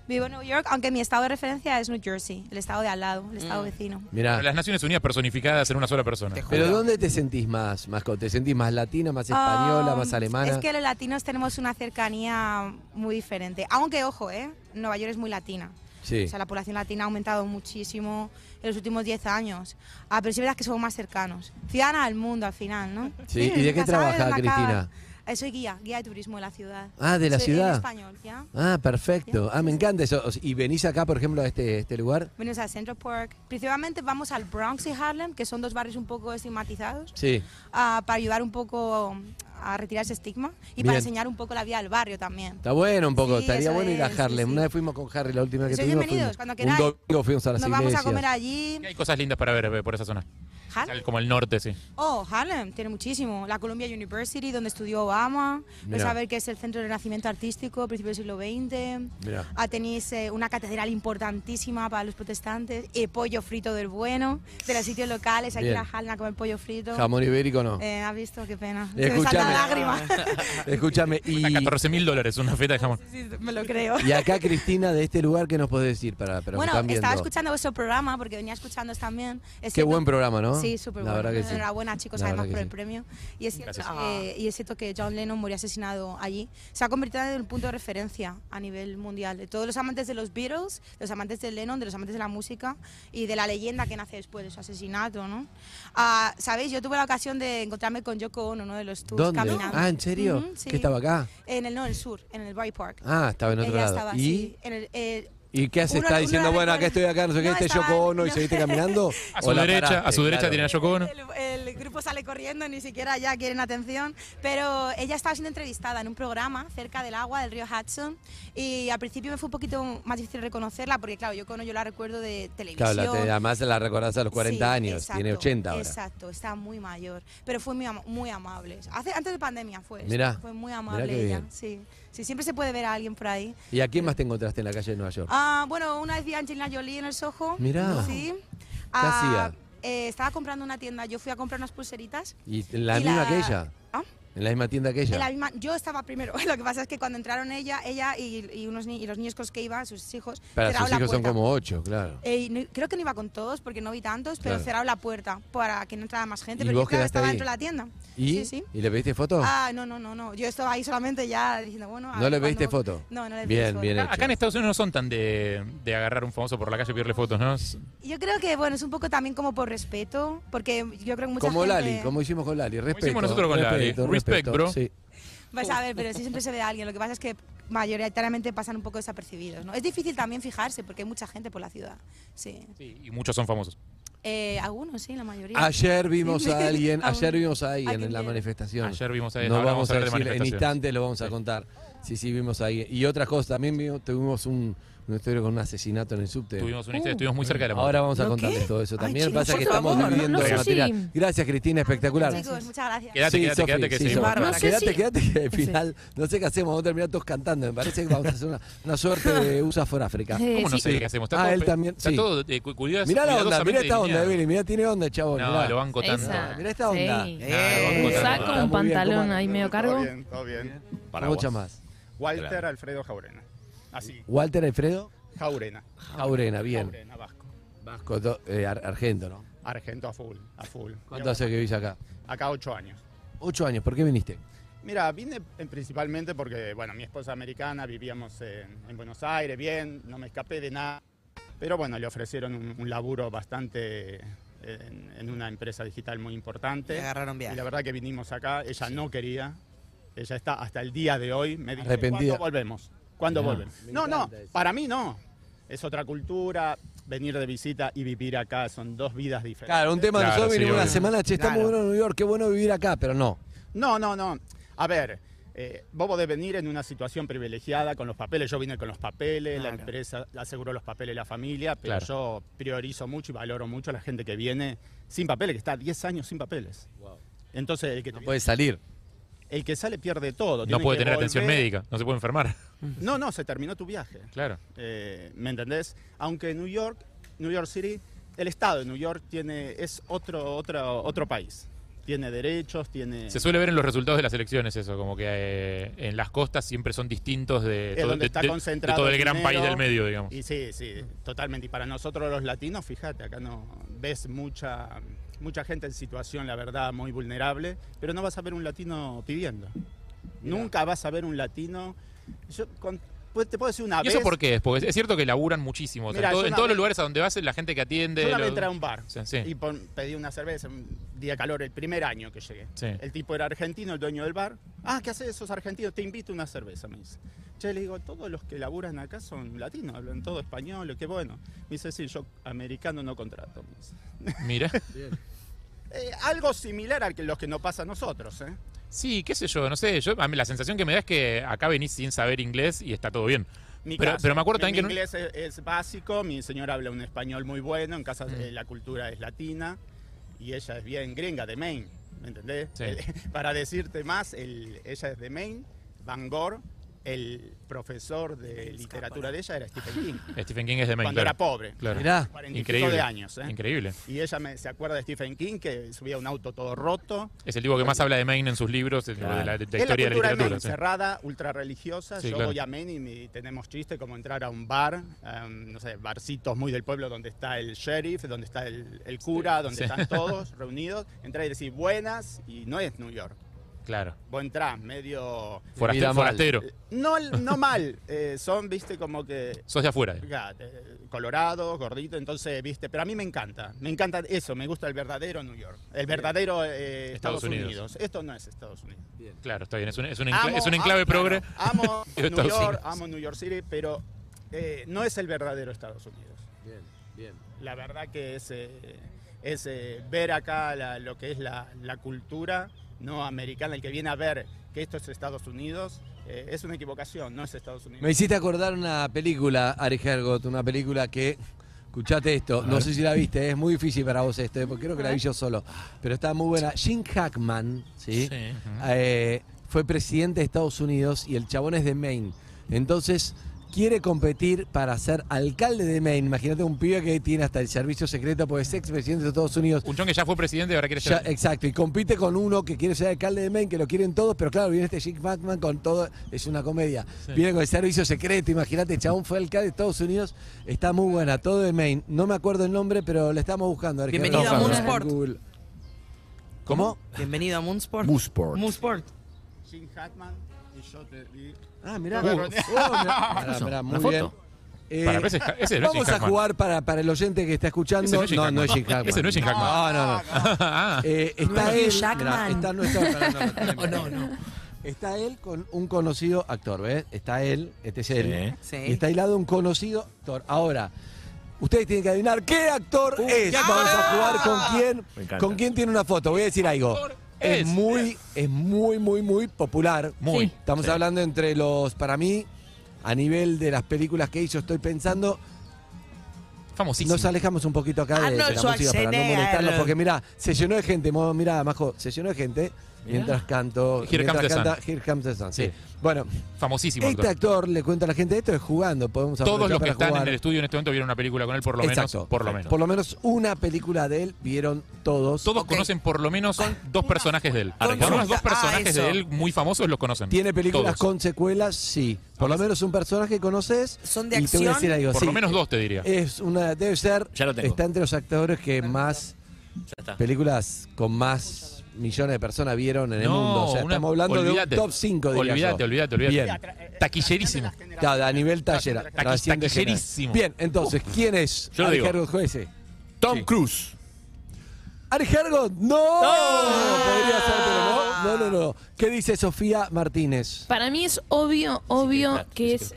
Speaker 3: Vivo en Nueva York, aunque mi estado de referencia es New Jersey, el estado de al lado, el
Speaker 8: Mm.
Speaker 3: estado vecino.
Speaker 7: Mirá.
Speaker 6: Las Naciones Unidas personificadas en una sola persona.
Speaker 7: Pero ¿dónde te sentís más, más? co- ¿Te sentís más latina, más española,
Speaker 3: Um,
Speaker 7: más alemana?
Speaker 3: Es que los latinos tenemos una cercanía muy diferente. Aunque, ojo, ¿eh? Nueva York es muy latina.
Speaker 7: Sí.
Speaker 3: O sea, la población latina ha aumentado muchísimo en los últimos 10 años. Ah, pero sí es verdad que somos más cercanos. Ciudadana del mundo, al final, ¿no?
Speaker 7: Sí, ¿y
Speaker 3: [laughs]
Speaker 7: de qué
Speaker 3: Nunca sabes
Speaker 7: trabaja
Speaker 3: dónde
Speaker 7: Cristina?
Speaker 3: acabas. Eh, soy guía, guía de turismo de la ciudad.
Speaker 7: Ah, de la
Speaker 3: Soy-
Speaker 7: ciudad.
Speaker 3: En español, ¿ya?
Speaker 7: Ah, perfecto. Ah, me encanta eso. O sea, ¿Y venís acá, por ejemplo, a este, este lugar?
Speaker 3: Venimos a Central Park. Principalmente vamos al Bronx y Harlem, que son dos barrios un poco estigmatizados.
Speaker 7: Sí.
Speaker 3: ah, para ayudar un poco a retirar ese estigma y para
Speaker 7: Bien.
Speaker 3: enseñar un poco la vida del barrio también.
Speaker 7: Está bueno un poco,
Speaker 3: Sí,
Speaker 7: estaría
Speaker 3: eso
Speaker 7: bueno ir a
Speaker 3: es,
Speaker 7: Harlem.
Speaker 3: sí, sí.
Speaker 7: Una vez fuimos con Harry la última vez que
Speaker 3: Sois
Speaker 7: tuvimos.
Speaker 3: bienvenidos,
Speaker 7: fuimos-
Speaker 3: cuando
Speaker 7: un
Speaker 3: queráis.
Speaker 7: domingo fuimos a las
Speaker 3: Nos
Speaker 7: iglesias.
Speaker 3: vamos a comer allí.
Speaker 6: Hay cosas lindas para ver eh, por esa zona.
Speaker 3: Harlem.
Speaker 6: Como el norte, sí.
Speaker 3: Oh, Harlem tiene muchísimo. La Columbia University, donde estudió Obama.
Speaker 6: Mirá.
Speaker 3: Vas a ver que es el centro de renacimiento artístico, principios del siglo XX.
Speaker 7: Mirá.
Speaker 3: Ah, tenéis eh, una catedral importantísima para los protestantes. Y pollo frito del bueno, de los sitios locales. Hay que ir a
Speaker 7: Bien.
Speaker 3: Harlem a comer pollo frito.
Speaker 7: Jamón ibérico no.
Speaker 3: Eh, ¿Has visto? Qué pena. Se me saltan
Speaker 7: Escuchame.
Speaker 3: lágrimas.
Speaker 7: Escúchame. Y,
Speaker 6: A 14 mil dólares una feta de jamón.
Speaker 3: [laughs] Sí, me lo creo.
Speaker 7: y acá, Cristina, de este lugar, ¿qué nos podés decir para, para los que
Speaker 3: bueno,
Speaker 7: están viendo?
Speaker 3: estaba escuchando vuestro programa porque venía escuchándoos también. Es
Speaker 7: Qué
Speaker 3: cierto-
Speaker 7: buen programa, ¿no?
Speaker 3: Sí, súper
Speaker 7: La
Speaker 3: bueno.
Speaker 7: verdad que sí.
Speaker 3: Enhorabuena, chicos,
Speaker 7: La
Speaker 3: además
Speaker 7: verdad
Speaker 3: por
Speaker 7: que
Speaker 3: el
Speaker 7: sí.
Speaker 3: premio. Y es, cierto
Speaker 7: Gracias.
Speaker 3: que, y es cierto que John Lennon murió asesinado allí. Se ha convertido en un punto de referencia a nivel mundial. De todos los amantes de los Beatles, de los amantes de Lennon, de los amantes de la música y de la leyenda que nace después de su asesinato, ¿no? Ah, Sabéis, yo tuve la ocasión de encontrarme con Yoko Ono, uno de los tours
Speaker 7: ¿Dónde?
Speaker 3: caminando.
Speaker 7: Ah, ¿en serio?
Speaker 3: Ujú, sí.
Speaker 7: ¿Que estaba acá?
Speaker 3: En el, no, en el sur, en el Bury Park.
Speaker 7: Ah, estaba en otro
Speaker 3: Ella
Speaker 7: lado.
Speaker 3: estaba,
Speaker 7: ¿Y?
Speaker 3: sí, en el- eh,
Speaker 7: ¿Y qué hace?
Speaker 3: Uno-
Speaker 7: ¿Está
Speaker 3: uno
Speaker 7: diciendo,
Speaker 3: la
Speaker 7: bueno, acá estoy acá, no sé qué,
Speaker 3: No,
Speaker 7: este
Speaker 3: estaba-
Speaker 7: Yoko Ono y
Speaker 3: no.
Speaker 6: [laughs]
Speaker 7: seguiste caminando?
Speaker 6: A
Speaker 7: ¿O
Speaker 6: su
Speaker 7: la
Speaker 6: derecha,
Speaker 7: paraste?
Speaker 6: a su derecha
Speaker 7: Claro.
Speaker 6: tiene a Yoko Ono.
Speaker 3: [laughs] el, el grupo sale corriendo, ni siquiera ya quieren atención, pero ella estaba siendo entrevistada en un programa cerca del agua del río Hudson y al principio me fue un poquito más difícil reconocerla porque claro, yo cono yo la recuerdo de televisión.
Speaker 7: Claro, la te- además la recordás a los 40
Speaker 3: Sí,
Speaker 7: años,
Speaker 3: exacto,
Speaker 7: tiene 80 ahora.
Speaker 3: Exacto, está muy mayor, pero fue muy, ama- muy amable. Hace, antes de pandemia fue. eso,
Speaker 7: Mirá,
Speaker 3: fue muy
Speaker 7: mirá
Speaker 3: amable
Speaker 7: qué
Speaker 3: ella.
Speaker 7: bien.
Speaker 3: Sí. sí, siempre se puede ver a alguien por ahí.
Speaker 7: ¿Y a quién más te encontraste en la calle de Nueva York?
Speaker 3: Ah, bueno, una vez vi a Angelina Jolie en el Soho.
Speaker 7: Mirá.
Speaker 3: Sí.
Speaker 7: hacía?
Speaker 3: eh, estaba comprando una tienda, yo fui a comprar unas pulseritas.
Speaker 7: ¿Y en la
Speaker 3: y
Speaker 7: misma
Speaker 3: la-
Speaker 7: que ella?
Speaker 3: ¿Ah?
Speaker 7: ¿En la misma tienda que
Speaker 3: En la
Speaker 7: ella?
Speaker 3: misma- yo estaba primero. [laughs] Lo que pasa es que cuando entraron ella, ella y, y unos ni- y los niños con los que iba, sus hijos,
Speaker 7: Para
Speaker 3: cerraron
Speaker 7: sus
Speaker 3: la
Speaker 7: hijos son
Speaker 3: puerta.
Speaker 7: como 8, claro.
Speaker 3: Eh, y no- creo que no iba con todos porque no vi tantos, pero
Speaker 7: Claro.
Speaker 3: cerraron la puerta para que no entrara más gente.
Speaker 7: ¿Y
Speaker 3: pero yo,
Speaker 7: vos
Speaker 3: claro,
Speaker 7: quedaste
Speaker 3: estaba
Speaker 7: ahí?
Speaker 3: dentro de la tienda.
Speaker 7: ¿Y?
Speaker 3: Sí, sí.
Speaker 7: ¿Y le pediste foto?
Speaker 3: Ah, no, no, no, no. Yo estaba ahí solamente ya diciendo, bueno. a
Speaker 7: ¿No
Speaker 3: ver
Speaker 7: le
Speaker 3: cuándo-
Speaker 7: pediste foto?
Speaker 3: No, no le pedí
Speaker 7: Bien,
Speaker 3: foto.
Speaker 7: bien
Speaker 6: Acá
Speaker 7: hecho.
Speaker 6: en Estados Unidos no son tan de, de agarrar un famoso por la calle y pedirle fotos, ¿no?
Speaker 3: Yo creo que, bueno, es un poco también como por respeto, porque yo creo que mucha
Speaker 7: Como
Speaker 3: gente...
Speaker 7: Lali, como hicimos con Lali. Respeto.
Speaker 6: hicimos nosotros con Lali.
Speaker 7: respeto,
Speaker 6: Respect,
Speaker 7: respeto,
Speaker 6: bro.
Speaker 7: sí.
Speaker 3: Vas Pues, a ver, pero sí siempre se ve a alguien. Lo que pasa es que mayoritariamente pasan un poco desapercibidos, ¿no? Es difícil también fijarse porque hay mucha gente por la ciudad. Sí.
Speaker 6: Y muchos son famosos.
Speaker 3: Eh, algunos, sí, la mayoría.
Speaker 7: Ayer vimos
Speaker 3: Sí.
Speaker 7: a alguien,
Speaker 3: [laughs] Aún.
Speaker 7: ayer vimos a alguien
Speaker 3: qué
Speaker 7: en la
Speaker 3: miedo.
Speaker 7: manifestación.
Speaker 6: Ayer vimos a alguien,
Speaker 7: No
Speaker 6: ahora vamos
Speaker 7: vamos
Speaker 6: a
Speaker 7: a
Speaker 6: hablar de
Speaker 7: decir, en
Speaker 6: manifestaciones.
Speaker 7: instantes lo vamos a contar. Sí, sí, vimos a alguien. Y otras cosas, también vimos- tuvimos un, una historia con un asesinato en el subte. Uh.
Speaker 6: Tuvimos una historia, estuvimos muy cerca de la muerte.
Speaker 7: Ahora vamos a
Speaker 6: ¿No
Speaker 7: contarles
Speaker 6: qué?
Speaker 7: todo eso
Speaker 6: Ay,
Speaker 7: también.
Speaker 6: chicos,
Speaker 7: Pasa que
Speaker 6: por
Speaker 7: estamos
Speaker 6: favor,
Speaker 7: viviendo
Speaker 6: no
Speaker 7: el
Speaker 6: sé
Speaker 7: material.
Speaker 6: si-
Speaker 7: Gracias, Cristina, espectacular.
Speaker 3: Chicos, muchas gracias.
Speaker 6: Quédate,
Speaker 7: Sí,
Speaker 6: quédate,
Speaker 7: Sofi,
Speaker 6: quédate, que
Speaker 7: sí,
Speaker 6: seguimos.
Speaker 7: Sofi.
Speaker 6: Bárbara.
Speaker 7: No,
Speaker 6: No sé
Speaker 7: quédate,
Speaker 6: si-
Speaker 7: quédate, que al final no sé qué hacemos, vamos a terminar todos cantando. Me parece que vamos a hacer una, una suerte
Speaker 13: [laughs]
Speaker 7: de USA for Africa.
Speaker 6: ¿Cómo no sé
Speaker 7: Sí.
Speaker 6: qué hacemos? Está
Speaker 7: ah,
Speaker 6: todo
Speaker 7: él
Speaker 6: pe-
Speaker 7: también.
Speaker 6: Está
Speaker 7: sí.
Speaker 6: todo eh, cu- curioso-
Speaker 7: Mirá la onda, mirá
Speaker 6: cuidadosamente
Speaker 7: esta onda,
Speaker 6: delineado.
Speaker 7: Billy, mirá, tiene onda el chabón.
Speaker 6: No,
Speaker 7: mirá.
Speaker 6: lo banco tanto.
Speaker 13: Esa.
Speaker 7: Mirá esta onda.
Speaker 13: Sí.
Speaker 6: Eh,
Speaker 13: Un saco,
Speaker 7: Está
Speaker 13: un
Speaker 7: muy bien,
Speaker 13: pantalón
Speaker 7: ¿cómo-
Speaker 13: ahí medio
Speaker 24: Todo
Speaker 13: cargo.
Speaker 24: bien, todo bien.
Speaker 7: ¿Cómo llamás?
Speaker 24: Walter
Speaker 7: Claro.
Speaker 24: Alfredo Jaurena. Así,
Speaker 7: Walter Alfredo
Speaker 24: Jaurena.
Speaker 7: Jaurena, bien.
Speaker 24: Jaurena, vasco.
Speaker 7: Vasco, do- eh, ar- argento, ¿no?
Speaker 24: Argento a full, a full.
Speaker 7: ¿Cuánto
Speaker 24: Yo
Speaker 7: hace que vivís acá?
Speaker 24: Acá ocho años.
Speaker 7: Ocho años, ¿por qué viniste?
Speaker 24: Mira, vine eh, principalmente porque, bueno, mi esposa americana, vivíamos en, en Buenos Aires, bien, no me escapé de nada. Pero bueno, le ofrecieron un, un laburo bastante en, en una empresa digital muy importante.
Speaker 8: Le agarraron viaje.
Speaker 24: Y la verdad que vinimos acá, ella no quería. Ella está hasta el día de hoy. Me dice,
Speaker 7: Arrepentida.
Speaker 24: ¿cuándo volvemos? ¿Cuándo
Speaker 7: Mirá.
Speaker 24: volvemos?
Speaker 7: Me
Speaker 24: No, no,
Speaker 7: encanta eso.
Speaker 24: para mí no. Es otra cultura. Venir de visita y vivir acá son dos vidas diferentes.
Speaker 7: Claro, un tema de nosotros vinimos una semana, che, está muy
Speaker 24: Claro.
Speaker 7: bueno en New York, qué bueno vivir acá, pero no.
Speaker 24: No, no, no. A ver, eh, vos podés venir en una situación privilegiada con los papeles. Yo vine con los papeles, la empresa aseguró los papeles de la familia, pero
Speaker 6: Claro.
Speaker 24: yo priorizo mucho y valoro mucho a la gente que viene sin papeles, que está 10 años sin papeles. Entonces, el que no
Speaker 7: puede salir.
Speaker 24: El que sale pierde todo.
Speaker 6: No
Speaker 24: tiene
Speaker 6: puede
Speaker 24: que
Speaker 6: tener atención
Speaker 24: volver.
Speaker 6: médica, no se puede enfermar.
Speaker 24: No, no, se terminó tu viaje.
Speaker 6: Claro.
Speaker 24: Eh, ¿Me entendés? Aunque New York, New York City, el estado de New York tiene, es otro, otro, otro país. Tiene derechos, tiene.
Speaker 6: Se suele ver en los resultados de las elecciones eso, como que eh, en las costas siempre son distintos de,
Speaker 24: Es
Speaker 6: todo,
Speaker 24: donde
Speaker 6: de-
Speaker 24: está
Speaker 6: de- de
Speaker 24: concentrado
Speaker 6: todo el gran
Speaker 24: dinero.
Speaker 6: país del medio, digamos.
Speaker 24: Y sí, sí, totalmente. Y para nosotros los latinos, fíjate, acá no ves mucha mucha gente en situación, la verdad, muy vulnerable, pero no vas a ver un latino pidiendo. Nunca vas a ver un latino. Yo con- pues, te puedo decir una
Speaker 6: ¿Y
Speaker 24: vez.
Speaker 6: eso por qué es? Porque es cierto que laburan muchísimo. o sea,
Speaker 24: Mirá,
Speaker 6: en todo-
Speaker 24: yo
Speaker 6: en
Speaker 24: una
Speaker 6: todos los
Speaker 24: vez-
Speaker 6: lugares a donde vas, la gente que atiende.
Speaker 24: Yo una vez
Speaker 6: los-
Speaker 24: entré a un bar
Speaker 6: Sí, sí.
Speaker 24: y [laughs] pon- pedí una cerveza, un día de calor, el primer año que llegué.
Speaker 6: Sí.
Speaker 24: El tipo era argentino, el dueño del bar. Ah, ¿qué haces esos argentinos? Te invito a una cerveza, me dice. Che, le digo, todos los que laburan acá son latinos, hablan todo español, y qué bueno. Me dice, sí, yo americano no contrato. me dice.
Speaker 6: Mira.
Speaker 24: [laughs] Eh, algo similar a que los que nos pasa a nosotros, ¿eh?
Speaker 6: Sí, qué sé yo, no sé. Yo, a mí la sensación que me da es que acá venís sin saber inglés y está todo bien.
Speaker 24: Mi
Speaker 6: Pero,
Speaker 24: caso,
Speaker 6: pero me acuerdo
Speaker 24: mi-
Speaker 6: también que. en
Speaker 24: mi
Speaker 6: un-
Speaker 24: inglés es, es básico, mi señora habla un español muy bueno, en
Speaker 6: Mm.
Speaker 24: casa eh, la cultura es latina y ella es bien gringa de Maine, ¿me entendés?
Speaker 6: Sí.
Speaker 24: El- [laughs] para decirte más, el- ella es de Maine, Bangor, el profesor de literatura de ella era Stephen King.
Speaker 6: [laughs] Stephen King es de Maine,
Speaker 24: Cuando era
Speaker 6: claro.
Speaker 24: pobre,
Speaker 6: Claro. Mirá.
Speaker 24: 45
Speaker 6: Increíble.
Speaker 24: de años. ¿eh?
Speaker 6: Increíble.
Speaker 24: Y ella me, se acuerda de Stephen King que subía un auto todo roto.
Speaker 6: Es el tipo que más habla de Maine en sus libros, de la, de la historia de la
Speaker 24: cultura de
Speaker 6: literatura.
Speaker 24: Maine,
Speaker 6: sí.
Speaker 24: cerrada, ultra religiosa.
Speaker 6: Sí,
Speaker 24: Yo
Speaker 6: claro.
Speaker 24: voy a Maine y me- tenemos chiste como entrar a un bar, em, no sé, barcitos muy del pueblo donde está el sheriff, donde está el, el cura, donde
Speaker 6: Sí. [laughs]
Speaker 24: están todos reunidos. Entrar y decir buenas y no es New York.
Speaker 6: Claro.
Speaker 24: Vos entrás medio...
Speaker 6: Foraste- Mira mal. forastero.
Speaker 24: Eh,
Speaker 6: [laughs]
Speaker 24: No, no mal. eh, son, viste, como que...
Speaker 6: Sos de afuera.
Speaker 24: Ya, eh, Colorado, gordito, entonces, viste. Pero a mí me encanta. Me encanta eso. Me gusta el verdadero New York. El verdadero eh,
Speaker 6: Estados
Speaker 24: Estados,
Speaker 6: Unidos.
Speaker 24: Unidos. Esto no es Estados Unidos.
Speaker 6: Claro, está bien. Es un, es un encla-
Speaker 24: Amo-
Speaker 6: es un enclave
Speaker 24: amo-
Speaker 6: progre.
Speaker 24: claro,
Speaker 6: [laughs]
Speaker 24: amo
Speaker 6: de
Speaker 24: New
Speaker 6: Estados
Speaker 24: York,
Speaker 6: Unidos.
Speaker 24: amo New York City, pero eh, no es el verdadero Estados Unidos.
Speaker 7: Bien, bien.
Speaker 24: La verdad que es, eh, es, eh, ver acá la- lo que es la, la cultura no americana, el que viene a ver que esto es Estados Unidos, eh, es una equivocación, no es Estados Unidos.
Speaker 7: Me hiciste acordar una película, Ari Hergot, una película que, escuchate esto, no sé si la viste, es muy difícil para vos esto, eh, porque creo que la vi yo solo, pero está muy buena. Jim Hackman, ¿sí? Eh, fue presidente de Estados Unidos y el chabón es de Maine. Entonces, quiere competir para ser alcalde de Maine. Imagínate un pibe que tiene hasta el servicio secreto porque es expresidente de Estados Unidos.
Speaker 6: Un chon que ya fue presidente y ahora quiere
Speaker 7: Ya, eh,
Speaker 6: ser.
Speaker 7: exacto, y compite con uno que quiere ser alcalde de Maine, que lo quieren todos, pero claro, viene este Jim Batman con todo, es una comedia.
Speaker 6: Sí.
Speaker 7: Viene con el servicio secreto, imagínate, el chabón fue alcalde de Estados Unidos, está muy buena, todo de Maine. No me acuerdo el nombre, pero le estamos buscando. a ver qué
Speaker 8: Bienvenido
Speaker 7: nos
Speaker 8: a
Speaker 7: pasa.
Speaker 8: Moonsport.
Speaker 7: Google. ¿Cómo?
Speaker 8: Bienvenido a Moonsport.
Speaker 7: Moonsport.
Speaker 8: Moonsport.
Speaker 24: Jim Hackman y yo te di-
Speaker 7: Ah, mirá.
Speaker 24: Todo
Speaker 7: Uh.
Speaker 24: erróneo.
Speaker 7: Oh, mirá.
Speaker 24: [laughs]
Speaker 7: Pará,
Speaker 6: Eso,
Speaker 7: pará,
Speaker 6: ¿una
Speaker 7: muy
Speaker 6: foto?
Speaker 7: bien. Eh,
Speaker 6: Pará, pero ese- ese no es Jim
Speaker 7: vamos a
Speaker 6: Hackman.
Speaker 7: jugar para, para el oyente que está escuchando.
Speaker 6: Ese no es Jim
Speaker 7: no, no es Jim
Speaker 6: Hackman.
Speaker 7: Hackman.
Speaker 6: Ese no es Jim Hackman.
Speaker 7: No, no, no.
Speaker 6: [laughs] Ah.
Speaker 7: Eh,
Speaker 6: No
Speaker 7: está
Speaker 6: es Hugh
Speaker 7: él.
Speaker 6: Jackman.
Speaker 7: mirá, está nuestro. No, no, no, no. Está él con un conocido actor, ¿ves? Está él, este es él.
Speaker 8: Sí.
Speaker 7: Y está aislado un conocido actor. Ahora, ustedes tienen que adivinar qué actor es.
Speaker 8: ¿qué
Speaker 7: Vamos
Speaker 8: actor
Speaker 7: a
Speaker 8: es?
Speaker 7: jugar con quién.
Speaker 11: Me encanta.
Speaker 7: ¿Con quién tiene una foto? Voy a decir algo. Es,
Speaker 11: es?
Speaker 7: muy, es muy, muy, muy popular.
Speaker 11: Muy. Sí.
Speaker 7: Estamos
Speaker 11: Sí.
Speaker 7: hablando entre los, para mí, a nivel de las películas que hizo, estoy pensando.
Speaker 6: Famosísimo.
Speaker 7: Nos alejamos un poquito acá de, de la
Speaker 8: Arnold
Speaker 7: música para no
Speaker 8: Schwarzenegger.
Speaker 7: molestarlos, porque mirá, se llenó de gente, mo- mirá, Majo, se llenó de gente
Speaker 6: Mirá.
Speaker 7: mientras canto.
Speaker 6: Here
Speaker 7: mientras
Speaker 6: comes the
Speaker 7: canta
Speaker 6: sun.
Speaker 7: Here Comes the Sun, sí.
Speaker 6: Sí.
Speaker 7: Bueno,
Speaker 6: Famosísimo.
Speaker 7: este
Speaker 6: actor.
Speaker 7: actor, le cuento a la gente, esto es jugando, podemos
Speaker 6: Todos
Speaker 7: aprovechar
Speaker 6: los que
Speaker 7: para
Speaker 6: están
Speaker 7: jugar.
Speaker 6: en el estudio en este momento vieron una película con él, por lo
Speaker 7: Exacto.
Speaker 6: menos. Por lo menos.
Speaker 7: Por lo menos una película de él vieron todos.
Speaker 6: Todos conocen por lo menos dos personajes de él. Por lo menos dos personajes de él muy famosos los conocen.
Speaker 7: Tiene películas
Speaker 6: Todos.
Speaker 7: con secuelas, sí. Por lo menos un personaje conoces.
Speaker 8: Son de
Speaker 7: y te voy a
Speaker 8: acción.
Speaker 7: decir algo,
Speaker 6: Por
Speaker 7: sí.
Speaker 6: lo menos dos, te diría.
Speaker 7: Es una, debe ser.
Speaker 11: Ya lo tengo.
Speaker 7: Está entre los actores que más
Speaker 11: está.
Speaker 7: películas con más millones de personas vieron en el
Speaker 6: No,
Speaker 7: mundo. O sea,
Speaker 6: una-
Speaker 7: estamos hablando
Speaker 6: olvídate.
Speaker 7: de un top 5 diría
Speaker 6: Olvídate,
Speaker 7: yo.
Speaker 6: olvídate, olvídate.
Speaker 7: Bien.
Speaker 6: Taquillerísimo.
Speaker 7: Claro, a nivel tallera.
Speaker 6: Taqui-
Speaker 7: trasciende general.
Speaker 6: taquillerísimo.
Speaker 7: Bien, entonces, ¿quién es
Speaker 11: Yo lo
Speaker 7: Ari
Speaker 11: digo.
Speaker 7: Hergot Jueces?
Speaker 11: Tom Cruise.
Speaker 7: Ari Hergot, no. Podría ser, pero no. No, no, no. ¿Qué dice Sofía Martínez?
Speaker 13: Para mí es obvio, obvio que es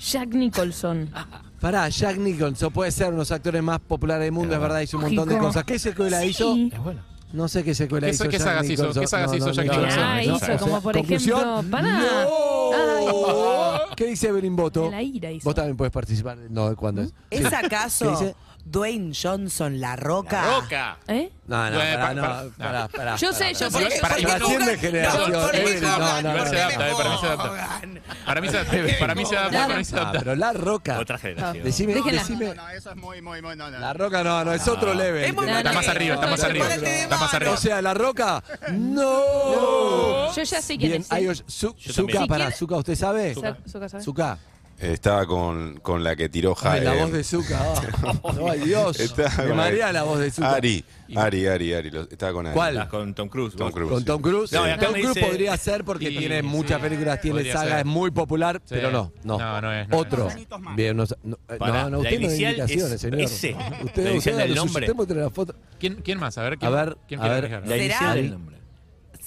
Speaker 13: Jack
Speaker 7: [laughs]
Speaker 13: Nicholson.
Speaker 7: Ah, Pará, Jack Nicholson puede ser uno de los actores más populares del mundo, es verdad, hizo un montón de
Speaker 13: Lógico.
Speaker 7: cosas. ¿Qué secuela
Speaker 13: Sí.
Speaker 7: hizo?
Speaker 13: Es
Speaker 7: No sé qué secuela
Speaker 6: ¿Qué-
Speaker 7: hizo.
Speaker 6: qué
Speaker 7: Jack
Speaker 6: sagas hizo?
Speaker 7: Nicholson.
Speaker 6: ¿Qué sagas hizo Jack Nicholson?
Speaker 13: Ah,
Speaker 6: no,
Speaker 13: hizo
Speaker 6: no.
Speaker 13: como por
Speaker 7: ¿Conclusión?
Speaker 13: ejemplo. Pará.
Speaker 7: ¡No!
Speaker 13: Ay.
Speaker 7: ¿Qué dice Evelyn Boto?
Speaker 13: De la ira hizo. ¿Mm?
Speaker 7: Vos también puedes participar. No, ¿cuándo es? Sí.
Speaker 8: ¿Es
Speaker 7: ¿Qué dice?
Speaker 8: acaso Dwayne Johnson la roca?
Speaker 7: La
Speaker 8: roca!
Speaker 13: ¿Eh?
Speaker 7: No,
Speaker 6: Eh,
Speaker 7: no, pará,
Speaker 6: pa-
Speaker 7: no,
Speaker 6: pa-
Speaker 7: pará, pará.
Speaker 13: Yo sé, yo sé.
Speaker 7: Para
Speaker 13: Porque-
Speaker 7: Trasciende generación.
Speaker 6: No, porque
Speaker 7: Evelyn,
Speaker 6: Hulk
Speaker 7: no, no,
Speaker 6: Hogan,
Speaker 7: no.
Speaker 6: se adapta, eh, para mí se adapta. Para mí se adapta, para mí se adapta, para mí se
Speaker 7: Ah,
Speaker 6: adapta.
Speaker 7: pero La Roca. Otra
Speaker 6: generación.
Speaker 7: Decime,
Speaker 6: Déjenla.
Speaker 7: decime.
Speaker 24: No, no, eso es muy, muy, muy. No, no.
Speaker 7: La Roca no, no, es otro level.
Speaker 24: Es muy
Speaker 7: No,
Speaker 6: Está
Speaker 7: no,
Speaker 6: más
Speaker 7: no,
Speaker 6: arriba,
Speaker 7: no,
Speaker 6: está más
Speaker 7: no,
Speaker 6: arriba,
Speaker 7: no, no,
Speaker 6: está más
Speaker 7: no.
Speaker 6: arriba.
Speaker 7: O sea, La Roca, [laughs] no.
Speaker 13: Yo ya sé quién
Speaker 7: Bien,
Speaker 13: es.
Speaker 7: hay
Speaker 13: ¿eh?
Speaker 7: os- Su-
Speaker 13: Yo
Speaker 7: Zuka,
Speaker 13: también.
Speaker 7: pará,
Speaker 13: Uh. Si
Speaker 7: Zuka, ¿usted sabe?
Speaker 13: Zuka. Zuka sabe.
Speaker 7: Zuka.
Speaker 5: Estaba con, con la que tiró
Speaker 7: Ay,
Speaker 5: Jaime.
Speaker 7: Ah, la voz de Zuka.
Speaker 11: [laughs]
Speaker 7: ah. No, ay Dios. Me marea la voz de Zuka.
Speaker 5: Ari, Ari, Ari, Ari. lo- estaba con Ari.
Speaker 7: ¿Cuál?
Speaker 5: Estás
Speaker 11: con Tom Cruise.
Speaker 5: Tom Cruise.
Speaker 7: Con
Speaker 5: sí.
Speaker 7: Tom Cruise.
Speaker 11: No, y acá
Speaker 7: Tom
Speaker 11: me
Speaker 7: Cruise
Speaker 11: dice-
Speaker 7: podría ser porque
Speaker 11: Y-
Speaker 7: tiene muchas películas, tiene
Speaker 11: podría
Speaker 7: saga,
Speaker 11: ser.
Speaker 7: es muy popular,
Speaker 11: Sí.
Speaker 7: pero no, no.
Speaker 11: No, no es, no
Speaker 7: Otro.
Speaker 11: es.
Speaker 7: Bien, no, sa- no, eh,
Speaker 11: Pará,
Speaker 7: no, no,
Speaker 11: la
Speaker 7: usted no
Speaker 11: inicial
Speaker 7: tiene indicaciones,
Speaker 11: es
Speaker 7: señor.
Speaker 11: ese. La
Speaker 7: Usted,
Speaker 11: inicial
Speaker 7: usted,
Speaker 11: del
Speaker 7: a lo suyo,
Speaker 11: nombre.
Speaker 7: usted muestra la foto.
Speaker 6: ¿Quién, ¿Quién más? A ver,
Speaker 7: A
Speaker 6: ¿quién,
Speaker 7: ver,
Speaker 6: quién
Speaker 7: a
Speaker 6: quiere
Speaker 7: ver.
Speaker 6: arriesgar?
Speaker 8: ¿Será?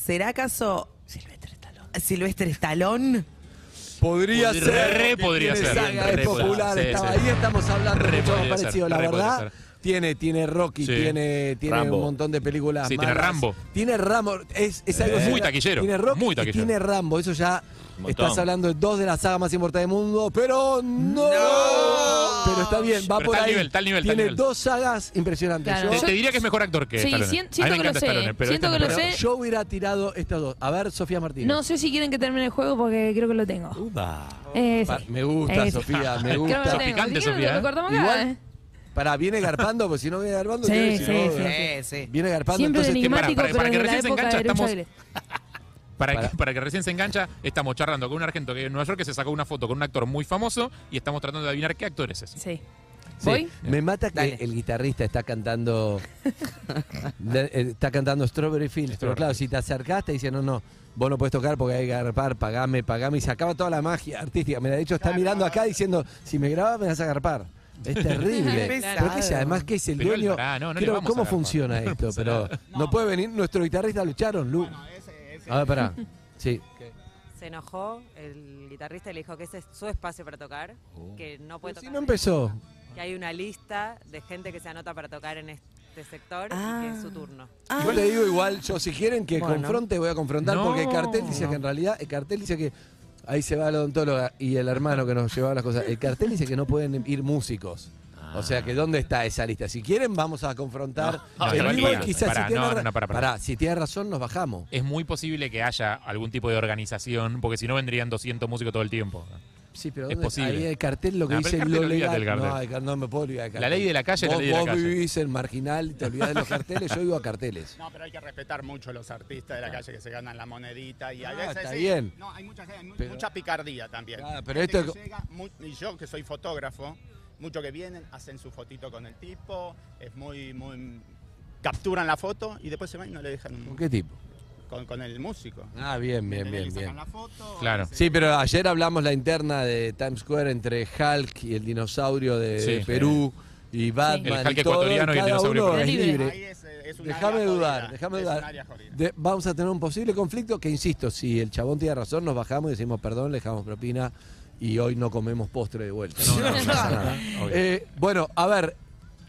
Speaker 8: ¿Será acaso Silvestre Stallone?
Speaker 7: Podría
Speaker 8: Podría-
Speaker 7: ser.
Speaker 8: re podría
Speaker 7: tiene
Speaker 8: ser,
Speaker 7: Saga,
Speaker 8: re
Speaker 7: es
Speaker 8: podría
Speaker 7: popular,
Speaker 8: ser, sí,
Speaker 7: estaba
Speaker 8: sí.
Speaker 7: ahí, estamos hablando de
Speaker 6: Re
Speaker 7: mucho más
Speaker 6: podría ser,
Speaker 7: parecido, la
Speaker 6: re podría
Speaker 7: verdad.
Speaker 6: ser.
Speaker 7: Tiene, tiene Rocky,
Speaker 6: Sí.
Speaker 7: tiene, tiene
Speaker 6: Rambo.
Speaker 7: un montón de películas.
Speaker 6: Sí, tiene
Speaker 7: malas.
Speaker 6: Rambo.
Speaker 7: Tiene Rambo, es, es algo
Speaker 6: Muy
Speaker 7: similar.
Speaker 6: taquillero,
Speaker 7: Tiene Rocky
Speaker 6: muy
Speaker 7: y
Speaker 6: taquillero.
Speaker 7: tiene Rambo, eso ya
Speaker 6: Montón.
Speaker 7: estás hablando de dos de las sagas más importantes del mundo, pero no. Pero está bien, va
Speaker 6: Pero
Speaker 7: por
Speaker 6: está al
Speaker 7: ahí.
Speaker 6: nivel, está al nivel, está al
Speaker 7: tiene
Speaker 6: nivel.
Speaker 7: dos sagas impresionantes.
Speaker 13: Claro.
Speaker 7: Yo-
Speaker 6: Te, te diría que es mejor actor que
Speaker 13: Sí,
Speaker 6: Stallone.
Speaker 13: sien-
Speaker 6: a
Speaker 13: siento
Speaker 6: mí me
Speaker 13: que lo
Speaker 6: encanta
Speaker 13: sé,
Speaker 6: Stallone, pero
Speaker 13: siento
Speaker 6: este
Speaker 13: que
Speaker 6: es
Speaker 13: lo
Speaker 6: mejor.
Speaker 13: sé.
Speaker 7: Yo hubiera tirado estas dos. A ver, Sofía Martínez.
Speaker 13: No sé si quieren que termine el juego porque creo que lo tengo.
Speaker 7: Uh,
Speaker 13: Eh,
Speaker 7: Pa-
Speaker 13: sí.
Speaker 7: Me gusta,
Speaker 13: Eh, sí.
Speaker 7: Sofía,
Speaker 13: Creo
Speaker 7: me
Speaker 13: que lo
Speaker 7: gusta.
Speaker 13: tengo. Si quieren, lo cortamos acá,
Speaker 7: Igual,
Speaker 13: eh.
Speaker 7: Pará, viene garpando, porque si no viene garpando,
Speaker 13: Sí,
Speaker 7: tiene-
Speaker 13: sí,
Speaker 7: si no,
Speaker 13: sí,
Speaker 7: eh,
Speaker 8: sí.
Speaker 7: Viene garpando,
Speaker 13: Siempre
Speaker 7: entonces
Speaker 13: enigmático,
Speaker 6: para- para- para que
Speaker 13: pero desde
Speaker 6: recién se
Speaker 13: la época
Speaker 6: engancha,
Speaker 13: de Lucha
Speaker 6: estamos-
Speaker 13: Libre.
Speaker 6: Para, Que, para que recién se engancha, estamos charlando con un argento que en Nueva York que se sacó una foto con un actor muy famoso y estamos tratando de adivinar qué actor es ese.
Speaker 13: Sí.
Speaker 7: Sí,
Speaker 13: ¿Voy?
Speaker 7: Me mata que el guitarrista está cantando [laughs] de- eh, está cantando Strawberry Fields, pero claro, si te acercaste dice, no, no, vos no puedes tocar porque hay que agarpar, pagame, pagame, y se acaba toda la magia artística. Mira, de hecho está mirando acá diciendo, si me grabas me vas a agarpar. Es terrible.
Speaker 6: Qué
Speaker 7: Pero que es,
Speaker 6: pesado.
Speaker 7: además que es el
Speaker 6: Pero él,
Speaker 7: dueño.
Speaker 6: pará, no, [laughs] no le
Speaker 7: Quiero-
Speaker 6: vamos a
Speaker 7: ¿Cómo
Speaker 6: agarpar.
Speaker 7: funciona esto? Pero no puede venir, nuestro guitarrista lucharon, Lu. A
Speaker 6: [laughs]
Speaker 7: ver, pará. Sí.
Speaker 1: Se enojó el guitarrista y le dijo que ese es su espacio para tocar, que no puede tocar.
Speaker 7: Oh. Si
Speaker 1: este
Speaker 7: no empezó.
Speaker 1: Que hay una lista de gente que se anota para tocar en este sector y que es
Speaker 13: Ah.
Speaker 1: su turno.
Speaker 7: Yo le digo igual, yo si quieren que
Speaker 1: Bueno.
Speaker 7: confronte, voy a confrontar,
Speaker 1: No.
Speaker 7: porque el cartel dice que en realidad, el cartel dice que ahí se va la odontóloga y el hermano que nos llevaba las cosas. El cartel dice que no pueden ir músicos. O sea que dónde está esa lista. Si quieren, vamos a confrontar.
Speaker 6: No, no,
Speaker 7: en
Speaker 6: tranquila,
Speaker 7: vivo y quizás
Speaker 6: pará,
Speaker 7: si tiene
Speaker 6: no, no, no, pará, pará.
Speaker 7: si tiene razón, nos bajamos.
Speaker 6: Es muy posible que haya algún tipo de organización, porque si no vendrían 200 músicos todo el tiempo.
Speaker 7: Sí, pero
Speaker 6: Es
Speaker 7: ¿dónde-
Speaker 6: posible.
Speaker 7: ahí el cartel lo que
Speaker 6: No, pero el
Speaker 7: dice es
Speaker 6: cartel,
Speaker 7: lo
Speaker 6: olvídate
Speaker 7: legal.
Speaker 6: del cartel.
Speaker 7: No, el car- no me puedo olvidar del
Speaker 6: La
Speaker 7: cartel.
Speaker 6: ley de la calle es la
Speaker 7: Vos-
Speaker 6: ley de la
Speaker 7: vos
Speaker 6: calle.
Speaker 7: vivís en marginal, te olvidás de los carteles, yo vivo a carteles.
Speaker 24: No, pero hay que respetar mucho a los artistas de la calle que se ganan la monedita y a
Speaker 7: Ah,
Speaker 24: veces
Speaker 7: está
Speaker 24: sí.
Speaker 7: bien.
Speaker 24: No, hay mucha gente, mu-
Speaker 7: Pero-
Speaker 24: mucha picardía también.
Speaker 7: Claro, pero
Speaker 24: Gente
Speaker 7: esto-
Speaker 24: que llega, mu- y yo que soy fotógrafo, muchos que vienen hacen su fotito con el tipo, es muy muy capturan la foto y después se van y no le dejan un-
Speaker 7: ¿Con qué tipo?
Speaker 24: Con, con el músico.
Speaker 7: Ah, bien, bien,
Speaker 24: ¿Entendés?
Speaker 7: bien,
Speaker 24: Le sacan
Speaker 7: bien.
Speaker 24: la foto,
Speaker 6: Claro.
Speaker 7: Sí, pero ayer hablamos la interna de Times Square entre Hulk y el dinosaurio de
Speaker 6: Sí.
Speaker 7: Perú y Batman.
Speaker 6: El Hulk
Speaker 7: y todo,
Speaker 6: ecuatoriano y el
Speaker 7: cada
Speaker 6: dinosaurio
Speaker 7: uno
Speaker 6: peruano.
Speaker 7: es
Speaker 24: Ahí
Speaker 7: libre.
Speaker 24: es, eh, es un
Speaker 7: Déjame
Speaker 24: área
Speaker 7: dudar,
Speaker 24: jodida,
Speaker 7: déjame
Speaker 24: es un
Speaker 7: dudar.
Speaker 24: área jodida.
Speaker 7: De- vamos a tener un posible conflicto que, insisto, si el chabón tiene razón, nos bajamos y decimos perdón, le dejamos propina y hoy no comemos postre de vuelta.
Speaker 6: No, no, no pasa nada, obvio.
Speaker 7: Eh, bueno, a ver,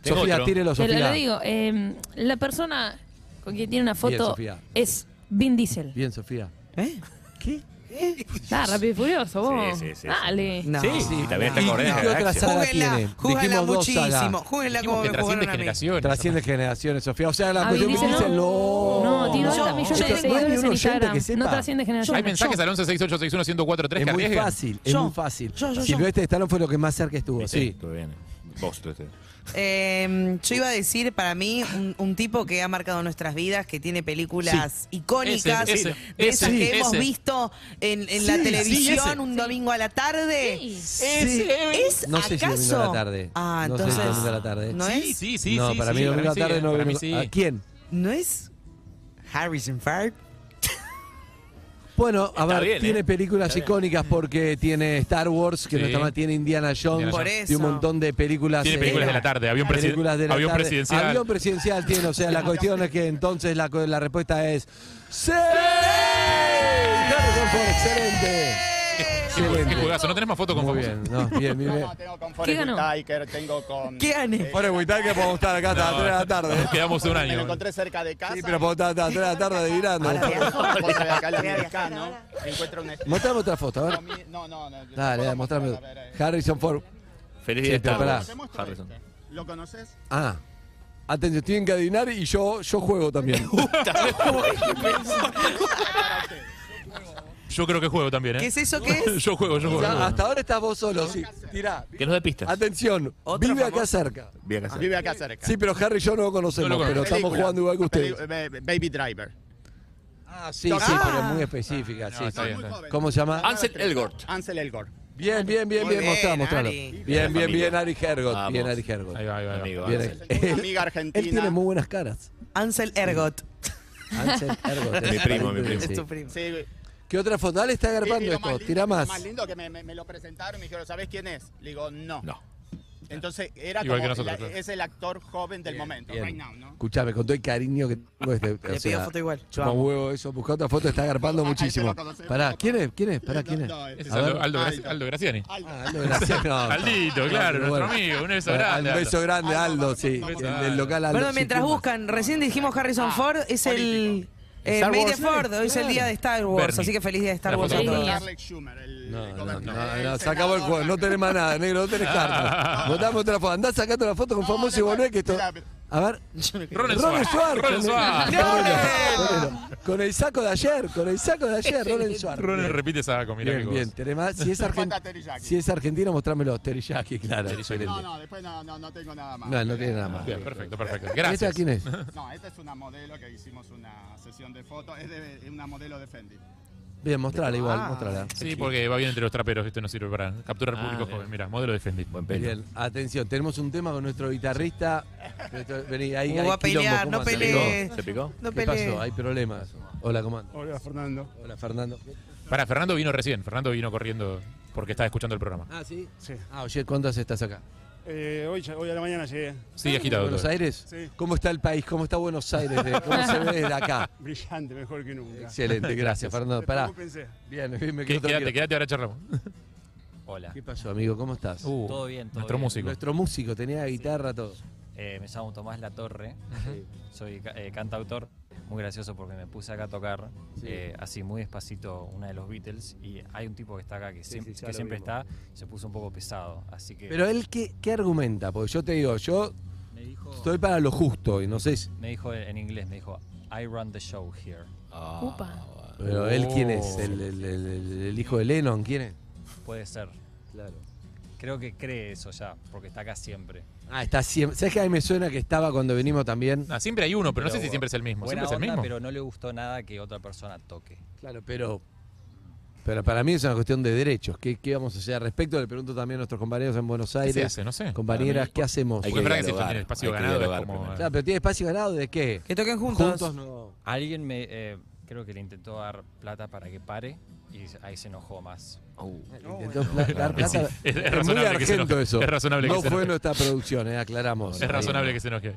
Speaker 6: Tengo
Speaker 7: Sofía,
Speaker 6: otro.
Speaker 7: tírelo,
Speaker 13: Te lo-
Speaker 7: Sofía.
Speaker 13: lo digo, eh, la persona con quien tiene una foto
Speaker 7: Sofía.
Speaker 13: es Vin Diesel.
Speaker 7: Bien, Sofía.
Speaker 11: ¿Eh?
Speaker 13: [laughs] Está rápido y furioso, vos.
Speaker 7: Sí, sí, sí,
Speaker 13: Dale.
Speaker 7: No. Sí, sí,
Speaker 11: también está
Speaker 7: ¿Y-
Speaker 11: con
Speaker 7: y
Speaker 11: Guardianes
Speaker 7: qué
Speaker 11: de la
Speaker 7: otra
Speaker 11: Galaxia.
Speaker 7: saga
Speaker 11: Júguenla,
Speaker 7: tiene?
Speaker 11: júguenla
Speaker 7: Dijimos dos
Speaker 11: muchísimo,
Speaker 7: sagas.
Speaker 11: júguenla Dijimos como que me trasciende jugaron a mí. generaciones.
Speaker 7: Trasciende generaciones, Sofía. O sea, la
Speaker 13: Ah,
Speaker 7: cuestión
Speaker 13: Vin
Speaker 7: que
Speaker 13: Diesel
Speaker 7: dicen, no.
Speaker 13: No, tiene 80 millones de
Speaker 7: Chicos, no hay
Speaker 13: seguidores
Speaker 7: ni
Speaker 13: en
Speaker 7: un oyente
Speaker 13: Instagram.
Speaker 7: que
Speaker 13: No
Speaker 7: sepa.
Speaker 13: trasciende generaciones.
Speaker 6: Hay mensajes al 1168611043
Speaker 7: Es
Speaker 6: que
Speaker 7: muy
Speaker 6: arriesgan.
Speaker 7: fácil, es muy fácil.
Speaker 8: yo, yo.
Speaker 7: Silvestre Stallone fue lo que más cerca estuvo, sí.
Speaker 11: bien. Vos, tú, este.
Speaker 8: Eh, yo iba a decir, para mí, un, un tipo que ha marcado nuestras vidas, que tiene películas icónicas,
Speaker 6: Ese, ese,
Speaker 8: de esas
Speaker 6: ese,
Speaker 8: que
Speaker 6: ese.
Speaker 8: hemos visto en, en la
Speaker 6: Sí,
Speaker 8: televisión
Speaker 6: sí, ese.
Speaker 8: un domingo a la tarde.
Speaker 6: Ese.
Speaker 8: ¿Es
Speaker 7: No sé si
Speaker 8: acaso?
Speaker 7: domingo a la tarde.
Speaker 8: Ah,
Speaker 7: no
Speaker 8: entonces.
Speaker 7: sé si domingo a la tarde.
Speaker 8: ¿No es?
Speaker 6: Sí, sí,
Speaker 7: No,
Speaker 6: sí,
Speaker 7: para
Speaker 6: sí,
Speaker 7: mí domingo a la
Speaker 6: sí,
Speaker 7: tarde no Ah,
Speaker 6: para mí
Speaker 7: vengo-
Speaker 6: sí.
Speaker 7: ¿A quién?
Speaker 8: ¿No es Harrison Ford?
Speaker 7: Bueno, a
Speaker 8: Está
Speaker 7: ver,
Speaker 8: bien,
Speaker 7: tiene
Speaker 8: ¿eh?
Speaker 7: películas
Speaker 8: Está bien.
Speaker 7: icónicas porque tiene Star Wars, que no
Speaker 6: Sí.
Speaker 7: está mal, tiene Indiana Jones,
Speaker 6: Por
Speaker 7: tiene un montón de películas. eh,
Speaker 6: Tiene películas de la tarde, avión presi-
Speaker 7: películas de la
Speaker 6: avión
Speaker 7: tarde.
Speaker 6: presidencial.
Speaker 7: Avión presidencial tiene, o sea, la cuestión es que entonces la, co- la respuesta es... ¡Sí! Harry Confort, excelente.
Speaker 6: Qué jue- qué juegazo. ¿No tenés más fotos con
Speaker 7: Muy
Speaker 6: Fox?
Speaker 7: bien, no, bien, bien. bien.
Speaker 6: ¿Qué ganó?
Speaker 24: Whitaker, tengo
Speaker 7: [laughs]
Speaker 24: con...
Speaker 7: ¿Qué gané? Bueno, Whitaker podemos estar acá hasta
Speaker 6: No,
Speaker 7: las 3 de la tarde.
Speaker 6: quedamos un
Speaker 24: Me lo
Speaker 6: año.
Speaker 24: encontré cerca de casa.
Speaker 7: Sí, pero podemos estar hasta las 3 de la tarde delirando.
Speaker 24: Cosa de acá, el americano. Encuentra un...
Speaker 7: Mostrame otra foto, a ver.
Speaker 24: No, no, no.
Speaker 7: Dale, dale, mostrame. Harrison Ford.
Speaker 11: Feliz
Speaker 7: Sí,
Speaker 11: día de
Speaker 7: pero
Speaker 11: Star
Speaker 7: pará.
Speaker 11: Wars, Harrison.
Speaker 24: ¿Lo
Speaker 7: [laughs]
Speaker 24: conoces?
Speaker 7: Ah. Atención, tienen que adivinar y yo, yo juego [laughs] también.
Speaker 6: Yo creo que juego también, ¿eh?
Speaker 7: ¿Qué es eso?
Speaker 6: [laughs]
Speaker 7: ¿Qué es?
Speaker 6: yo juego, yo
Speaker 7: O
Speaker 6: juego.
Speaker 7: sea, hasta ahora estás vos solo. Sí. Tirá.
Speaker 11: Que nos dé pistas.
Speaker 7: Atención, vive acá cerca.
Speaker 11: Bien,
Speaker 24: Ah, Vive acá cerca.
Speaker 7: Sí, pero Harry y yo no lo conocemos,
Speaker 24: No lo
Speaker 7: pero
Speaker 24: conozco.
Speaker 7: estamos
Speaker 24: Película.
Speaker 7: jugando igual que ustedes.
Speaker 24: Peli- eh, Baby Driver.
Speaker 7: Ah, sí, sí, pero es muy específica. sí,
Speaker 24: está
Speaker 7: sí.
Speaker 24: bien, está bien.
Speaker 7: ¿Cómo se llama?
Speaker 24: Ansel Elgort. Ah, Ansel Elgort.
Speaker 7: Bien, bien, bien,
Speaker 24: Muy
Speaker 7: bien,
Speaker 24: bien,
Speaker 7: mostrá, mostralo.
Speaker 24: Ari.
Speaker 7: Bien, bien, bien,
Speaker 24: Familia.
Speaker 7: Ari Hergot.
Speaker 24: Vamos.
Speaker 7: Bien, Ari Hergot. Ahí va, ahí va.
Speaker 24: Una amiga
Speaker 7: Él tiene
Speaker 24: argentina.
Speaker 7: muy buenas caras.
Speaker 8: Ansel Ergot.
Speaker 7: Ansel
Speaker 6: [laughs]
Speaker 7: Ergot.
Speaker 11: Mi
Speaker 7: es
Speaker 11: primo, mi
Speaker 7: pariente
Speaker 11: primo.
Speaker 7: de- sí.
Speaker 11: Es
Speaker 24: tu primo. Sí, güey.
Speaker 7: ¿Qué otra foto? Dale, está
Speaker 24: Y
Speaker 7: agarpando
Speaker 24: lo
Speaker 7: esto.
Speaker 24: lindo-
Speaker 7: Tira más.
Speaker 24: Más lindo que me, me- me lo presentaron y me dijeron, ¿sabés quién es? Le digo, no.
Speaker 11: No.
Speaker 24: Entonces, era
Speaker 7: Igual
Speaker 24: como,
Speaker 7: que nosotros,
Speaker 24: la-
Speaker 7: claro.
Speaker 24: es el actor joven del momento, right now,
Speaker 7: ¿eh?
Speaker 24: ¿no?
Speaker 7: Escuchame, con todo el cariño que tengo este.
Speaker 24: pido foto igual, yo
Speaker 7: Como
Speaker 24: amo.
Speaker 7: huevo eso, busca otra foto, está agarpando muchísimo. Pará, ¿quién es? ¿Quién es? Pará, ¿quién es?
Speaker 6: Es
Speaker 7: A ver.
Speaker 6: Aldo, Aldo, Graci- Aldo Graciani.
Speaker 7: Ah, Aldo
Speaker 6: [laughs]
Speaker 7: Graciani, no, no.
Speaker 6: Aldito, claro, nuestro
Speaker 7: Pero bueno.
Speaker 6: amigo. Un beso
Speaker 7: Ah,
Speaker 6: grande.
Speaker 7: Un
Speaker 6: Aldo.
Speaker 7: beso grande, Aldo, sí. El, el local Aldo.
Speaker 8: Perdón,
Speaker 7: sí,
Speaker 8: mientras
Speaker 7: Cuba.
Speaker 8: buscan,
Speaker 6: ah,
Speaker 8: recién dijimos Harrison Ford, es el. Eh,
Speaker 7: Star
Speaker 8: May
Speaker 7: Wars,
Speaker 8: the Fourth,
Speaker 7: sí,
Speaker 8: hoy es el
Speaker 7: claro.
Speaker 8: día de Star Wars,
Speaker 7: Bernie.
Speaker 8: así que feliz día de Star
Speaker 7: La
Speaker 8: Wars a
Speaker 7: foto con
Speaker 8: todos.
Speaker 24: Alex Schumer, el
Speaker 7: No, no, no,
Speaker 24: gobernador.
Speaker 7: no,
Speaker 24: El
Speaker 7: se acabó el juego, no tenés más nada, negro, no tenés carta. Votamos otra foto, andá sacate una foto con famoso y volvé que esto. A ver,
Speaker 6: Ronald
Speaker 7: Ronald
Speaker 6: Suárez.
Speaker 7: Suárez. con el-
Speaker 6: Ronald
Speaker 7: Ronald, Ronald, Con el saco de ayer, con el saco de ayer, Ronald Suárez.
Speaker 6: Ronald repite esa comida.
Speaker 7: Bien, bien, tenés más. Si es, argen- si es argentino, mostrámelo. Teriyaki, claro. excelente.
Speaker 24: No, no, después no, no, no tengo nada más.
Speaker 7: No, no tiene nada más.
Speaker 6: Bien, perfecto, perfecto.
Speaker 7: ¿Y
Speaker 6: Gracias.
Speaker 7: ¿Esta quién es?
Speaker 24: No, esta es una modelo que hicimos una sesión de fotos. Es de es una modelo de Fendi.
Speaker 7: Bien, mostrala igual, mostrala.
Speaker 6: Sí, porque va bien entre los traperos. Esto no sirve para capturar
Speaker 7: Ah,
Speaker 6: público
Speaker 7: bien.
Speaker 6: joven. Mira, modelo de Fendi. Buen
Speaker 7: Bien, atención, tenemos un tema con nuestro guitarrista. Nuestro- Vení, ahí,
Speaker 8: Uh,
Speaker 7: hay
Speaker 8: va a pelear,
Speaker 7: quilombo, ¿cómo
Speaker 8: no
Speaker 7: hace?
Speaker 8: pelee.
Speaker 7: ¿Se
Speaker 8: ¿Se
Speaker 7: picó?
Speaker 8: picó? No
Speaker 7: ¿Qué
Speaker 8: pelee.
Speaker 7: pasó? Hay problemas. Hola, ¿cómo andas?
Speaker 24: Hola, Fernando.
Speaker 7: Hola, Fernando.
Speaker 6: Para, Fernando vino recién. Fernando vino corriendo porque estaba escuchando el programa.
Speaker 7: Ah, sí. Ah, oye, ¿cuánto hace estás acá?
Speaker 24: Eh, hoy, hoy a la mañana llegué.
Speaker 6: Sí, agitado.
Speaker 7: ¿Buenos
Speaker 6: todo.
Speaker 7: Aires? ¿Cómo está el país? ¿Cómo está Buenos Aires? De- ¿Cómo se ve desde acá?
Speaker 24: Brillante, mejor que nunca.
Speaker 7: Excelente, gracias, Fernando. Pará. Bien, bien, me
Speaker 6: Qué-
Speaker 7: quedo
Speaker 6: Quédate,
Speaker 7: tranquilo.
Speaker 6: quédate, ahora
Speaker 7: [laughs]
Speaker 6: charlamos.
Speaker 10: Hola.
Speaker 7: ¿Qué pasó, amigo? ¿Cómo estás?
Speaker 10: Uh, Todo bien, todo
Speaker 6: nuestro
Speaker 10: bien.
Speaker 6: músico.
Speaker 7: Nuestro músico, tenía guitarra, todo.
Speaker 10: Eh, me llamo Tomás Latorre, eh, soy ca- eh, cantautor. Muy gracioso porque me puse acá a tocar eh, así muy despacito una de los Beatles y hay un tipo que está acá que,
Speaker 7: Sí,
Speaker 10: siem-
Speaker 7: sí, ya
Speaker 10: que
Speaker 7: lo
Speaker 10: siempre
Speaker 7: vimos.
Speaker 10: está, se puso un poco pesado, así que
Speaker 7: Pero él, ¿qué, qué argumenta? Porque yo te digo, yo
Speaker 10: me dijo,
Speaker 7: estoy para lo justo y no sé si...
Speaker 10: me dijo en inglés, me dijo, I run the show here.
Speaker 7: Ah.
Speaker 13: Upa.
Speaker 7: Pero él, ¿quién
Speaker 6: Oh.
Speaker 7: es? ¿El, el- el- el- el hijo de Lennon? ¿Quién es?
Speaker 10: Puede ser. Claro. Creo que cree eso ya, porque está acá siempre.
Speaker 7: Ah, está siempre... ¿Sabes que a mí me suena que estaba cuando venimos también?
Speaker 6: Ah, siempre hay uno, pero no sé si siempre es el mismo.
Speaker 10: Buena
Speaker 6: ¿Siempre es el
Speaker 10: onda,
Speaker 6: mismo?
Speaker 10: pero no le gustó nada que otra persona toque.
Speaker 7: Claro, pero... Pero para mí es una cuestión de derechos. ¿Qué, qué vamos a hacer al respecto? Le pregunto también a nuestros compañeros en Buenos Aires.
Speaker 6: hace? No sé.
Speaker 7: Compañeras,
Speaker 6: Para mí-
Speaker 7: ¿qué hacemos?
Speaker 6: Porque es verdad que si tiene espacio ganado es como...
Speaker 7: Claro, pero tiene espacio ganado de qué?
Speaker 8: Que toquen
Speaker 7: Juntos no.
Speaker 10: Alguien me eh, creo que le intentó dar plata para que pare y ahí se enojó más.
Speaker 7: Intentó pla-
Speaker 6: [laughs]
Speaker 7: dar
Speaker 6: Es-
Speaker 7: plata.
Speaker 6: es- es
Speaker 7: muy
Speaker 6: razonable que se
Speaker 7: argento
Speaker 6: enoje.
Speaker 7: eso.
Speaker 6: Es razonable que
Speaker 7: no
Speaker 6: se
Speaker 7: fue
Speaker 6: enoje.
Speaker 7: nuestra producción, eh, aclaramos.
Speaker 6: Es razonable que se enoje.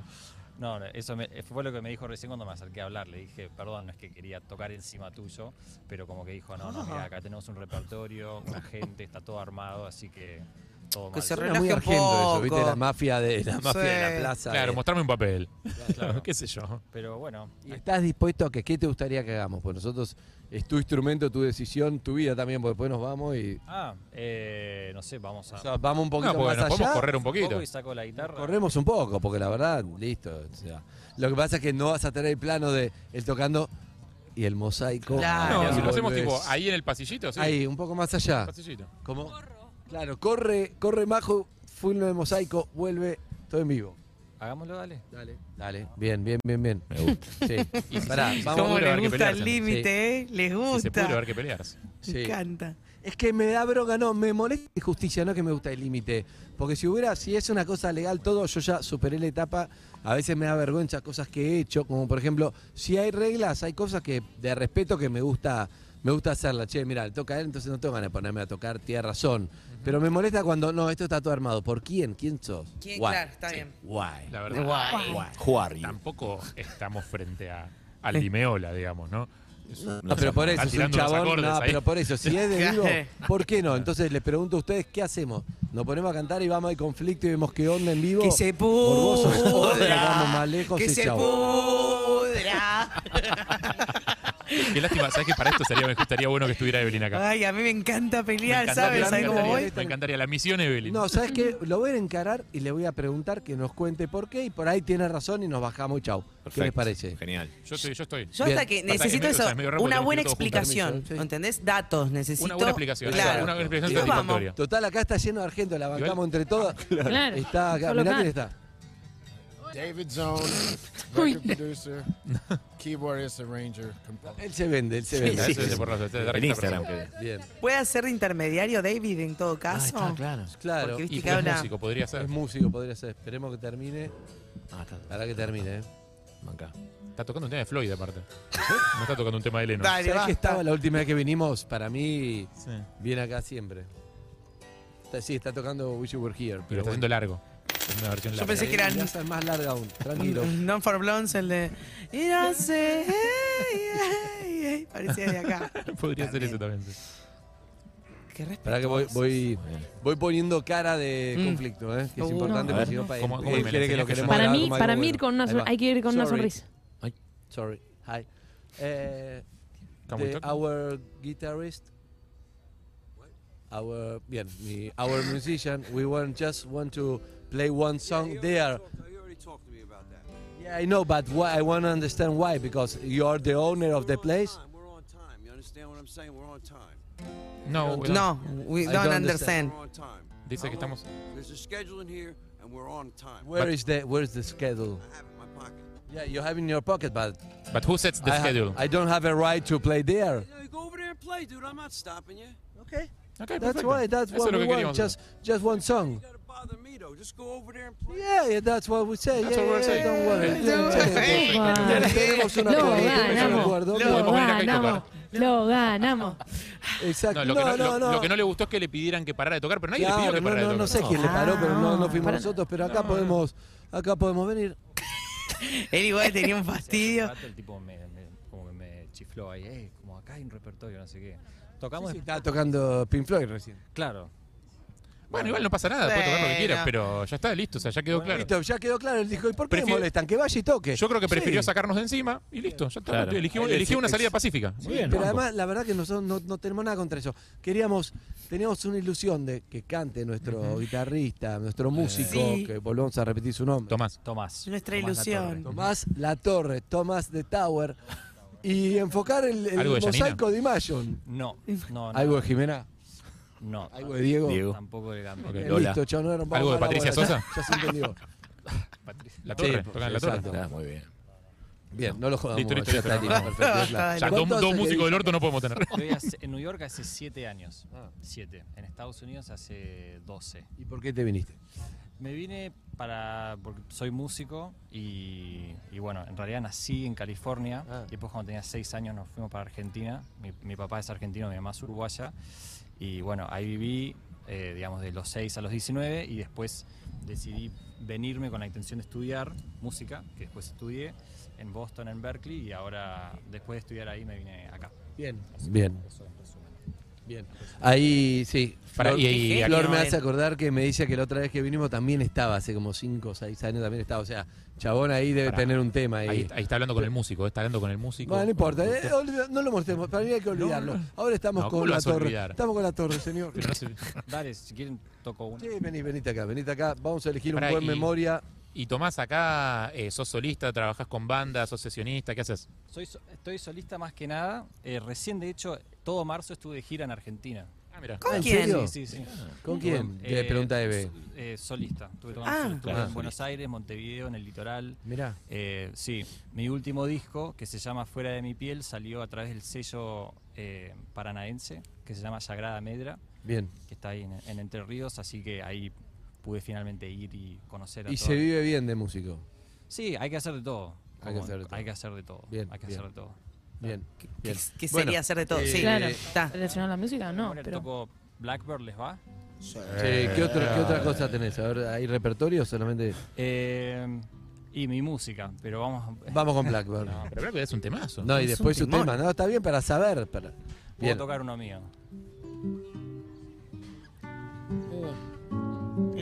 Speaker 10: No, no, eso me- eh, fue lo que me dijo recién cuando me acerqué a hablar. Le dije, perdón, no es que quería tocar encima tuyo, pero como que dijo, no, no, mira, acá tenemos un repertorio, una gente, está todo armado, así que todo
Speaker 8: Que
Speaker 10: mal.
Speaker 8: se
Speaker 7: Era muy
Speaker 8: relaje
Speaker 7: argento eso, ¿viste?
Speaker 8: poco.
Speaker 7: La mafia de la, mafia de la
Speaker 8: Sí.
Speaker 7: plaza.
Speaker 6: Claro,
Speaker 7: de-
Speaker 6: mostrarme un papel. [laughs]
Speaker 10: Claro.
Speaker 6: ¿Qué sé yo?
Speaker 10: Pero bueno,
Speaker 7: ¿Y estás dispuesto a que qué te gustaría que hagamos? Pues nosotros es tu instrumento, tu decisión, tu vida también, porque después nos vamos y.
Speaker 10: ah, eh, no sé, vamos a...
Speaker 7: O sea, vamos un poquito
Speaker 6: No, porque
Speaker 7: más
Speaker 6: Ah, nos podemos
Speaker 7: allá.
Speaker 6: correr un poquito.
Speaker 10: y saco la guitarra.
Speaker 7: Corremos un poco, porque la verdad, listo. o sea, lo que pasa es que no vas a tener el plano de él tocando y el mosaico.
Speaker 6: No,
Speaker 7: y
Speaker 6: si lo hacemos
Speaker 7: volvés.
Speaker 6: tipo ahí en el pasillito, ¿sí?
Speaker 7: Ahí, un poco más allá.
Speaker 6: Pasillito.
Speaker 7: ¿Cómo? Claro, corre, corre Majo, full de mosaico, vuelve, todo en vivo.
Speaker 10: Hagámoslo, dale.
Speaker 7: Dale. Dale, bien, bien, bien, bien. Me gusta. Sí.
Speaker 6: Y si
Speaker 7: Pará,
Speaker 6: se
Speaker 7: vamos
Speaker 6: pudo,
Speaker 8: Como
Speaker 6: habrá
Speaker 8: les
Speaker 6: que
Speaker 8: gusta
Speaker 6: pelearse,
Speaker 8: el
Speaker 6: ¿no?
Speaker 8: límite, ¿eh? Les
Speaker 6: Si se
Speaker 8: gusta.
Speaker 6: pudo, haber que pelearse.
Speaker 8: Me
Speaker 7: Sí.
Speaker 8: encanta.
Speaker 7: Es que me da bronca, no, me molesta la justicia, no que me gusta el límite. Porque si hubiera, si es una cosa legal todo, yo ya superé la etapa. A veces me da vergüenza cosas que he hecho, como por ejemplo, si hay reglas, hay cosas que de respeto que me gusta, me gusta hacerla. Che, mira, le toca a él, entonces no tengo ganas de ponerme a tocar, tiene razón. Pero me molesta cuando, no, esto está todo armado. ¿Por quién? ¿Quién sos?
Speaker 8: ¿Quién?
Speaker 7: Guay.
Speaker 8: Claro, está bien.
Speaker 7: Guay.
Speaker 6: La verdad.
Speaker 8: Guay.
Speaker 6: Guay.
Speaker 7: Juario.
Speaker 6: Tampoco estamos frente a, a Limeola, digamos, ¿no?
Speaker 7: No, pero por eso, es un chabón. No, pero por eso, si
Speaker 6: [laughs]
Speaker 8: [laughs]
Speaker 7: es de vivo, ¿por qué no? Entonces les pregunto a ustedes, ¿qué hacemos? ¿Nos ponemos a cantar y vamos al conflicto y vemos qué onda en vivo?
Speaker 8: Que se
Speaker 7: Orgulloso, joder,
Speaker 8: pudra,
Speaker 7: Vamos más lejos
Speaker 8: que
Speaker 7: y
Speaker 8: se
Speaker 7: chau.
Speaker 8: pudra.
Speaker 6: Qué lástima, ¿sabes que para esto sería, estaría bueno que estuviera Evelyn
Speaker 8: [laughs]
Speaker 6: acá?
Speaker 8: Ay, a mí me encanta pelear,
Speaker 6: encantaría,
Speaker 8: ¿sabes?
Speaker 6: me
Speaker 8: ¿Sabes cómo
Speaker 6: encantaría,
Speaker 8: voy?
Speaker 6: me encantaría. La misión Evelyn.
Speaker 7: No, ¿sabes qué? Lo voy a encarar y le voy a preguntar que nos cuente por qué y por ahí tiene razón y nos bajamos y chau. ¿Qué les parece?
Speaker 11: Genial.
Speaker 6: Yo estoy, yo estoy.
Speaker 8: Yo hasta que necesito eso, una buena explicación, ¿entendés? Datos, necesito.
Speaker 6: buena explicación,
Speaker 8: Claro.
Speaker 6: una buena explicación
Speaker 8: Nos vamos.
Speaker 6: satisfactoria.
Speaker 7: Total, acá está lleno de argento, la bancamos entre [laughs] todas.
Speaker 18: Claro.
Speaker 7: Está acá,
Speaker 18: Solo
Speaker 7: mirá
Speaker 18: acá.
Speaker 7: quién está.
Speaker 18: David
Speaker 7: [laughs]
Speaker 18: Zone, record producer, keyboardist, arranger, composer.
Speaker 7: Él se vende, él se
Speaker 18: Sí,
Speaker 7: vende.
Speaker 18: sí,
Speaker 6: Ah,
Speaker 7: Eso
Speaker 18: sí.
Speaker 7: es por
Speaker 6: razón,
Speaker 7: eso,
Speaker 6: eso es
Speaker 7: es de
Speaker 6: de
Speaker 7: revista,
Speaker 6: Instagram.
Speaker 7: pero- Bien.
Speaker 8: ¿Puede hacer de intermediario David en todo caso?
Speaker 7: Ah, está, claro. Claro.
Speaker 8: Porque viste
Speaker 7: Y
Speaker 8: que
Speaker 7: pues
Speaker 8: habla.
Speaker 6: músico, podría ser. Ah,
Speaker 7: Es músico, podría ser. Esperemos que termine. Ahora que termine, ¿eh?
Speaker 6: Manca. Está tocando un tema de Floyd aparte. No está tocando un tema de Lennon.
Speaker 7: ¿Sabés que estaba la última vez que vinimos? Para mí,
Speaker 6: Sí.
Speaker 7: viene acá siempre. Está- sí, está tocando Wish You Were Here.
Speaker 6: Pero
Speaker 7: Pero
Speaker 6: está
Speaker 7: bueno.
Speaker 6: haciendo largo. Es una versión
Speaker 8: Yo
Speaker 6: larga.
Speaker 8: pensé que eran.
Speaker 7: Ya está más larga aún,
Speaker 8: [laughs]
Speaker 7: tranquilo.
Speaker 8: Non for Blondes, el de. "Y no sé, hey, hey, hey", Parecía de acá.
Speaker 6: [laughs] Podría ser eso también. sí.
Speaker 7: Pará que voy, voy, voy poniendo cara de
Speaker 6: Mm.
Speaker 7: conflicto, ¿eh? Que es
Speaker 6: Uh,
Speaker 7: importante
Speaker 6: no.
Speaker 7: porque si
Speaker 6: A ver.
Speaker 7: no, pa-
Speaker 6: ¿Cómo-
Speaker 7: él
Speaker 6: cómo me la
Speaker 7: quiere que lo
Speaker 6: enseñaste?
Speaker 7: queremos
Speaker 13: Para
Speaker 7: grabar
Speaker 13: mí-
Speaker 7: como
Speaker 13: para
Speaker 7: algo
Speaker 13: mí ir con una
Speaker 7: Ahí
Speaker 13: sor-
Speaker 7: va.
Speaker 13: hay que ir con una sonrisa.
Speaker 7: Ay, sorry. Hi. Eh,
Speaker 6: Can we
Speaker 7: the-
Speaker 6: talk?
Speaker 7: our guitarist. Our bien, mi- our musician. We want just want to play one song there. Yeah, I know, but why, I want to understand why because you are the owner of the place.
Speaker 25: You understand what I'm saying? We're on time.
Speaker 6: No, we
Speaker 8: No, we
Speaker 7: I
Speaker 8: don't
Speaker 25: We're
Speaker 8: understand.
Speaker 25: on time.
Speaker 6: Dice que estamos.
Speaker 25: There's a schedule in here, and we're on time.
Speaker 7: Where is the Where is the schedule?
Speaker 25: I have it in my pocket.
Speaker 7: Yeah, you have in your pocket, but
Speaker 6: But who sets the
Speaker 7: I ha-
Speaker 6: schedule?
Speaker 7: I don't have a right to play there.
Speaker 25: No, you go over there and play, dude. I'm not stopping you.
Speaker 7: Okay.
Speaker 6: Okay,
Speaker 7: that's
Speaker 6: perfecto.
Speaker 7: why. That's
Speaker 6: Eso es
Speaker 7: what
Speaker 6: lo
Speaker 7: we
Speaker 6: que
Speaker 7: want.
Speaker 6: queríamos.
Speaker 7: Just just one song.
Speaker 25: Bother me though. Just go over there and
Speaker 7: Yeah, yeah, that's what we say.
Speaker 25: That's
Speaker 7: yeah,
Speaker 25: what we're
Speaker 7: yeah,
Speaker 25: saying.
Speaker 7: Don't worry.
Speaker 25: Yeah,
Speaker 7: Don't
Speaker 25: yeah,
Speaker 7: worry.
Speaker 25: yeah.
Speaker 7: Ya le [laughs] tenemos un
Speaker 13: Lo
Speaker 7: acuerdo, tenemos un
Speaker 13: ganamos.
Speaker 7: acuerdo.
Speaker 6: Lo
Speaker 7: Bueno,
Speaker 13: Lo
Speaker 6: poner acá y
Speaker 13: ganamos. Lo ganamos.
Speaker 7: Exacto.
Speaker 6: No, lo, que no, lo- lo que no le gustó es que le pidieran que parara de tocar, pero nadie
Speaker 7: Claro,
Speaker 6: le pidió que
Speaker 7: no,
Speaker 6: parara de
Speaker 7: no,
Speaker 6: tocar.
Speaker 7: no sé quién
Speaker 8: Ah.
Speaker 7: le paró, pero no, no fuimos
Speaker 6: para-
Speaker 7: nosotros. Pero acá podemos, acá podemos venir.
Speaker 8: [laughs] Él igual tenía
Speaker 10: [laughs]
Speaker 8: un
Speaker 10: Hace
Speaker 8: fastidio.
Speaker 10: rato El tipo me, me- como que me chifló ahí, eh, como acá hay un repertorio, no sé qué. Tocamos
Speaker 7: Sí, sí,
Speaker 10: después-
Speaker 7: estaba tocando Pink Floyd recién.
Speaker 10: Claro.
Speaker 6: Bueno, igual no pasa nada, puede tocar lo que quiera,
Speaker 7: Bueno.
Speaker 6: pero ya está, listo, o sea, ya quedó claro.
Speaker 7: Listo, ya quedó claro. Él dijo, ¿y por qué me
Speaker 6: Prefiero-
Speaker 7: molestan? Que vaya y toque.
Speaker 6: Yo creo que prefirió
Speaker 7: Sí.
Speaker 6: sacarnos de encima y listo, ya está.
Speaker 11: Claro.
Speaker 6: Eligió,
Speaker 11: Ahí
Speaker 6: eligió una
Speaker 11: decís-
Speaker 6: salida pacífica.
Speaker 7: Sí,
Speaker 6: Muy bien,
Speaker 7: pero
Speaker 6: banco.
Speaker 7: además, la verdad que nosotros no, no tenemos nada contra eso. Queríamos, teníamos una ilusión de que cante nuestro guitarrista, nuestro músico,
Speaker 8: Sí.
Speaker 7: que volvemos a repetir su nombre.
Speaker 6: Tomás.
Speaker 10: Tomás.
Speaker 8: Nuestra ilusión.
Speaker 7: Tomás La Torre, Tomás de Tower. Y enfocar el, el
Speaker 10: ¿Algo de Janina?
Speaker 7: mosaico de Imagine.
Speaker 10: No, no, no.
Speaker 7: ¿Algo de Jimena?
Speaker 10: No.
Speaker 7: ¿Algo de Diego? Diego.
Speaker 10: Tampoco de Gambino.
Speaker 7: Eh, Listo, chao, no era- vamos
Speaker 6: ¿Algo de
Speaker 7: a la
Speaker 6: Patricia
Speaker 7: bola, ya-
Speaker 6: Sosa?
Speaker 7: Ya, se entendió.
Speaker 6: La torre,
Speaker 7: Sí,
Speaker 6: tocan la torre.
Speaker 7: exacto.
Speaker 11: Ah, muy bien.
Speaker 7: Bien, no lo jodamos.
Speaker 6: Listo, listo,
Speaker 7: ya
Speaker 6: listo,
Speaker 7: está,
Speaker 6: listo,
Speaker 7: listo,
Speaker 6: listo.
Speaker 7: [laughs] perfecto, es
Speaker 6: Ya,
Speaker 7: la-
Speaker 6: dos,
Speaker 7: ¿Cuántos
Speaker 6: dos
Speaker 7: hace que
Speaker 6: músicos del
Speaker 7: dice?
Speaker 6: orto no podemos tener.
Speaker 10: Yo viví hace- en New York hace 7 años. 7. En Estados Unidos hace 12.
Speaker 7: Ah. ¿Y por qué te viniste?
Speaker 10: Me vine para. porque soy músico y, y bueno, en realidad nací en California.
Speaker 7: Ah.
Speaker 10: Y después, cuando tenía 6 años, nos fuimos para Argentina. Mi, mi papá es argentino, mi mamá es uruguaya. Y bueno, ahí viví, eh, digamos, de los 6 a los 19. Y después decidí venirme con la intención de estudiar música, que después estudié en Boston, en Berkeley. Y ahora, después de estudiar ahí, me vine acá.
Speaker 7: Bien.
Speaker 10: Así que
Speaker 7: Bien.
Speaker 10: eso en resumen.
Speaker 7: Bien. Ahí, sí.
Speaker 6: Pará,
Speaker 7: Flor,
Speaker 6: y- y-
Speaker 7: Flor
Speaker 6: aquí-
Speaker 7: me
Speaker 6: no,
Speaker 7: hace
Speaker 6: él-
Speaker 7: acordar que me dice que la otra vez que vinimos también estaba, hace como 5 o 6 años también estaba. O sea, Chabón ahí debe
Speaker 6: Pará.
Speaker 7: tener un tema. Ahí.
Speaker 6: Ahí, ahí está hablando con el músico, eh, está hablando con el músico.
Speaker 7: Bueno, no importa, eh, olvida- no lo mostremos, para mí hay que olvidarlo. Ahora estamos
Speaker 6: No, ¿cómo
Speaker 7: con
Speaker 6: lo
Speaker 7: la
Speaker 6: vas a
Speaker 7: torre.
Speaker 6: olvidar?
Speaker 7: Estamos con la torre, señor.
Speaker 6: Pero no se-
Speaker 10: Dale, si quieren, toco una.
Speaker 7: Sí, vení, venite acá, venite acá. Vamos a elegir
Speaker 6: Pará,
Speaker 7: un buen
Speaker 6: y-
Speaker 7: memoria.
Speaker 6: Y Tomás, acá eh, sos solista, trabajás con bandas, sos sesionista, ¿qué haces?
Speaker 10: Soy, so- estoy solista más que nada. Eh, recién, de hecho, todo marzo estuve de gira en Argentina.
Speaker 6: Ah, mira.
Speaker 8: ¿Con
Speaker 7: Ah, ¿en
Speaker 8: quién?
Speaker 7: serio?
Speaker 10: Sí, sí, sí.
Speaker 7: ¿Con quién? Le pregunta Eve.
Speaker 10: so- eh, solista. Estuve tocando
Speaker 7: Ah.
Speaker 10: solo. Estuve
Speaker 7: Ah,
Speaker 10: en Buenos
Speaker 7: solista.
Speaker 10: Aires, Montevideo, en el litoral.
Speaker 7: Mirá.
Speaker 10: Eh, sí, mi último disco, que se llama Fuera de mi piel, salió a través del sello eh, paranaense, que se llama Sagrada Medra,
Speaker 7: Bien.
Speaker 10: que está ahí en, en Entre Ríos. Así que ahí pude finalmente ir y conocer a
Speaker 7: Y
Speaker 10: toda
Speaker 7: se
Speaker 10: la-
Speaker 7: vive bien de músico.
Speaker 10: Sí, hay que hacer de todo.
Speaker 7: Hay que
Speaker 10: Como-
Speaker 7: hacer de todo.
Speaker 10: Hay que hacer de todo.
Speaker 7: Bien,
Speaker 10: Hay que
Speaker 7: bien.
Speaker 10: hacer de todo.
Speaker 7: Bien. bien.
Speaker 8: ¿Qué
Speaker 7: Bueno,
Speaker 8: sería hacer de todo?
Speaker 10: eh,
Speaker 6: eh,
Speaker 8: Sí,
Speaker 13: Claro.
Speaker 8: está.
Speaker 13: ¿Relacionado a la música? No,
Speaker 10: Bueno,
Speaker 13: pero...
Speaker 10: toco Blackbird, ¿les va? Eh,
Speaker 7: Eh, sí, ¿qué, otro- qué otra cosa tenés? A ver, ¿hay repertorio o solamente?
Speaker 10: Eh, Y mi música, pero vamos.
Speaker 7: Vamos con Blackbird.
Speaker 10: No,
Speaker 6: pero Blackbird es un temazo.
Speaker 7: No,
Speaker 10: Es
Speaker 7: y
Speaker 10: un
Speaker 7: después su
Speaker 10: timón.
Speaker 7: tema. No, está bien para saber. Para...
Speaker 10: Puedo
Speaker 7: Bien.
Speaker 10: tocar uno mío.
Speaker 8: Qué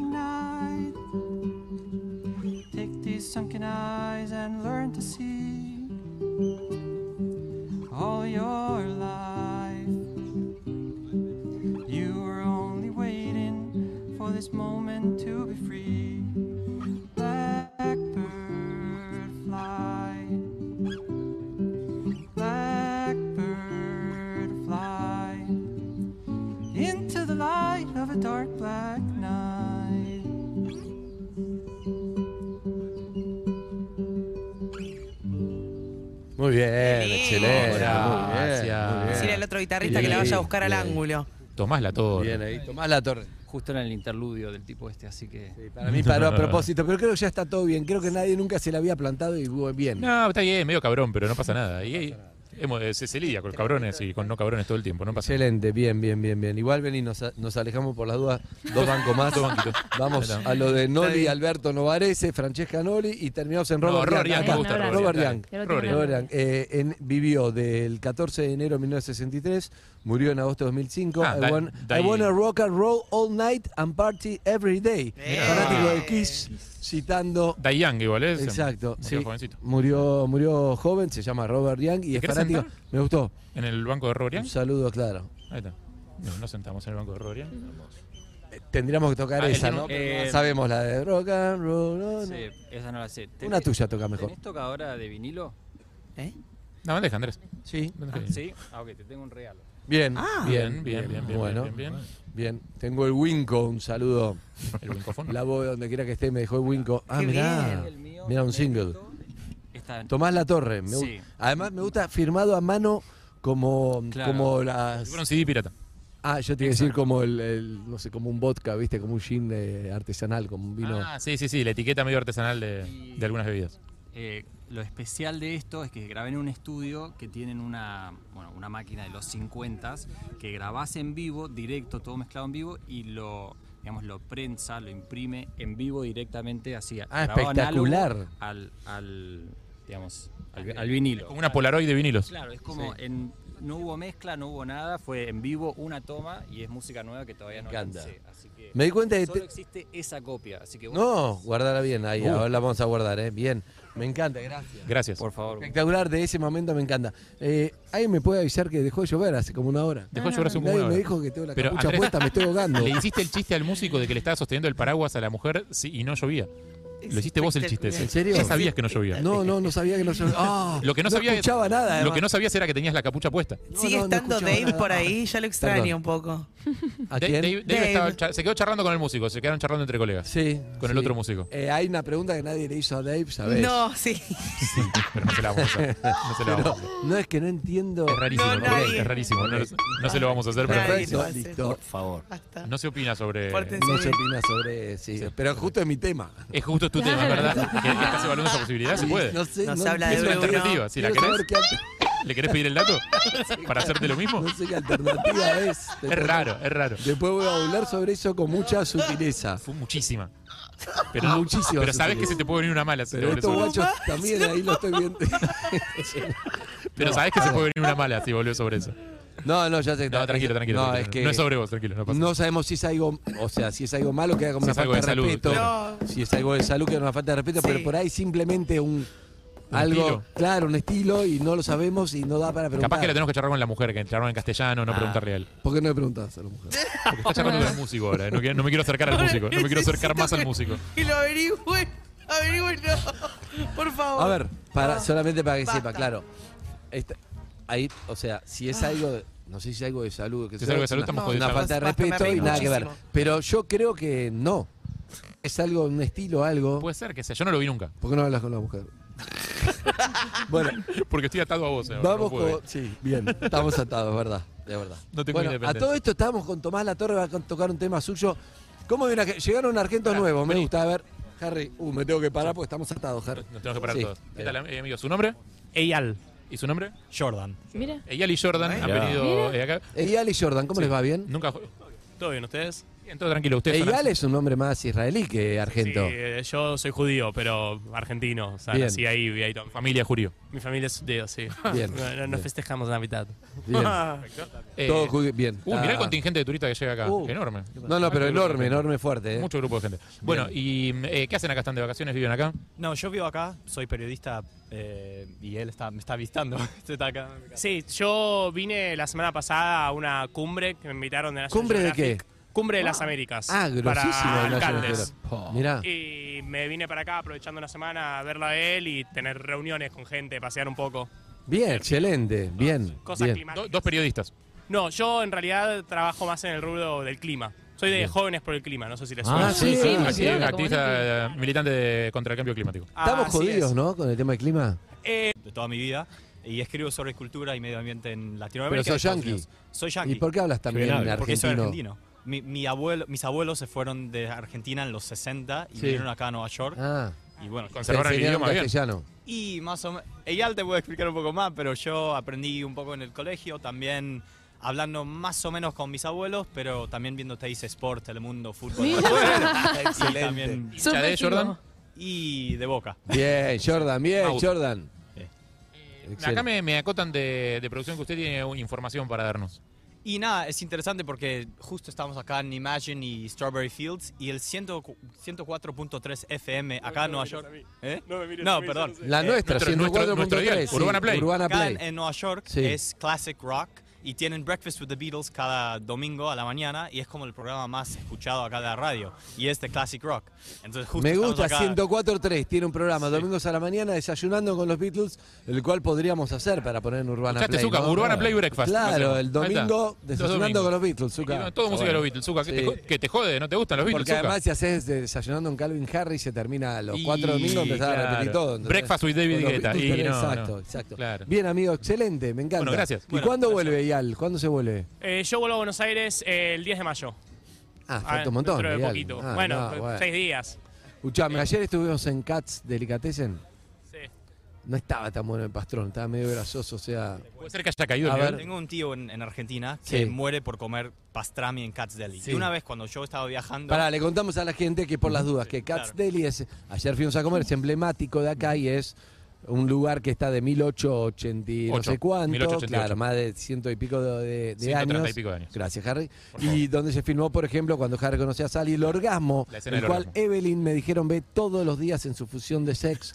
Speaker 26: night. Take these sunken eyes and learn to see all your life. You were only waiting for this moment to be free. Blackbird fly. Blackbird fly into the light of a dark black night.
Speaker 7: Muy bien,
Speaker 8: lindo.
Speaker 7: excelente. muy bien,
Speaker 6: Gracias.
Speaker 7: muy Ah. bien.
Speaker 8: Decirle al otro guitarrista que la vaya a buscar al ángulo.
Speaker 6: Tomás la torre.
Speaker 7: Bien ahí, Tomás la torre.
Speaker 10: Justo en el interludio del tipo este, así que.
Speaker 7: Para mí paró a propósito, pero creo que ya está todo bien. Creo que nadie nunca se la había plantado y hubo bien.
Speaker 6: No, está bien, medio cabrón, pero no pasa nada. Y, ahí hemos- eh, se, se lidia con cabrones y con no cabrones todo el tiempo, no pasa nada.
Speaker 7: Excelente, bien, bien, bien, bien. Igual vení, nos, a- nos alejamos por las dudas. Dos bancos más.
Speaker 6: [laughs] Dos banquitos.
Speaker 7: Vamos
Speaker 6: Está bien.
Speaker 7: a lo de
Speaker 6: Está
Speaker 7: Noli,
Speaker 6: bien.
Speaker 7: Alberto Novarese, Francesca Noli y terminamos en
Speaker 6: No,
Speaker 7: Robert
Speaker 6: Robert Young,
Speaker 7: Young.
Speaker 6: me gusta Robert
Speaker 7: Robert
Speaker 6: Young.
Speaker 7: Young.
Speaker 6: Dale, Robert Young.
Speaker 7: Robert Young. Eh, en- vivió del 14 de enero de 1963, murió en agosto de 2005.
Speaker 6: Ah,
Speaker 7: I,
Speaker 6: da-
Speaker 7: want,
Speaker 6: da
Speaker 7: I
Speaker 6: ahí.
Speaker 7: wanna rock and roll all night and party every day. Fanático de Kiss, citando.
Speaker 6: Dai Young igual Ah, ¿eh? es.
Speaker 7: Exacto.
Speaker 6: Murió
Speaker 7: sí.
Speaker 6: jovencito.
Speaker 7: Murió, murió joven, se llama Robert Young y es
Speaker 6: querés
Speaker 7: fanático.
Speaker 6: sentar?
Speaker 7: Me gustó.
Speaker 6: ¿En el banco de Robert Young?
Speaker 7: Un saludo, claro.
Speaker 6: Ahí está. No, no sentamos en el banco de Robert Young.
Speaker 7: Tendríamos que tocar
Speaker 10: Ah,
Speaker 7: esa,
Speaker 10: el-
Speaker 7: ¿no? Pero
Speaker 10: eh,
Speaker 7: no sabemos la de rock and roll. no, no.
Speaker 10: Sí, esa no la sé.
Speaker 7: Una tuya toca mejor.
Speaker 10: ¿Tenés tocadora de vinilo?
Speaker 8: ¿Eh?
Speaker 6: No, bandeja, Andrés.
Speaker 7: Sí.
Speaker 10: Ah, ¿Sí? Ah, ok, te tengo un regalo.
Speaker 7: Bien,
Speaker 6: Ah. Bien,
Speaker 7: bien,
Speaker 6: bien, bien, bien,
Speaker 7: Bueno,
Speaker 6: bien, bien, bien.
Speaker 7: bien. Tengo el Winco, un saludo.
Speaker 6: El Wincofón.
Speaker 7: La voz donde quiera que esté me dejó el Winco. Ah,
Speaker 6: Qué
Speaker 7: mirá.
Speaker 6: bien. El mío,
Speaker 7: Mirá, un single.
Speaker 10: Está en-
Speaker 7: Tomás La Torre. me gu-
Speaker 10: Sí.
Speaker 7: Además, me gusta firmado a mano como,
Speaker 10: Claro.
Speaker 7: como las.
Speaker 6: Fueron CD pirata.
Speaker 7: Ah, yo te iba a decir como el, el, no sé, como un vodka, viste, como un gin eh, artesanal, como un vino.
Speaker 6: Ah, sí, sí, sí, la etiqueta medio artesanal de, de algunas bebidas.
Speaker 10: Eh, lo especial de esto es que grabé en un estudio que tienen una, bueno, una máquina de los 50 que grabás en vivo, directo, todo mezclado en vivo y lo digamos lo prensa, lo imprime en vivo directamente así.
Speaker 7: Ah,
Speaker 10: grabado
Speaker 7: espectacular.
Speaker 10: análogo Al, al digamos al, al vinilo.
Speaker 6: Ah, Como una Polaroid de vinilos.
Speaker 10: Claro, es como en- no hubo mezcla, no hubo nada, fue en vivo una toma y es música nueva que todavía no
Speaker 7: encanta.
Speaker 10: lancé, así que
Speaker 7: Me di cuenta de-
Speaker 10: solo existe esa copia, así que vos-
Speaker 7: No, guardala bien ahí,
Speaker 10: Uh.
Speaker 7: ahora la vamos a guardar, ¿eh? Bien, me encanta, gracias.
Speaker 6: Gracias.
Speaker 10: Por favor.
Speaker 7: Espectacular, de ese momento me encanta. Eh, ¿Alguien me puede avisar que dejó de llover hace como una hora?
Speaker 6: Dejó de llover hace como
Speaker 7: Nadie
Speaker 6: una
Speaker 7: me
Speaker 6: hora.
Speaker 7: dijo que tengo la
Speaker 6: Pero,
Speaker 7: capucha
Speaker 6: Andrés,
Speaker 7: puesta, me estoy
Speaker 6: [laughs]
Speaker 7: ahogando.
Speaker 6: Le hiciste el chiste al músico de que le estaba sosteniendo el paraguas a la mujer sí, y no llovía. Lo hiciste vos el chiste. ese.
Speaker 7: ¿En serio?
Speaker 6: Ya sabías que no llovía.
Speaker 7: No, no, no sabía que
Speaker 6: [laughs]
Speaker 7: no llovía. Ah,
Speaker 6: Lo que no, sabías,
Speaker 7: escuchaba nada.
Speaker 6: Lo
Speaker 7: además.
Speaker 6: que no sabías era que tenías la capucha puesta.
Speaker 8: Sigue
Speaker 7: no, no
Speaker 8: estando
Speaker 7: escuchaba
Speaker 8: Dave
Speaker 7: nada.
Speaker 8: por ahí, ya lo extraño un poco.
Speaker 7: ¿A
Speaker 6: Da-
Speaker 7: quién?
Speaker 6: Dave- Dave estaba cha- se quedó charlando con el músico, se quedaron charlando entre colegas.
Speaker 7: Sí.
Speaker 6: Con el
Speaker 7: sí.
Speaker 6: otro músico.
Speaker 7: Eh, hay una pregunta que nadie le hizo a Dave, ¿sabés?
Speaker 8: No, sí.
Speaker 6: Pero no se la vamos a hacer. No se la vamos a
Speaker 7: Pero
Speaker 6: hacer.
Speaker 7: no es que no entiendo.
Speaker 6: Es rarísimo,
Speaker 7: Ok,
Speaker 6: ¿no? es rarísimo. No, no se lo vamos a hacer, pero
Speaker 7: Perfecto,
Speaker 6: es rarísimo.
Speaker 7: listo. Por
Speaker 6: favor. No se opina sobre.
Speaker 7: No se opina sobre. Sí, pero justo es mi tema.
Speaker 6: Es justo tu tema, ¿verdad? Que, que estás evaluando esa posibilidad, se
Speaker 7: Sí,
Speaker 6: puede.
Speaker 7: no sé, Nos no habla de
Speaker 6: es una
Speaker 7: Bruno.
Speaker 6: alternativa. Si la
Speaker 7: Quiero
Speaker 6: querés,
Speaker 7: saber qué
Speaker 6: ¿le querés pedir el
Speaker 7: [laughs]
Speaker 6: dato? ¿Para hacerte lo mismo?
Speaker 7: No sé qué alternativa es.
Speaker 6: Es raro, es raro.
Speaker 7: Después voy a hablar sobre eso con [laughs] mucha sutileza. Fue
Speaker 6: muchísima. Pero,
Speaker 7: [laughs] Muchísima
Speaker 6: pero sabes
Speaker 7: sutileza.
Speaker 6: que se te puede venir una mala. si
Speaker 7: Pero
Speaker 6: te
Speaker 7: estos
Speaker 6: volvés sobre
Speaker 7: guachos
Speaker 6: eso.
Speaker 7: también ahí lo estoy viendo.
Speaker 6: [laughs] Pero sabes que se puede venir una mala si volvió sobre eso.
Speaker 7: No, no, ya sé.
Speaker 6: No, tranquilo, tranquilo.
Speaker 7: No,
Speaker 6: tranquilo.
Speaker 7: es que-
Speaker 6: No es sobre vos, tranquilo, no pasa
Speaker 7: No sabemos si es algo, o sea, si es algo malo queda como
Speaker 6: Si
Speaker 7: una
Speaker 6: es algo
Speaker 7: falta de,
Speaker 6: de salud,
Speaker 7: respeto.
Speaker 6: claro.
Speaker 7: Si es algo de salud queda una falta de respeto, pero por ahí simplemente un,
Speaker 6: Un
Speaker 7: algo,
Speaker 6: estilo.
Speaker 7: claro, un estilo y no lo sabemos y no da para preguntar.
Speaker 6: Capaz que la tenemos que charlar con la mujer, que charlaron en castellano,
Speaker 7: Ah.
Speaker 6: no preguntarle a él.
Speaker 7: ¿Por qué no le preguntas a la mujer?
Speaker 6: Porque está charlando con el músico ahora. eh. No, quiero- no me quiero acercar
Speaker 7: [laughs]
Speaker 6: al músico. No me quiero acercar más al músico.
Speaker 8: Y lo averigüen, averigüenlo, por favor.
Speaker 7: A ver, para,
Speaker 8: Ah,
Speaker 7: solamente para que
Speaker 8: basta.
Speaker 7: sepa, claro. Esta- ahí, o sea, si
Speaker 6: Ah.
Speaker 7: es algo, de- no sé si es algo de salud, que
Speaker 6: Si es
Speaker 7: sea,
Speaker 6: algo de salud,
Speaker 7: una-
Speaker 6: estamos
Speaker 7: una,
Speaker 6: jodidos.
Speaker 7: falta de
Speaker 6: Basta, me
Speaker 7: respeto y
Speaker 6: reí
Speaker 7: nada que ver.
Speaker 6: muchísimo.
Speaker 7: Pero yo creo que no. Es algo, un estilo, algo.
Speaker 6: Puede ser que sea. Yo no lo vi nunca.
Speaker 7: ¿Por qué no hablas con la mujer? Bueno.
Speaker 6: [laughs] Porque estoy atado a vos. eh, ahora,
Speaker 7: Vamos
Speaker 6: no puedo.
Speaker 7: con. Sí, bien. Estamos atados, es verdad. De verdad.
Speaker 6: No tengo
Speaker 7: bueno, a
Speaker 6: independencia.
Speaker 7: todo esto estábamos con Tomás La Torre, va a tocar un tema suyo. ¿Cómo viene Arge- Llegaron argentos nuevos, me gusta. A ver, Harry, uh, me tengo que parar porque estamos atados, Harry.
Speaker 6: Nos tenemos que parar
Speaker 7: Sí.
Speaker 6: todos. ¿Qué tal, eh, amigo? ¿Su nombre? Eyal. ¿Y su nombre? Jordan.
Speaker 13: Mira.
Speaker 6: Eyal y Jordan han
Speaker 7: Mirá.
Speaker 6: venido eh, acá.
Speaker 7: Eyal y Jordan, ¿cómo
Speaker 6: Sí.
Speaker 7: les va? ¿Bien? E
Speaker 6: Nunca.
Speaker 27: ¿Todo bien ustedes?
Speaker 6: Bien, todo tranquilo. ¿Ustedes son
Speaker 7: Eyal es un nombre más israelí que
Speaker 27: Sí,
Speaker 7: argento.
Speaker 27: eh, yo soy judío, pero argentino. O sea,
Speaker 7: Bien.
Speaker 27: nací ahí, viví ahí también.
Speaker 6: Familia judío.
Speaker 27: Mi familia es judío,
Speaker 6: [laughs]
Speaker 27: sí.
Speaker 6: Bien,
Speaker 27: No, no- no
Speaker 6: bien.
Speaker 27: festejamos Navidad.
Speaker 6: [laughs]
Speaker 7: Bien.
Speaker 6: Eh,
Speaker 7: Todo ju- bien.
Speaker 6: Uh, mirá
Speaker 7: Ah.
Speaker 6: el contingente de turistas que llega acá.
Speaker 7: Uh.
Speaker 6: Enorme.
Speaker 7: No, no, pero enorme, enorme fuerte. ¿eh?
Speaker 6: Mucho grupo de gente. Bueno, ¿y mm, eh, qué hacen acá? ¿Están de vacaciones? ¿Viven acá?
Speaker 27: No, yo vivo acá.
Speaker 14: Soy periodista eh, y él está, me está visitando. [laughs] Estoy acá.
Speaker 27: Sí, yo vine la semana pasada a una cumbre que me invitaron de National
Speaker 7: ¿Cumbre de qué?
Speaker 27: Geographic. Cumbre de las Américas.
Speaker 7: Ah, grosísimo.
Speaker 27: Para
Speaker 7: el National
Speaker 27: alcaldes.
Speaker 7: Geographic. Oh, Mirá.
Speaker 27: Y me vine para acá aprovechando la semana a verla a él y tener reuniones con gente, pasear un poco.
Speaker 7: Bien, excelente. Bien.
Speaker 27: Cosas
Speaker 7: bien.
Speaker 27: climáticas.
Speaker 6: dos periodistas.
Speaker 27: No, yo en realidad trabajo más en el rubro del clima. Soy de
Speaker 6: Bien.
Speaker 27: Jóvenes por el Clima, no sé si les suena.
Speaker 6: Ah, sí, sí, sí, activista eh, militante de- contra el cambio climático.
Speaker 7: Estamos
Speaker 27: Así
Speaker 7: jodidos,
Speaker 27: es.
Speaker 7: ¿no? Con el tema del clima.
Speaker 14: De Eh, toda mi vida. Y escribo sobre cultura y medio ambiente en
Speaker 7: Pero
Speaker 14: Latinoamérica.
Speaker 7: sos
Speaker 14: y Estados
Speaker 7: yankee.
Speaker 14: Unidos. Soy yankee.
Speaker 7: ¿Y por qué hablas también argentino?
Speaker 14: Porque soy argentino. Mi, mi abuelo, mis abuelos se fueron de Argentina en los 60 y
Speaker 7: Sí.
Speaker 14: vinieron acá a Nueva York.
Speaker 7: Ah.
Speaker 14: Y bueno,
Speaker 7: Conservaron el Te enseñaron idioma bien. castellano.
Speaker 14: Y más o menos. Eyal te puede explicar un poco más, pero yo aprendí un poco en el colegio, también hablando más o menos con mis abuelos, pero también viendo Teis Sport, Telemundo, fútbol.
Speaker 13: Mira.
Speaker 14: [laughs] y
Speaker 13: Excelente.
Speaker 14: también.
Speaker 13: ¿Hincha de Subjetivo. Jordan?
Speaker 14: Y de Boca.
Speaker 7: Bien, Jordan, bien,
Speaker 14: Mau.
Speaker 7: Jordan. Excelente.
Speaker 6: Acá me, me acotan de, de producción que usted tiene u- información para darnos.
Speaker 14: Y nada, es interesante porque justo estamos acá en Imagine y Strawberry Fields y el 100 104.3 FM acá en Nueva York. ¿Eh? No, perdón.
Speaker 7: La nuestra,
Speaker 14: nuestro-
Speaker 7: 104.3,
Speaker 14: nuestro dial,
Speaker 7: sí, Urbana Play. Urbana
Speaker 14: Acá en-
Speaker 7: Play.
Speaker 14: en Nueva York
Speaker 7: Sí.
Speaker 14: es Classic Rock y tienen Breakfast with the Beatles cada domingo a la mañana y es como el programa más escuchado acá de la radio y es de Classic Rock. Entonces justo
Speaker 7: Me
Speaker 14: estamos
Speaker 7: gusta
Speaker 14: acá.
Speaker 7: 104.3, tiene un programa domingos a la mañana desayunando con los Beatles, el cual podríamos hacer para poner en Urbana
Speaker 6: Escuchaste,
Speaker 7: Play.
Speaker 6: Zucca,
Speaker 7: ¿no?
Speaker 6: Urbana Play Breakfast. Lo
Speaker 7: Claro,
Speaker 6: hacemos.
Speaker 7: el
Speaker 6: Ahí está.
Speaker 7: domingo
Speaker 6: Los
Speaker 7: desayunando
Speaker 6: domingos.
Speaker 7: con los Beatles, Zucca.
Speaker 6: Y, todo
Speaker 7: Está
Speaker 6: música de
Speaker 7: bueno.
Speaker 6: los Beatles, Zucca, que, te,
Speaker 7: Sí.
Speaker 6: jo- que te jode, no te gustan los Beatles,
Speaker 7: Porque
Speaker 6: Zucca.
Speaker 7: además si haces desayunando con Calvin Harris se termina a los
Speaker 6: Y,
Speaker 7: cuatro domingos empezás a repetir
Speaker 6: claro.
Speaker 7: todo. ¿entendés?
Speaker 6: Breakfast with David
Speaker 7: Con los
Speaker 6: Guetta,
Speaker 7: Beatles
Speaker 6: y
Speaker 7: tenés-
Speaker 6: no, no.
Speaker 7: exacto, exacto.
Speaker 6: Claro.
Speaker 7: Bien, amigo, excelente, me encanta.
Speaker 6: Bueno, gracias.
Speaker 7: ¿Y
Speaker 6: Bueno,
Speaker 7: cuándo vuelve, Ial? ¿Cuándo se vuelve?
Speaker 27: Eh, yo vuelvo a Buenos Aires eh, el 10 de mayo.
Speaker 7: Ah, falta un montón.
Speaker 27: Dentro de
Speaker 7: Ial.
Speaker 27: poquito.
Speaker 7: Ah,
Speaker 27: bueno, pues,
Speaker 7: no, bueno.
Speaker 27: seis días.
Speaker 6: Eh.
Speaker 7: Escuchame, ayer estuvimos en Cats Delicatessen.
Speaker 27: Sí.
Speaker 7: No estaba tan bueno el pastrón, estaba medio grasoso, o sea.
Speaker 14: Puede
Speaker 6: ser que haya caído
Speaker 7: A ver,
Speaker 14: Tengo un tío en, en Argentina que
Speaker 7: Sí.
Speaker 14: muere por comer pastrami en Cats Deli.
Speaker 7: Sí.
Speaker 14: Y una vez cuando yo estaba viajando...
Speaker 7: Pará, le contamos a la gente que por las dudas, que Cats Deli es. Ayer fuimos a comer, es emblemático de acá y es un lugar que está de 1880 y no
Speaker 6: Ocho,
Speaker 7: sé cuánto.
Speaker 6: 1888.
Speaker 7: Claro, más de ciento y pico de, de- de
Speaker 6: 130 y
Speaker 7: años.
Speaker 6: pico de años.
Speaker 7: Gracias, Harry. Y donde se filmó, por ejemplo, cuando Harry conocía a Sally, el orgasmo,
Speaker 6: La escena
Speaker 7: el
Speaker 6: del
Speaker 7: cual Evelyn me dijeron ve todos los días en su fusión de sex.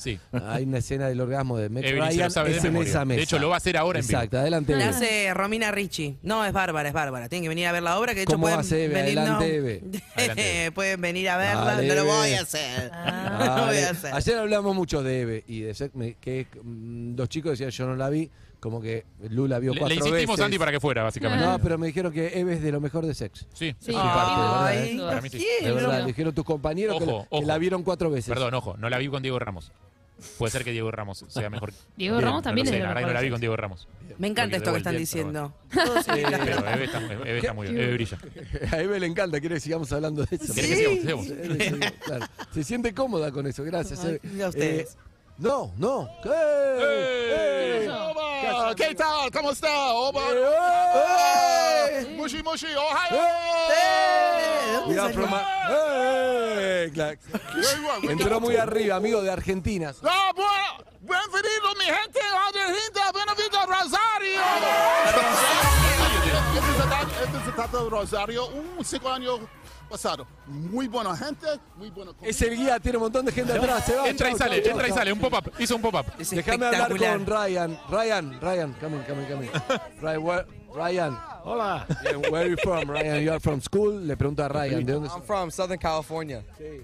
Speaker 7: Hay una escena del orgasmo de Meg
Speaker 6: Evelyn se lo
Speaker 7: Ryan,
Speaker 6: sabe de
Speaker 7: es en
Speaker 6: memoria.
Speaker 7: esa
Speaker 6: De
Speaker 7: mesa.
Speaker 6: hecho, lo va a hacer ahora en vivo.
Speaker 7: Exacto, adelante.
Speaker 8: La
Speaker 7: Evelyn.
Speaker 8: hace Romina Ricci. No, es bárbara, es bárbara. Tienen que venir a ver la obra, que de hecho
Speaker 7: ¿Cómo
Speaker 8: pueden
Speaker 7: hace, Eve?
Speaker 8: venir. no. [laughs]
Speaker 7: Adelante, Eve. Adelante,
Speaker 8: pueden venir a verla.
Speaker 7: Dale,
Speaker 8: no lo voy
Speaker 7: Eve.
Speaker 8: a hacer. [laughs]
Speaker 7: Ah,
Speaker 8: No lo voy
Speaker 7: de-
Speaker 8: a hacer.
Speaker 7: Ayer hablamos mucho de Eve y de Sec- me- que mm, los chicos decían yo no la vi, como que Lula vio
Speaker 6: Le- le
Speaker 7: cuatro
Speaker 6: insistimos,
Speaker 7: veces.
Speaker 6: Andy, para que fuera, básicamente.
Speaker 7: No, pero me dijeron que Eve es de lo mejor de Sex.
Speaker 6: Sí.
Speaker 7: Es
Speaker 6: Sí.
Speaker 7: su parte, de verdad,
Speaker 6: Ay,
Speaker 7: ¿eh?
Speaker 6: Para mí sí.
Speaker 7: De verdad,
Speaker 6: quiero.
Speaker 7: dijeron tus compañeros que, la,
Speaker 6: Ojo,
Speaker 7: que
Speaker 6: ojo.
Speaker 7: la vieron cuatro veces.
Speaker 6: Perdón, ojo, no la vi con Diego Ramos. Puede ser que Diego Ramos sea mejor.
Speaker 8: Diego
Speaker 6: Bien,
Speaker 8: Ramos
Speaker 6: no lo
Speaker 8: también
Speaker 6: sé,
Speaker 8: es de
Speaker 6: La
Speaker 8: los
Speaker 6: verdad que no la vi
Speaker 8: mejores.
Speaker 6: con Diego Ramos.
Speaker 8: Me
Speaker 6: Lo
Speaker 8: encanta esto que
Speaker 6: que
Speaker 8: están
Speaker 6: devuelve el
Speaker 8: diciendo.
Speaker 6: trabajo. Pero Eve está, Eve está muy bien, Eve brilla.
Speaker 7: A Eve le encanta, quiere que sigamos hablando de eso.
Speaker 6: Quiere que sigamos, sigamos.
Speaker 7: Eve, sigamos, claro. Se siente cómoda con eso, gracias. Eve.
Speaker 8: Y a ustedes.
Speaker 7: Eh, no, no. ¡Eh! ¡Eh!
Speaker 15: Oba, ¿Qué tal? ¿Cómo está? Oba. Eh, Mushi, mushi, Ohio.
Speaker 7: Eh, We are from a- ¡Eh! Claro. Entró muy arriba, amigo de Argentina.
Speaker 15: No, Ah, bueno, bienvenido, mi gente, Argentina, bienvenido a Rosario. Este se trata- Este se trata de Rosario, un cinco años pasado. Muy buena gente, muy buena
Speaker 7: Es el guía, tiene un montón de gente atrás. Se va,
Speaker 6: Entra y
Speaker 7: chau,
Speaker 6: sale,
Speaker 7: chau,
Speaker 6: entra y
Speaker 7: chau.
Speaker 6: sale, un pop-up. Hizo un pop-up.
Speaker 7: Déjame hablar con Ryan. Ryan, Ryan, come in, come in, come in. Ryan, where- Ryan. Hola. Where are you from, Ryan? You are from school? Le pregunto a Ryan. ¿De dónde
Speaker 28: I'm
Speaker 7: sos?
Speaker 28: from Southern California.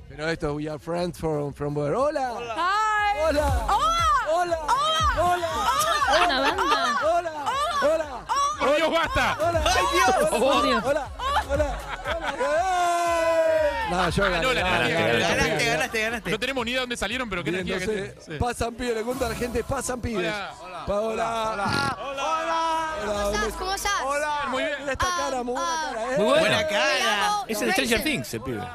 Speaker 7: Pero esto, we are friends from, from where? Hola.
Speaker 28: Hi.
Speaker 7: Hola.
Speaker 28: Hola. Hola. Hola.
Speaker 13: Una banda.
Speaker 7: Hola. Hola.
Speaker 6: ¡Por Dios, basta!
Speaker 7: Hola.
Speaker 6: ¡Ay, Dios!
Speaker 7: Hola. Hola. Hola. Hola. No, yo gané.
Speaker 6: Ah, No, la energía,
Speaker 7: Gané, gané,
Speaker 6: la energía.
Speaker 7: gané.
Speaker 6: No tenemos ni idea de dónde salieron, pero qué
Speaker 7: Y
Speaker 6: energía que
Speaker 7: entonces,
Speaker 6: sí.
Speaker 7: pasan pibes, le cuento a la gente, pasan pibes.
Speaker 6: Hola,
Speaker 7: hola. Hola, hola. Hola, ¿dónde estás?
Speaker 16: ¿Cómo estás?
Speaker 7: Hola, muy bien. Esta cara, muy buena cara, ¿eh?
Speaker 11: Muy buena. Buena
Speaker 16: cara.
Speaker 11: Es el de Stranger Things, el pibe.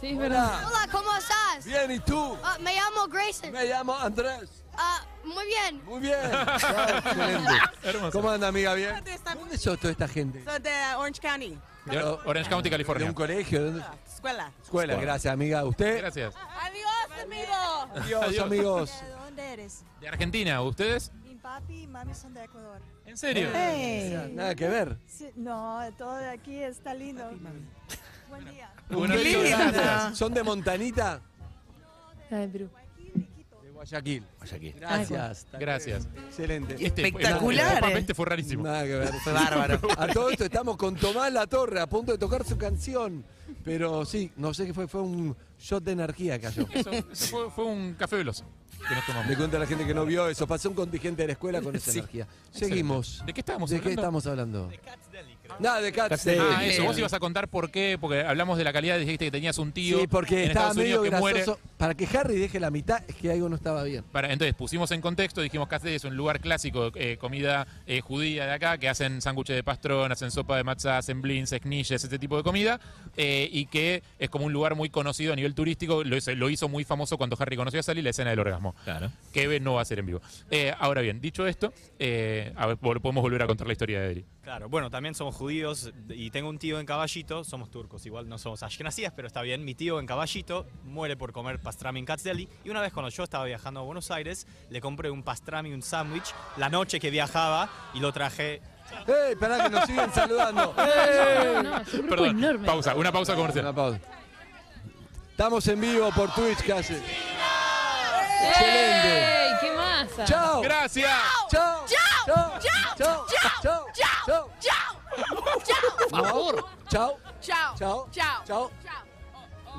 Speaker 16: Sí, es verdad. Hola, ¿cómo estás?
Speaker 7: Bien, ¿y tú?
Speaker 16: Ah, me llamo Grayson.
Speaker 7: Me llamo Andrés.
Speaker 16: Ah, muy bien.
Speaker 7: Muy bien. Ah, Excelente. ¿Cómo anda, amiga? ¿Bien? ¿Dónde sos toda esta gente?
Speaker 9: Soy de Orange County,
Speaker 6: De Orange County, California.
Speaker 7: ¿De un colegio? ¿De dónde?
Speaker 9: escuela.
Speaker 7: Escuela, gracias, amiga. ¿Usted?
Speaker 6: Gracias.
Speaker 9: Adiós, amigo.
Speaker 7: Adiós, amigos.
Speaker 20: ¿De dónde eres?
Speaker 6: De Argentina, ¿ustedes?
Speaker 20: Mi papi y mami son de Ecuador.
Speaker 6: ¿En serio?
Speaker 20: Eh, sí.
Speaker 7: Nada que ver.
Speaker 20: Sí, no, todo de aquí está lindo. Buen día.
Speaker 7: Un beso grande. ¿Son de Montanita? De Guayaquil.
Speaker 11: Guayaquil.
Speaker 7: Gracias.
Speaker 6: Gracias.
Speaker 7: Excelente.
Speaker 6: Este fue- Espectacular, el pop-up eh. este fue rarísimo.
Speaker 7: Nada que ver.
Speaker 5: [laughs]
Speaker 6: Fue bárbaro.
Speaker 5: Ah,
Speaker 7: A todo esto estamos con Tomás La Torre a punto de tocar su canción. Pero sí, no sé qué fue, fue un shot de energía que cayó.
Speaker 6: Eso, eso fue, fue un café veloz que nos tomamos.
Speaker 7: Le cuento a la gente que no vio eso. Pasó un contingente de la escuela con esa
Speaker 6: Sí.
Speaker 7: energía.
Speaker 6: Excelente.
Speaker 7: Seguimos.
Speaker 6: ¿De qué estábamos
Speaker 7: ¿De
Speaker 6: hablando?
Speaker 7: qué estamos hablando? Nada, de Cats Deli.
Speaker 6: Ah, eso. Vos ibas a contar por qué, porque hablamos de la calidad, dijiste que tenías un tío
Speaker 7: Sí, porque
Speaker 6: en
Speaker 7: estaba
Speaker 6: Estados
Speaker 7: medio
Speaker 6: Unidos que muere.
Speaker 7: grasoso. Para que Harry deje la mitad, es que algo no estaba bien.
Speaker 6: Para- entonces pusimos en contexto, dijimos que Cats Deli es un lugar clásico, eh, comida eh, judía de acá, que hacen sándwiches de pastrón, hacen sopa de matzah, hacen blins, esnilles, este tipo de comida, eh, y que es como un lugar muy conocido a nivel turístico, lo, hizo- lo hizo muy famoso cuando Harry conoció a Sally la escena del orgasmo.
Speaker 11: Claro.
Speaker 6: Que ve- no va a ser en vivo. Eh, ahora bien, dicho esto, eh, a ver, vol- podemos volver a contar la historia de Deli.
Speaker 14: Claro, bueno, también somos judíos y tengo un tío en caballito, somos turcos, igual no somos ashkenazíes, pero está bien. Mi tío en caballito muere por comer pastrami en Katz Deli y una vez cuando yo estaba viajando a Buenos Aires, le compré un pastrami, un sándwich, la noche que viajaba y lo traje.
Speaker 7: ¡Ey, ¡Eh! pará que nos siguen saludando!
Speaker 6: [laughs] No, no, es un grupo Perdón, enorme. pausa, una pausa comercial.
Speaker 7: Una pausa. Estamos en vivo por Twitch casi. Excelente.
Speaker 13: ¡Ey! ¡Qué masa!
Speaker 7: Chao. Gracias. Chao. Chao.
Speaker 13: Chao.
Speaker 7: Chao. Chao. Chao. Amor. Chao.
Speaker 9: Chao.
Speaker 7: Chao.
Speaker 9: Chao.
Speaker 7: Chao.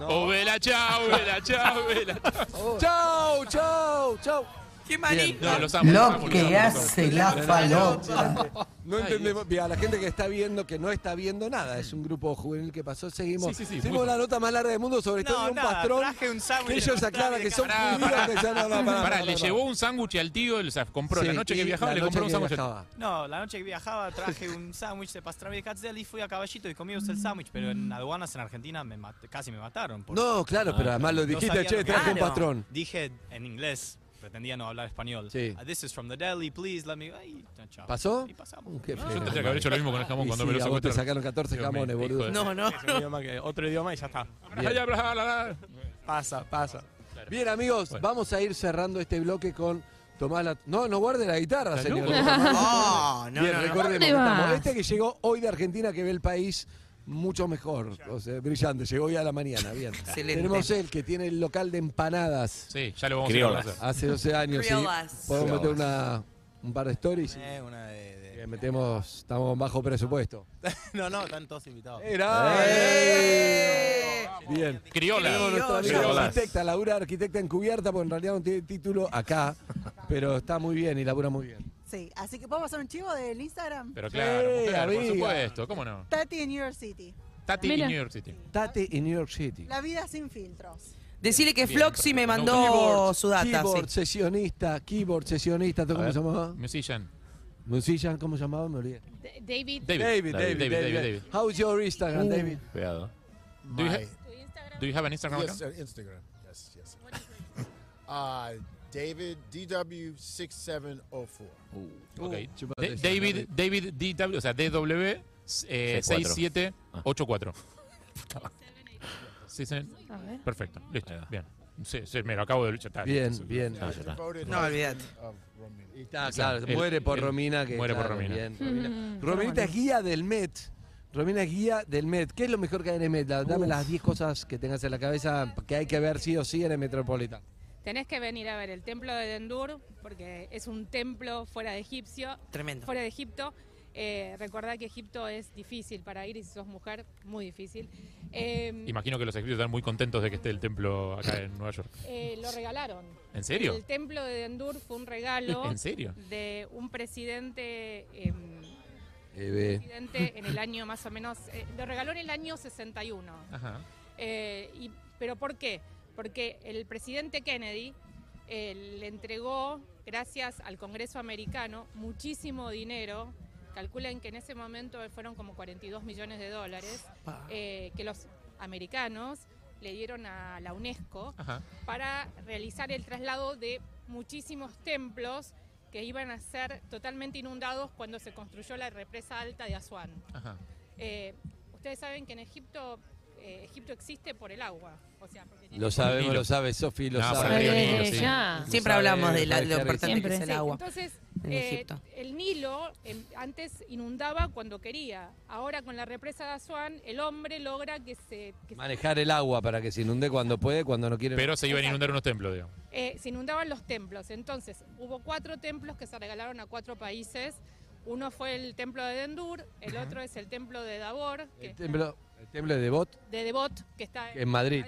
Speaker 6: O vela, chao, vela, chao, vela.
Speaker 7: Oh. Chao. Chao. Chao.
Speaker 9: ¿Qué
Speaker 6: No, los amo, los amo, los amo, los amo.
Speaker 7: No entendemos. Mira, la gente que está viendo, que no está viendo nada, es un grupo juvenil que pasó. Seguimos.
Speaker 14: Sí, sí, sí,
Speaker 7: Seguimos
Speaker 14: muy-
Speaker 7: la nota más larga del mundo sobre
Speaker 14: No,
Speaker 7: todo un
Speaker 14: nada,
Speaker 7: patrón.
Speaker 14: traje un sándwich
Speaker 7: que
Speaker 14: de
Speaker 7: ellos
Speaker 14: pastrami
Speaker 7: aclaran
Speaker 14: de
Speaker 7: que son
Speaker 6: Pará,
Speaker 7: judíos.
Speaker 6: pará.
Speaker 7: que ya no- no, pará,
Speaker 6: Pará,
Speaker 7: pará,
Speaker 6: le
Speaker 7: pará.
Speaker 6: llevó un sándwich al tío, o sea, compró
Speaker 7: Sí,
Speaker 6: la noche
Speaker 7: y
Speaker 6: que viajaba,
Speaker 7: la
Speaker 6: le compró un
Speaker 7: noche que
Speaker 6: sándwich.
Speaker 7: viajaba.
Speaker 14: No, la noche que viajaba traje
Speaker 7: [laughs]
Speaker 14: un sándwich de pastrami de Katz Deli, fui a caballito y comí el sándwich, pero en aduanas en Argentina me mat- casi me mataron. por- Ah,
Speaker 7: No, claro, pero además lo
Speaker 14: No
Speaker 7: dijiste,
Speaker 14: sabía lo
Speaker 7: che,
Speaker 14: que-
Speaker 7: traje un
Speaker 14: Claro.
Speaker 7: patrón.
Speaker 14: Dije en inglés, pretendía no hablar español.
Speaker 7: Sí.
Speaker 14: Ah, This is from the deli, please let me. Ay, chao.
Speaker 7: ¿Pasó?
Speaker 14: Y pasamos.
Speaker 7: Uh, qué
Speaker 14: No,
Speaker 7: feo.
Speaker 6: Yo tendría que haber hecho lo mismo con el jamón
Speaker 7: Y
Speaker 6: cuando
Speaker 7: sí,
Speaker 6: me lo
Speaker 7: a vos te
Speaker 6: secuestraron.
Speaker 7: sacaron 14
Speaker 6: Dios mío,
Speaker 7: jamones,
Speaker 6: hijo de-
Speaker 7: boludo.
Speaker 14: No, no,
Speaker 27: Es un idioma que- otro idioma y ya está.
Speaker 7: Bien.
Speaker 6: Ay, bla, bla, bla.
Speaker 27: Pasa, pasa.
Speaker 7: Bien, amigos, vamos a ir cerrando este bloque con Tomás la... No, no guarde la guitarra,
Speaker 6: ¿Estás [laughs]
Speaker 7: señor.
Speaker 6: loco?
Speaker 7: No,
Speaker 6: Ah, No,
Speaker 7: no,
Speaker 6: no,
Speaker 7: Bien,
Speaker 6: no, no.
Speaker 7: recordemos
Speaker 6: ¿Dónde
Speaker 7: que estamos.
Speaker 6: vas?
Speaker 7: Este que llegó hoy de Argentina, que ve el país mucho mejor. O sea, brillante. Llegó hoy a la mañana, bien.
Speaker 6: Excelente.
Speaker 7: Tenemos él, que tiene el local de empanadas.
Speaker 6: Sí, ya lo vamos
Speaker 11: Criolas.
Speaker 6: a hacer.
Speaker 7: Hace 12 años, sí.
Speaker 11: Criolas.
Speaker 7: Podemos meter
Speaker 11: Criolas.
Speaker 7: una, un par de stories. Que metemos, estamos bajo presupuesto.
Speaker 21: [laughs] No, no, están todos invitados.
Speaker 7: Bien.
Speaker 21: Criolas.
Speaker 7: Tenemos nuestra amiga
Speaker 21: Criolas.
Speaker 7: arquitecta, Laura, arquitecta encubierta, porque en realidad no tiene título
Speaker 8: [laughs]
Speaker 7: acá, pero está muy bien y labura muy bien.
Speaker 20: Sí, así que puedo hacer un chivo del Instagram.
Speaker 6: Pero claro,
Speaker 7: Sí,
Speaker 6: claro, por
Speaker 7: amiga.
Speaker 6: supuesto, ¿cómo no?
Speaker 20: Tati en New York City.
Speaker 6: Tati
Speaker 20: Mira.
Speaker 6: in New York City.
Speaker 7: Tati en New York City.
Speaker 20: La vida sin filtros.
Speaker 8: Decirle que
Speaker 6: Bien,
Speaker 8: Floxy me
Speaker 6: perfecto.
Speaker 8: mandó
Speaker 6: Keyboard,
Speaker 8: su data.
Speaker 7: Keyboard
Speaker 8: sí.
Speaker 7: sesionista, keyboard sesionista, ¿tú
Speaker 6: A
Speaker 7: cómo
Speaker 6: ver.
Speaker 7: se llamaba?
Speaker 6: Musician.
Speaker 7: Musician, ¿cómo se llamaba? Me olvidé.
Speaker 6: David.
Speaker 13: David.
Speaker 7: David, David,
Speaker 6: David,
Speaker 7: David.
Speaker 6: David, David.
Speaker 7: How's your Instagram,
Speaker 6: Uh.
Speaker 7: David?
Speaker 11: Cuidado.
Speaker 6: Do you,
Speaker 18: My-
Speaker 6: ha- do you have an Instagram
Speaker 18: Yes,
Speaker 6: account?
Speaker 18: uh, Instagram. Yes, yes. [laughs] uh, David DW6704.
Speaker 6: Ok.
Speaker 18: Uh, chupate
Speaker 6: Da-
Speaker 18: esa,
Speaker 6: David, David DW, o sea, DW eh, 6784.
Speaker 7: Ah.
Speaker 6: Sí, sí.
Speaker 9: A ver.
Speaker 6: Perfecto, listo, bien. Sí, sí, me lo acabo de luchar.
Speaker 7: Bien, bien. Ah,
Speaker 8: No, olvídate.
Speaker 7: Y está, claro, muere por Romina. Que,
Speaker 6: muere por
Speaker 7: claro,
Speaker 6: Romina.
Speaker 7: bien,
Speaker 6: Mm,
Speaker 7: Romina. Rominita es guía del Met. Romina es guía del Met. ¿Qué es lo mejor que hay en el Met? Da- Dame las 10 cosas que tengas en la cabeza que hay que ver sí o sí en el Metropolitan.
Speaker 12: Tenés que venir a ver el templo de Dendur, porque es un templo fuera de egipcio.
Speaker 8: Tremendo.
Speaker 12: Fuera de Egipto. Eh, recordá que Egipto es difícil para ir y si sos mujer, muy difícil. Eh,
Speaker 6: Imagino que los escritos están muy contentos de que esté el templo acá en Nueva York.
Speaker 12: eh, lo regalaron.
Speaker 6: ¿En serio?
Speaker 12: El templo de Dendur fue un
Speaker 6: [laughs]
Speaker 12: regalo.
Speaker 6: ¿En serio?
Speaker 12: De un presidente. eh,
Speaker 7: Eh, ve.
Speaker 12: presidente en el año más o menos. eh, lo regaló en el año 61.
Speaker 6: Ajá.
Speaker 12: Eh, y- ¿Pero por qué? Porque el presidente Kennedy eh, le entregó, gracias al Congreso americano, muchísimo dinero. Calculen que en ese momento fueron como 42 millones de dólares
Speaker 5: Pa.
Speaker 12: eh, que los americanos le dieron a la UNESCO
Speaker 26: Ah.
Speaker 5: Ajá.
Speaker 12: para realizar el traslado de muchísimos templos que iban a ser totalmente inundados cuando se construyó la represa alta de Asuán.
Speaker 6: Ajá.
Speaker 12: Eh, ustedes saben que en Egipto, eh, Egipto existe por el agua. O sea, porque tiene-
Speaker 7: Lo sabemos, lo sabe Sofi, lo
Speaker 6: No, por
Speaker 7: sabe.
Speaker 6: el río Nilo, sí.
Speaker 7: Lo
Speaker 8: Siempre
Speaker 7: sabe,
Speaker 8: hablamos de la-
Speaker 7: parece
Speaker 8: lo
Speaker 7: que
Speaker 8: importante
Speaker 7: sí.
Speaker 8: que es el agua.
Speaker 12: Entonces,
Speaker 8: en
Speaker 12: eh,
Speaker 8: Egipto.
Speaker 12: el Nilo em, antes inundaba cuando quería. Ahora con la represa de Asuán, el hombre logra que se, que se-
Speaker 7: Manejar el agua para que se inunde cuando puede, cuando no quiere.
Speaker 6: Pero se iban a inundar unos templos, digamos.
Speaker 12: eh, se inundaban los templos. Entonces, hubo cuatro templos que se regalaron a cuatro países. Uno fue el templo de Dendur, el
Speaker 7: Ajá.
Speaker 12: otro es el templo de Dabor, que
Speaker 7: El templo, el templo de Devot.
Speaker 12: de Devot, que está
Speaker 7: En Madrid.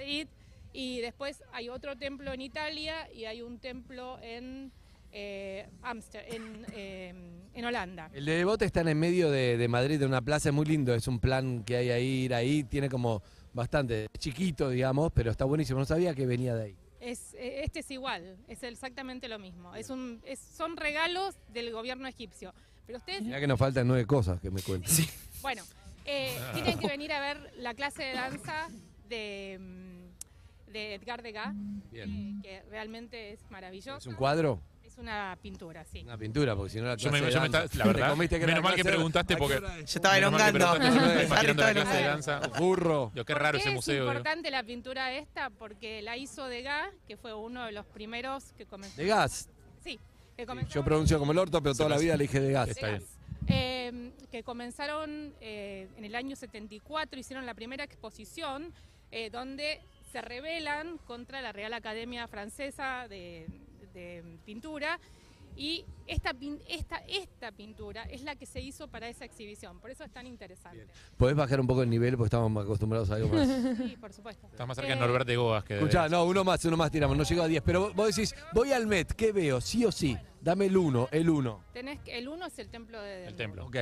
Speaker 12: Y después hay otro templo en Italia y hay un templo en eh, Amster- en, eh, en Holanda.
Speaker 7: El de Devot está en el medio de, de Madrid, de una plaza, es muy lindo, es un plan que hay ahí, ir ahí, tiene como bastante chiquito, digamos, pero está buenísimo, no sabía que venía de ahí.
Speaker 12: Es, eh, este es igual, es exactamente lo mismo. Es un, es- son regalos del gobierno egipcio. Pero ustedes,
Speaker 7: Mirá que nos faltan nueve cosas que me cuentan.
Speaker 12: bueno,
Speaker 7: [laughs]
Speaker 12: eh, tienen que venir a ver la clase de danza de, mm, de Edgar Degas,
Speaker 7: Bien.
Speaker 12: eh, que realmente es maravilloso.
Speaker 7: ¿Es un cuadro?
Speaker 12: Es una pintura, sí.
Speaker 7: Una pintura, porque si no la
Speaker 6: Yo
Speaker 7: clase
Speaker 6: me-
Speaker 7: de
Speaker 6: yo me
Speaker 7: danza.
Speaker 6: está- la
Speaker 7: Te
Speaker 6: verdad,
Speaker 7: comiste que era
Speaker 6: menos mal que
Speaker 7: clase de-
Speaker 6: preguntaste
Speaker 7: ¿A qué
Speaker 6: porque-
Speaker 7: hora es?
Speaker 6: Yo estaba Menos mal que elongando.
Speaker 8: [laughs]
Speaker 6: preguntaste, yo me estaba imaginando la clase de danza.
Speaker 7: Burro.
Speaker 6: Digo, qué raro
Speaker 12: ¿Por
Speaker 6: ese
Speaker 12: qué
Speaker 6: museo.
Speaker 12: Es
Speaker 6: digo.
Speaker 12: importante la pintura esta porque la hizo Degas, que fue uno de los primeros que comenzó.
Speaker 7: De gas.
Speaker 12: Sí, que comenzó.
Speaker 7: Yo pronuncio como el orto, pero toda la vida le dije de gas.
Speaker 12: Está bien. Eh, que comenzaron eh, en el año 74, hicieron la primera exposición eh, donde se rebelan contra la Real Academia Francesa de, de Pintura y esta, pin- esta, esta pintura es la que se hizo para esa exhibición, por eso es tan interesante.
Speaker 7: ¿Podés bajar un poco el nivel? Porque estamos acostumbrados a algo
Speaker 6: [laughs] Eh.
Speaker 7: más.
Speaker 12: Sí, por supuesto.
Speaker 6: Estás más
Speaker 9: eh,
Speaker 6: cerca de Norbert de Goas que de-
Speaker 7: Escuchá, no, uno más, uno más tiramos, no llego a 10. Pero vos decís, voy al Met, ¿qué veo? Sí o sí. Dame el 1, el 1.
Speaker 12: Tenés, que- el uno es el templo de...
Speaker 6: El templo.
Speaker 7: Ok.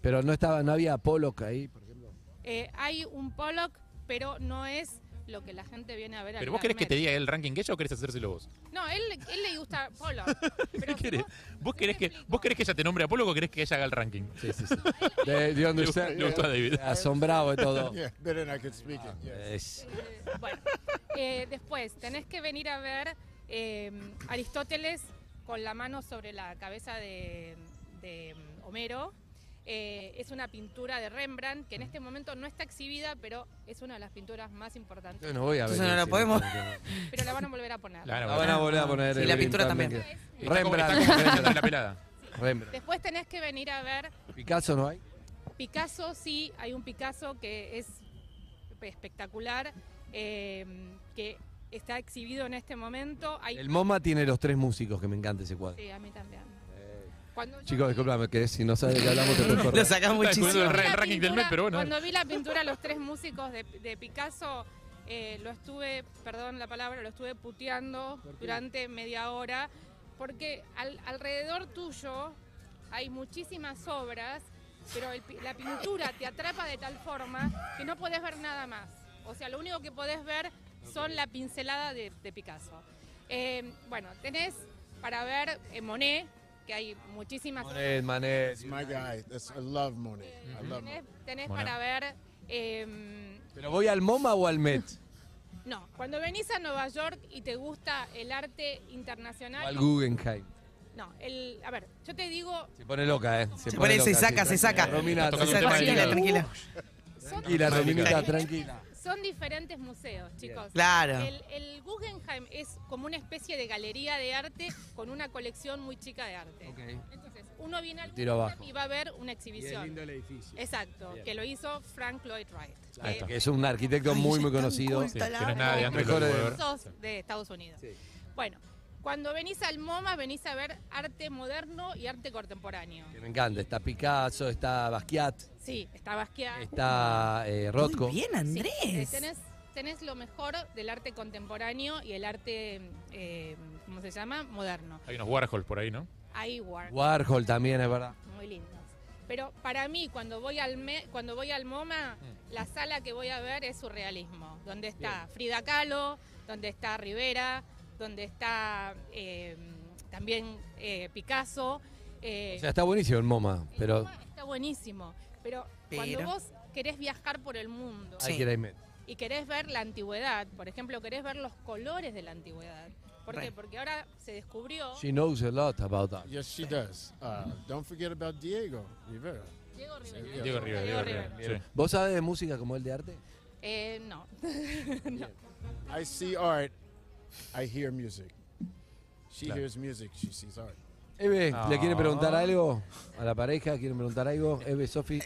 Speaker 7: Pero no estaba, no había Pollock ahí. por ejemplo.
Speaker 12: Eh, hay un Pollock, pero no es lo que la gente viene a ver. al
Speaker 6: ¿Pero vos querés que
Speaker 12: Met.
Speaker 6: te diga el ranking que ella o querés hacérselo vos?
Speaker 12: No, él, él le gusta
Speaker 7: [laughs]
Speaker 12: Pollock.
Speaker 6: ¿Qué querés? ¿Vos querés, que, ¿Vos querés que ella te nombre a Polo o querés que ella haga el ranking?
Speaker 7: Sí, sí, sí. De, de
Speaker 6: Le gustó- le gustó a David.
Speaker 7: Asombrado de todo.
Speaker 18: [laughs]
Speaker 7: Ah,
Speaker 18: Yeah, better than I could speak it. yes.
Speaker 7: Es-
Speaker 12: Bueno, eh, después tenés que venir a ver eh, Aristóteles con la mano sobre la cabeza de, de Homero. Eh, es una pintura de Rembrandt que en este momento no está exhibida, pero es una de las pinturas más importantes.
Speaker 7: Yo no voy a ver.
Speaker 8: Entonces no la
Speaker 7: ese,
Speaker 8: podemos-
Speaker 12: Pero la van a volver a poner.
Speaker 7: La van a volver a poner.
Speaker 8: Y la
Speaker 7: el
Speaker 8: pintura
Speaker 7: Brindman
Speaker 8: también.
Speaker 7: que-
Speaker 8: Está como-
Speaker 7: Rembrandt.
Speaker 8: está como Rembrandt
Speaker 6: de la pelada.
Speaker 7: [laughs] Rembrandt.
Speaker 12: Después tenés que venir a ver
Speaker 7: Picasso no hay.
Speaker 12: Picasso, sí, hay un Picasso que es espectacular, eh, que está exhibido en este momento. Hay-
Speaker 7: El MoMA tiene los tres músicos, que me encanta ese cuadro.
Speaker 12: Sí, a mí también.
Speaker 7: Eh.
Speaker 12: Cuando yo
Speaker 7: Chicos, disculpame, que si no sabes de qué hablamos te puedes
Speaker 8: [laughs]
Speaker 7: correr.
Speaker 8: Lo sacás muchísimo.
Speaker 6: Está discutiendo el
Speaker 12: vi la
Speaker 6: ranking del
Speaker 12: pintura-
Speaker 6: mes, pero bueno.
Speaker 12: Cuando vi la pintura Los Tres Músicos de, de Picasso, eh, lo estuve, perdón la palabra, lo estuve puteando durante media hora, porque al- alrededor tuyo hay muchísimas obras, pero el pi- la pintura te atrapa de tal forma que no podés ver nada más. O sea, lo único que podés ver son la pincelada de, de Picasso. Eh, bueno, tenés para ver eh, Monet, que hay muchísimas
Speaker 7: Monet, Manet.
Speaker 18: It's my guy. That's, I love Monet. I love Monet.
Speaker 12: Tenés, tenés
Speaker 7: Bueno.
Speaker 12: para ver. eh,
Speaker 7: ¿Pero voy al MoMA o al Met?
Speaker 12: no, cuando venís a Nueva York y te gusta el arte internacional.
Speaker 7: O al Guggenheim.
Speaker 12: No, el, a ver, yo te digo,
Speaker 7: Se pone loca, ¿eh?
Speaker 8: Se pone, se
Speaker 7: loca,
Speaker 8: saca,
Speaker 7: sí,
Speaker 8: se
Speaker 7: tranquila.
Speaker 8: saca.
Speaker 7: Romina,
Speaker 8: Se saca, tranquila, tranquila.
Speaker 7: Tranquila, Rominita, tranquila.
Speaker 12: son diferentes museos, chicos.
Speaker 8: Claro.
Speaker 12: El, el Guggenheim es como una especie de galería de arte con una colección muy chica de arte. Entonces, uno viene al
Speaker 7: Tiro
Speaker 12: Guggenheim
Speaker 7: abajo.
Speaker 12: y va a ver una exhibición. Exacto,
Speaker 7: Bien.
Speaker 12: que lo hizo Frank Lloyd Wright.
Speaker 7: Ahí
Speaker 12: que
Speaker 7: está. Es un arquitecto muy, muy conocido.
Speaker 6: culta Sí, la que no es nada de antes,
Speaker 7: Mejor
Speaker 6: pero
Speaker 7: de-
Speaker 6: bueno.
Speaker 12: Sos de Estados Unidos. Bueno, cuando venís al MoMA venís a ver arte moderno y arte contemporáneo.
Speaker 7: que Me encanta. Está Picasso, está Basquiat,
Speaker 12: Sí, está Basquiat.
Speaker 7: está eh, Rothko.
Speaker 8: bien, Andrés.
Speaker 12: Eh, tenés, tenés lo mejor del arte contemporáneo y el arte, eh, ¿cómo se llama? Moderno.
Speaker 6: Hay unos Warhol por ahí, ¿no?
Speaker 12: Ahí Warhol.
Speaker 7: Warhol también, es verdad.
Speaker 12: Muy lindos. Pero para mí, cuando voy al, me- cuando voy al MoMA,
Speaker 7: Mm.
Speaker 12: la sala que voy a ver es surrealismo, donde está Frida Kahlo, donde está Rivera, donde está eh, también eh, Picasso. eh,
Speaker 7: O sea, está buenísimo el MoMA, pero
Speaker 12: está buenísimo, pero,
Speaker 7: Pero.
Speaker 12: cuando vos querés viajar por el mundo
Speaker 7: hay que ir ahí met-
Speaker 12: y querés ver la antigüedad, por ejemplo, querés ver los colores de la antigüedad. ¿Por
Speaker 18: Re.
Speaker 12: qué? Porque ahora se descubrió
Speaker 7: She knows a lot about that.
Speaker 18: Yes, she does. Uh, don't forget about Diego Rivera.
Speaker 12: Diego
Speaker 18: Rivera.
Speaker 7: Diego Rivera,
Speaker 12: Diego Rivera.
Speaker 7: Bien. ¿Vos sabés de música como él de arte?
Speaker 12: Eh, no. [laughs] No.
Speaker 18: I see art. I hear music. She
Speaker 7: Claro.
Speaker 18: hears music. She sees art.
Speaker 7: Eve, ¿le quieren preguntar
Speaker 18: Ah.
Speaker 7: algo? ¿A la pareja quieren preguntar algo? Eve, Sofi.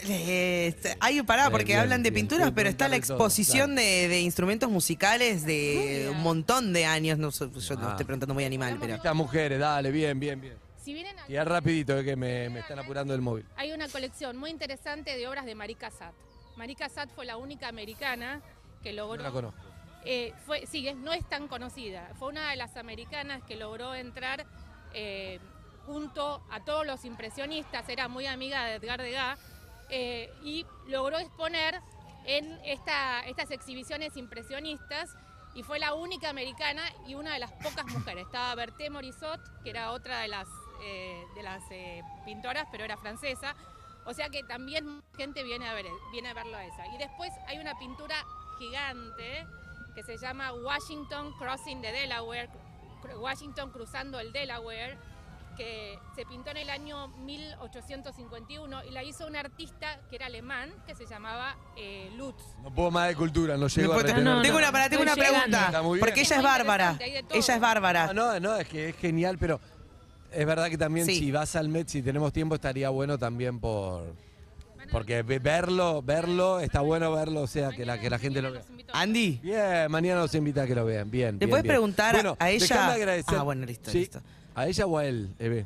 Speaker 8: Hay pará,
Speaker 7: Bien,
Speaker 8: porque
Speaker 7: bien,
Speaker 8: hablan de
Speaker 7: bien.
Speaker 8: pinturas,
Speaker 7: Quieren
Speaker 8: pero está la
Speaker 7: preguntarle todo,
Speaker 8: [laughs] exposición de, de instrumentos musicales de un montón de años. No, sé, yo no
Speaker 7: Ah.
Speaker 8: estoy preguntando muy animal, pero.
Speaker 7: Estas mujeres, dale, bien, bien, bien.
Speaker 12: Si vienen a-
Speaker 7: Y ya rapidito, eh, que me, me están apurando el móvil.
Speaker 12: hay una colección muy interesante de obras de Marika Sat. Marika Sat fue la única americana que
Speaker 7: No
Speaker 12: logró
Speaker 7: la conozco.
Speaker 12: Eh, fue, sí, es- no es tan conocida. Fue una de las americanas que logró entrar eh, junto a todos los impresionistas, era muy amiga de Edgar Degas, eh, y logró exponer en esta- estas exhibiciones impresionistas y fue la única americana y una de las pocas mujeres. Estaba Berté Morisot, que era otra de las, eh, de las eh, pintoras, pero era francesa. O sea que también gente viene a, ver, viene a verlo a esa. Y después hay una pintura gigante que se llama Washington Crossing the Delaware, cru- Washington cruzando el Delaware, que se pintó en el año 1851 y la hizo un artista que era alemán que se llamaba eh, Lutz.
Speaker 7: No puedo más de cultura, no llego a
Speaker 8: puedo-
Speaker 7: retener.
Speaker 8: no, tengo
Speaker 7: nada.
Speaker 8: una- pará, tengo Estoy una llegando. pregunta,
Speaker 7: Está muy bien.
Speaker 8: porque ella es Bárbara. hay de todo. Ella es Bárbara.
Speaker 7: No, no, no, es que es genial, pero es verdad que también
Speaker 8: Sí.
Speaker 7: si vas al Met, si tenemos tiempo, estaría bueno también por... Porque ve- verlo, verlo, está bueno verlo, o sea, que la, que la gente lo vea.
Speaker 8: Andy.
Speaker 7: Bien, mañana nos invita a que lo vean. Bien.
Speaker 8: ¿Le
Speaker 7: bien,
Speaker 8: puedes
Speaker 7: bien.
Speaker 8: preguntar
Speaker 7: Bueno,
Speaker 8: a ella?
Speaker 7: dejame agradecer-
Speaker 8: Ah, bueno, listo,
Speaker 7: Sí,
Speaker 8: listo.
Speaker 7: ¿A ella o a él, Eve?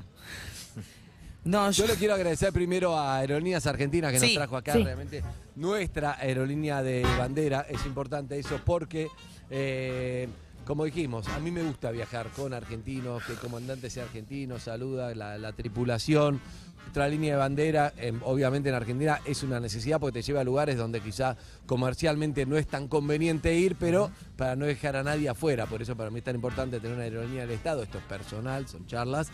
Speaker 8: No,
Speaker 7: yo, le quiero agradecer primero a Aerolíneas Argentinas que nos
Speaker 8: Sí,
Speaker 7: trajo acá,
Speaker 8: sí.
Speaker 7: realmente nuestra aerolínea de bandera. Es importante eso porque, eh, como dijimos, a mí me gusta viajar con argentinos, que el comandante sea argentino, saluda la, la tripulación. Nuestra línea de bandera, em, obviamente en Argentina, es una necesidad porque te lleva a lugares donde quizá comercialmente no es tan conveniente ir, pero para no dejar a nadie afuera. Por eso para mí es tan importante tener una aerolínea del Estado. Esto es personal, son charlas.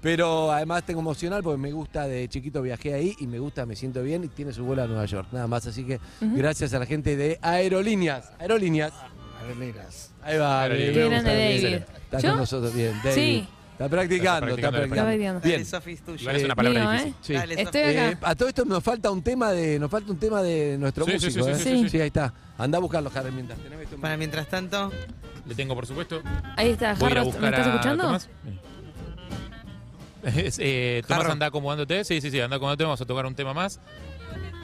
Speaker 7: Pero además tengo emocional porque me gusta, de chiquito viajé ahí y me gusta, me siento bien y tiene su vuelo a Nueva York, nada más. Así que gracias a la gente de Aerolíneas. Aerolíneas.
Speaker 18: Aerolíneas.
Speaker 7: Ahí va,
Speaker 18: Aerolíneas.
Speaker 7: David,
Speaker 18: Qué
Speaker 7: me gusta,
Speaker 18: grande,
Speaker 7: David.
Speaker 18: David.
Speaker 7: Está
Speaker 18: ¿Yo?
Speaker 7: con nosotros bien, David.
Speaker 18: Sí.
Speaker 7: Está practicando,
Speaker 18: Está
Speaker 7: está
Speaker 18: practicando,
Speaker 7: practicando.
Speaker 18: está practicando. Dale,
Speaker 7: Bien.
Speaker 18: Sofi, es tuyo. Igual es una palabra Mío, difícil. ¿eh?
Speaker 7: Sí.
Speaker 18: Dale, Estoy Sofi. acá.
Speaker 7: Eh, a todo esto nos falta un tema de, nos falta un tema de nuestro
Speaker 6: Sí, sí,
Speaker 7: músico.
Speaker 6: sí,
Speaker 7: ¿eh?
Speaker 6: sí, sí, sí, sí.
Speaker 7: ahí está. Anda a buscarlo, Harry, mientras tenés esto.
Speaker 8: Para mientras tanto.
Speaker 6: Le tengo, por supuesto.
Speaker 13: Ahí está,
Speaker 6: Voy a ir a
Speaker 13: Jarro, ¿me
Speaker 6: buscar
Speaker 13: estás
Speaker 6: a
Speaker 13: escuchando?
Speaker 6: Tomás. [laughs] Es, eh, Tomás anda acomodándote. Sí, sí, sí, anda acomodándote. Vamos a tocar un tema más.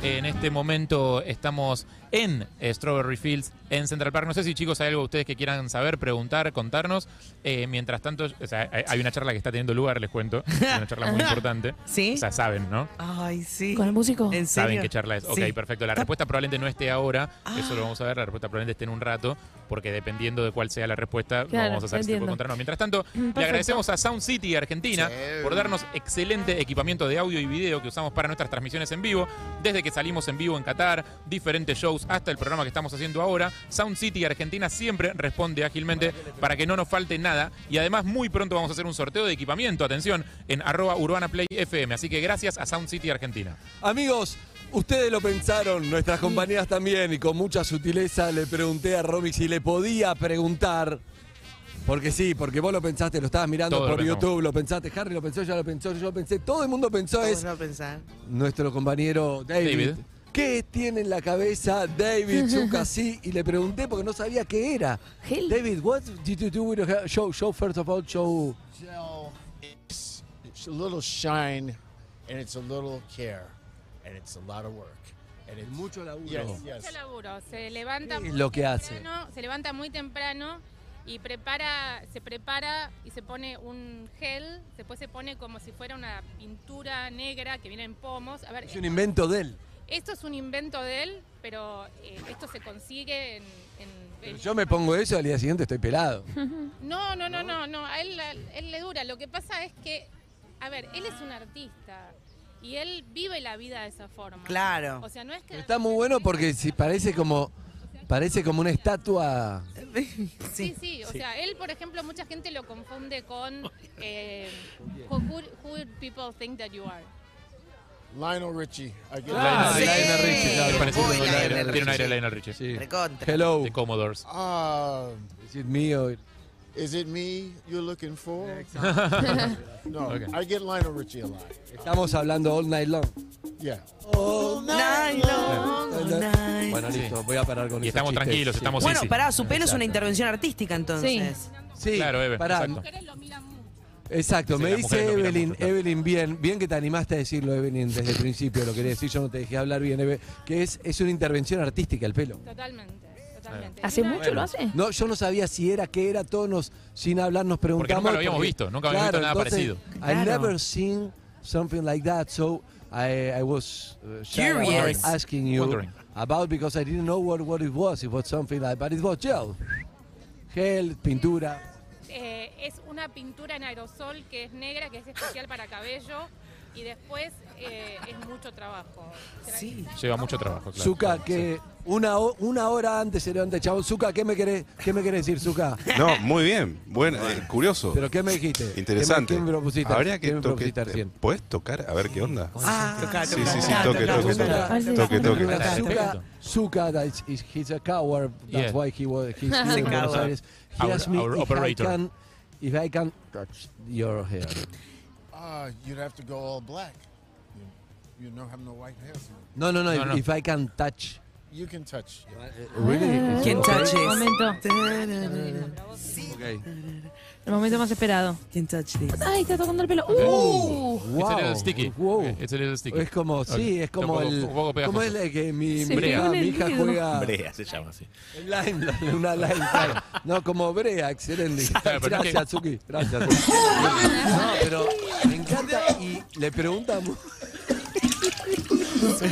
Speaker 6: En este momento estamos en eh, Strawberry Fields, en Central Park. No sé si, chicos, hay algo ustedes que quieran saber, preguntar, contarnos. Eh, mientras tanto, o sea, hay- hay una charla que está teniendo lugar, les
Speaker 13: [laughs]
Speaker 6: cuento. Hay Una charla muy importante.
Speaker 8: ¿Sí?
Speaker 6: O sea, saben, ¿no?
Speaker 8: Ay, sí.
Speaker 13: ¿Con el músico?
Speaker 8: ¿En serio?
Speaker 6: Saben qué charla es. Ok,
Speaker 8: Sí. Ah.
Speaker 6: perfecto. La respuesta probablemente no esté ahora, eso lo vamos a ver. La respuesta probablemente esté en un rato, porque dependiendo de cuál sea la respuesta,
Speaker 13: Claro,
Speaker 6: vamos a saber si se
Speaker 13: entiendo.
Speaker 6: puede encontrar o no. Mientras
Speaker 8: Mm,
Speaker 6: tanto,
Speaker 13: perfecto.
Speaker 6: le agradecemos a Sound City Argentina por darnos excelente equipamiento de audio y video que usamos para nuestras transmisiones en vivo. Desde que salimos en vivo en Qatar, diferentes shows, hasta el programa que estamos haciendo ahora, Sound City Argentina siempre responde ágilmente para que no nos falte nada. Y además, muy pronto vamos a hacer un sorteo de equipamiento, atención, en arroba urbanaplayfm. Así que gracias a Sound City Argentina.
Speaker 7: Amigos, ustedes lo pensaron, nuestras compañeras también, y con mucha sutileza le pregunté a Romy si le podía preguntar. Porque sí, porque vos lo pensaste, lo estabas mirando
Speaker 6: Todos lo
Speaker 7: por
Speaker 6: pensamos.
Speaker 7: YouTube, lo pensaste, Harry lo pensó, yo lo pensó, yo lo pensé, todo el mundo pensó es nuestro compañero David.
Speaker 6: David.
Speaker 7: ¿Qué tiene en la cabeza David Chukasi? Y le pregunté porque no sabía qué era. David, what did you do with your hair? show? Show first of all, show.
Speaker 18: So it's, it's a little shine, and it's a little care, and it's a lot of work, and it's
Speaker 7: mucho laburo.
Speaker 18: Yes,
Speaker 7: Mucho
Speaker 18: yes.
Speaker 12: Mucho laburo, se levanta
Speaker 7: ¿Qué es
Speaker 12: muy
Speaker 7: lo que hace?
Speaker 12: temprano, se levanta muy temprano y prepara, se prepara y se pone un gel, después se pone como si fuera una pintura negra que viene en pomos. A ver,
Speaker 7: Es un invento de él.
Speaker 12: esto es un invento de él, pero eh, esto se consigue en... en- en-
Speaker 7: Yo me pongo eso, al día siguiente estoy pelado.
Speaker 12: No, no, no, no, no, a él, a él le dura. Lo que pasa es que, a ver, él es un artista. Y él vive la vida de esa forma.
Speaker 7: Claro.
Speaker 12: O sea, no es que...
Speaker 7: Está muy bueno porque si parece como parece como una estatua.
Speaker 12: Sí, sí, o sea, él, por ejemplo, mucha gente lo confunde [laughs] con eh, who, who- who people think that you are.
Speaker 18: Lionel Richie. I get
Speaker 6: Lionel-
Speaker 18: it.
Speaker 6: Lionel Richie, claro, parece
Speaker 18: Voy,
Speaker 6: un Lionel-
Speaker 18: Lionel
Speaker 6: tiene un aire
Speaker 18: Richie.
Speaker 6: Lionel Richie. Sí.
Speaker 18: Recontra.
Speaker 7: Hello.
Speaker 6: De Commodores.
Speaker 18: Ah,
Speaker 7: Is it me or-
Speaker 18: is it me you're looking for? [laughs] no,
Speaker 7: Okay.
Speaker 18: I get Lionel Richie a lot.
Speaker 7: Estamos hablando all night long.
Speaker 18: Yeah.
Speaker 7: All
Speaker 8: night long, all night
Speaker 7: Bueno,
Speaker 8: long.
Speaker 7: listo, voy a parar con
Speaker 6: Y
Speaker 7: esos
Speaker 6: estamos
Speaker 7: chistes,
Speaker 6: tranquilos,
Speaker 7: sí.
Speaker 6: estamos
Speaker 8: Bueno,
Speaker 6: sí, sí.
Speaker 8: pará, su pelo es una
Speaker 7: Exacto.
Speaker 8: intervención artística entonces.
Speaker 7: Sí,
Speaker 6: Claro, Eve,
Speaker 7: pará.
Speaker 6: exacto.
Speaker 7: Exacto,
Speaker 6: Sí,
Speaker 7: me
Speaker 6: las mujeres
Speaker 7: dice
Speaker 6: no miran
Speaker 7: Evelyn, Evelyn, bien, bien que te animaste a decirlo, Evelyn, desde el principio, lo quería decir, yo no te dejé hablar bien, Eve, que es, es una intervención artística el pelo.
Speaker 12: Totalmente, totalmente.
Speaker 13: ¿Hace
Speaker 12: Mira,
Speaker 13: mucho lo hace?
Speaker 7: No, yo no sabía si era, qué era, todos nos, sin hablar nos preguntamos.
Speaker 6: Porque nunca lo habíamos visto, nunca habíamos visto nada
Speaker 7: I
Speaker 6: parecido. Claro.
Speaker 7: never seen something like that, so I, I was uh, shy about
Speaker 6: Curious.
Speaker 7: asking you
Speaker 6: Wondering.
Speaker 7: about because I didn't know what, what it was, it was something like, but it was gel, gel, pintura.
Speaker 12: eh, es una pintura en aerosol que es negra, que es especial para cabello. Y después eh, es mucho trabajo. Sí.
Speaker 6: Lleva mucho trabajo, claro.
Speaker 7: Zuka, que una, ho- una hora antes se levanta el chabón. Zuka, ¿qué me querés, qué me querés decir, Zuka?
Speaker 5: No, muy bien. Bueno, eh, curioso.
Speaker 7: ¿Pero qué me dijiste?
Speaker 5: Interesante.
Speaker 7: ¿Qué me- qué me propusiste?
Speaker 5: Habría que
Speaker 7: ¿Qué me
Speaker 5: toque,
Speaker 7: propusiste recién?
Speaker 5: ¿Puedes tocar? A ver qué onda.
Speaker 7: Ah,
Speaker 5: sí, sí, sí, toque, toque, toque. Toque, toque.
Speaker 7: Zuka, Zuka, that's- is- he's a coward. That's
Speaker 5: Yeah.
Speaker 7: why he was he's
Speaker 5: He's a
Speaker 7: here in Buenos
Speaker 5: coward.
Speaker 7: Aires. He
Speaker 5: Our-
Speaker 7: asked me
Speaker 5: our
Speaker 7: if
Speaker 5: operator.
Speaker 7: I can if I can touch your hair.
Speaker 18: Ah, you'd have to go all black. You, you don't have no white hair. so-
Speaker 7: No, no, no,
Speaker 18: No,
Speaker 7: if,
Speaker 18: no.
Speaker 7: if I can touch.
Speaker 18: You can touch. Uh,
Speaker 7: Really?
Speaker 8: ¿Quién
Speaker 7: Okay.
Speaker 8: touches?
Speaker 7: [laughs] Okay.
Speaker 13: El momento más esperado.
Speaker 8: ¿Quién touch this?
Speaker 13: Ay, está tocando el pelo. Uh.
Speaker 7: Oh,
Speaker 6: It's a
Speaker 7: Wow.
Speaker 6: little sticky.
Speaker 7: Wow.
Speaker 6: It's a little sticky.
Speaker 7: Es como, sí,
Speaker 6: Ok.
Speaker 7: es como
Speaker 6: Un poco-
Speaker 7: el.
Speaker 6: un poco
Speaker 7: ¿Cómo es
Speaker 6: pegajoso.
Speaker 7: la que mi, mi
Speaker 6: Se pegó
Speaker 7: hija,
Speaker 6: en el
Speaker 7: mi hija
Speaker 6: dedo.
Speaker 7: juega?
Speaker 11: Brea se llama así.
Speaker 7: Lime, la-
Speaker 6: [laughs]
Speaker 7: una lime. claro. No, como Brea, excelente.
Speaker 6: Claro, pero no
Speaker 7: Gracias,
Speaker 6: que-
Speaker 7: Zuki. Gracias. No, pero me encanta y le preguntamos.
Speaker 6: Se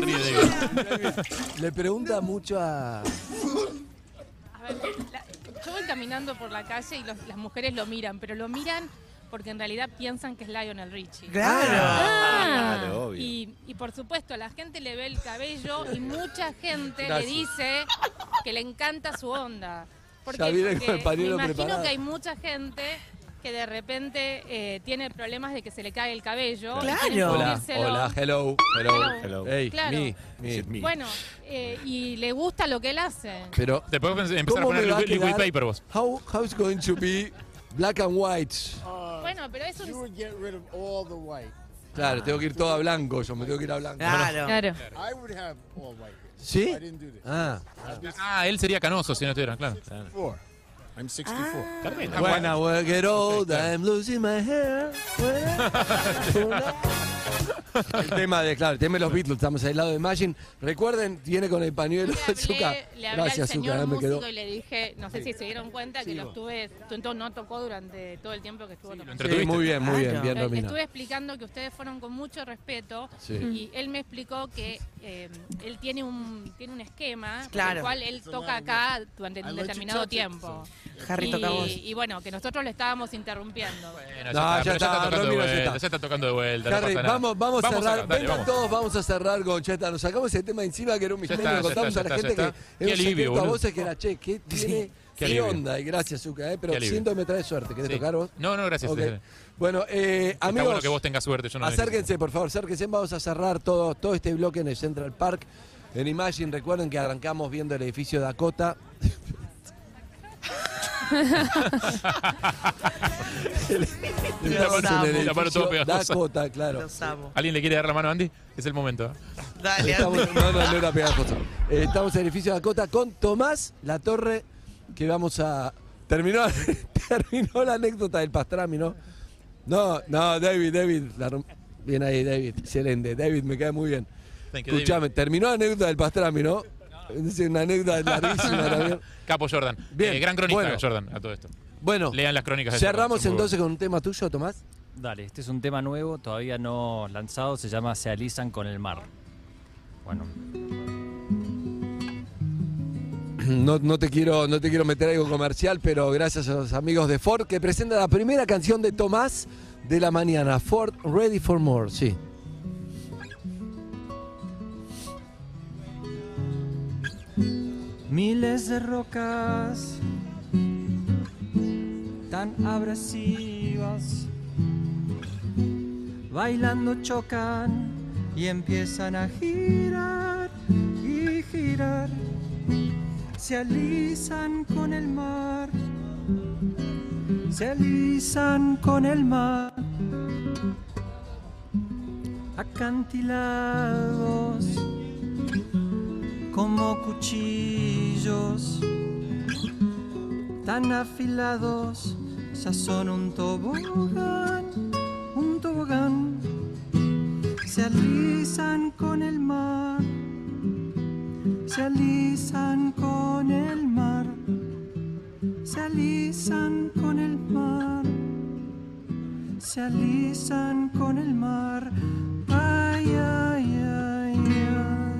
Speaker 6: ríe de
Speaker 7: Le pregunta mucho a.
Speaker 12: A ver, eh, la- yo voy caminando por la calle y los- las mujeres lo miran, pero lo miran porque en realidad piensan que es Lionel Richie.
Speaker 8: Claro.
Speaker 12: Ah.
Speaker 8: Claro, obvio.
Speaker 12: Y, y por supuesto, la gente le ve el cabello y mucha gente le
Speaker 7: Gracias.
Speaker 12: dice que le encanta su onda. ¿Por
Speaker 7: Ya
Speaker 12: qué?
Speaker 7: viene
Speaker 12: Porque
Speaker 7: con el pañuelo
Speaker 12: me imagino
Speaker 7: preparado.
Speaker 12: que hay mucha gente que de repente eh, tiene problemas de que se le cae el cabello. y quieren
Speaker 7: Hola,
Speaker 12: ponérselo.
Speaker 7: hola, hello, hello, hello. Hey,
Speaker 12: Claro.
Speaker 7: me, me.
Speaker 12: Bueno, eh, y le gusta lo que él hace.
Speaker 7: Pero
Speaker 6: Te puedo empezar a
Speaker 7: ¿cómo
Speaker 6: poner
Speaker 7: me va
Speaker 6: liquid- liquid
Speaker 7: quedar-
Speaker 6: paper vos.
Speaker 7: How how's going to be black and white?
Speaker 12: Bueno, pero eso
Speaker 18: You would get rid of all the white.
Speaker 7: Claro, tengo que ir todo a blanco, yo me tengo que ir a blanco.
Speaker 13: Claro.
Speaker 18: I would have all white hair.
Speaker 7: ¿Sí?
Speaker 18: I didn't do this.
Speaker 7: Ah.
Speaker 6: Ah, él sería canoso si no estuviera, claro.
Speaker 18: Four. I'm 64.
Speaker 7: When I will get old, I'm losing my hair. El tema de, claro, el tema de los Beatles, estamos al lado de Imagine. Recuerden, viene con el pañuelo de azúcar.
Speaker 12: Le- le hablé al
Speaker 7: Gracias,
Speaker 12: señor
Speaker 7: azúcar, me
Speaker 12: músico
Speaker 7: quedó.
Speaker 12: y le dije, no sé
Speaker 7: Sí.
Speaker 12: si se dieron cuenta que
Speaker 7: Sí,
Speaker 12: lo
Speaker 7: vos.
Speaker 12: estuve, Tunto no tocó durante todo el tiempo que estuvo tocando.
Speaker 7: Sí, muy bien, muy
Speaker 8: Ah,
Speaker 7: bien,
Speaker 12: Le-
Speaker 7: bien
Speaker 12: le
Speaker 7: dominado.
Speaker 12: estuve explicando que ustedes fueron con mucho respeto
Speaker 7: Sí.
Speaker 12: y él me explicó que eh, él tiene un tiene un esquema por
Speaker 8: Claro.
Speaker 12: el cual él toca acá durante un
Speaker 8: let you
Speaker 12: determinado
Speaker 8: touch it,
Speaker 12: tiempo.
Speaker 8: so. Harry,
Speaker 12: y,
Speaker 8: toca vos.
Speaker 12: y bueno, que nosotros lo estábamos interrumpiendo.
Speaker 6: Bueno,
Speaker 7: No,
Speaker 6: ya, está,
Speaker 7: ya
Speaker 6: pero ya
Speaker 7: está,
Speaker 6: está tocando de
Speaker 7: Ramiro, ya
Speaker 6: vuelta,
Speaker 7: está.
Speaker 6: ya está tocando de vuelta, no
Speaker 7: Harry,
Speaker 6: pasa nada.
Speaker 7: vamos, vamos a cerrar.
Speaker 6: acá, dale,
Speaker 7: Vengan
Speaker 6: vamos.
Speaker 7: todos, vamos a cerrar con ya está. Nos sacamos ese tema de encima que era un
Speaker 6: Ya
Speaker 7: misterio.
Speaker 6: está,
Speaker 7: le
Speaker 6: ya
Speaker 7: contamos
Speaker 6: está,
Speaker 7: a la
Speaker 6: ya está, ya
Speaker 7: gente que
Speaker 6: está.
Speaker 7: era
Speaker 6: Qué
Speaker 7: un
Speaker 6: alivio,
Speaker 7: secreto a
Speaker 6: boludo.
Speaker 7: voces que era, che, qué tiene, qué,
Speaker 6: Qué alivio.
Speaker 7: onda. Y gracias, Zuka, eh, pero
Speaker 6: Qué alivio.
Speaker 7: siento que me trae suerte. ¿Querés
Speaker 6: Sí.
Speaker 7: tocar vos?
Speaker 6: No, no, gracias,
Speaker 7: Ok.
Speaker 6: déjale.
Speaker 7: Bueno, eh,
Speaker 6: Está
Speaker 7: amigos.
Speaker 6: bueno que vos tengas suerte, yo no necesito.
Speaker 7: acérquense, por favor, acérquense. Vamos a cerrar todo, todo este bloque en el Central Park. En Imagine, recuerden que arrancamos viendo el edificio Dakota.
Speaker 6: [laughs]
Speaker 13: Uh. [laughs]
Speaker 6: La mano-
Speaker 7: Estamos en el
Speaker 6: la mano toda
Speaker 7: edificio
Speaker 6: pegajosa.
Speaker 7: Dakota, claro.
Speaker 6: ¿Alguien le quiere dar la mano a Andy? Es el momento. ¿eh?
Speaker 7: Estamos, no, no, no era pegajoso. Eh, estamos en el edificio Dakota con Tomás La Torre, que vamos a. Terminó, [laughs] terminó la anécdota del pastrami, ¿no? No, no, David, David. la rom- bien ahí, David. Excelente. David, me queda muy bien.
Speaker 6: Thank you,
Speaker 7: Escuchame, terminó la anécdota del pastrami, ¿no? Es una anécdota
Speaker 6: [laughs]
Speaker 7: larguísima también.
Speaker 6: Capo Jordan.
Speaker 7: Bien,
Speaker 6: Eh, gran cronista
Speaker 7: bueno.
Speaker 6: Jordan a todo esto.
Speaker 7: Bueno,
Speaker 6: lean las crónicas. de Jordan,
Speaker 7: Cerramos
Speaker 6: son muy
Speaker 7: entonces con un tema tuyo, Tomás. [clears throat]
Speaker 10: Dale, este es un tema nuevo, todavía no lanzado, se llama Se alisan con el mar. Bueno,
Speaker 7: No, no te quiero, no te quiero meter algo comercial, pero gracias a los amigos de Ford que presentan la primera canción de Tomás de la mañana. Ford Ready for More, sí.
Speaker 6: buenos.
Speaker 26: miles de rocas tan abrasivas bailando chocan y empiezan a girar y girar se alisan con el mar se alisan con el mar acantilados como cuchillos tan afilados, ya son un tobogán, un tobogán. Se alisan con el mar, se alisan con el mar, se alisan con el mar, se alisan con el mar. Ay, ay, ay, ay.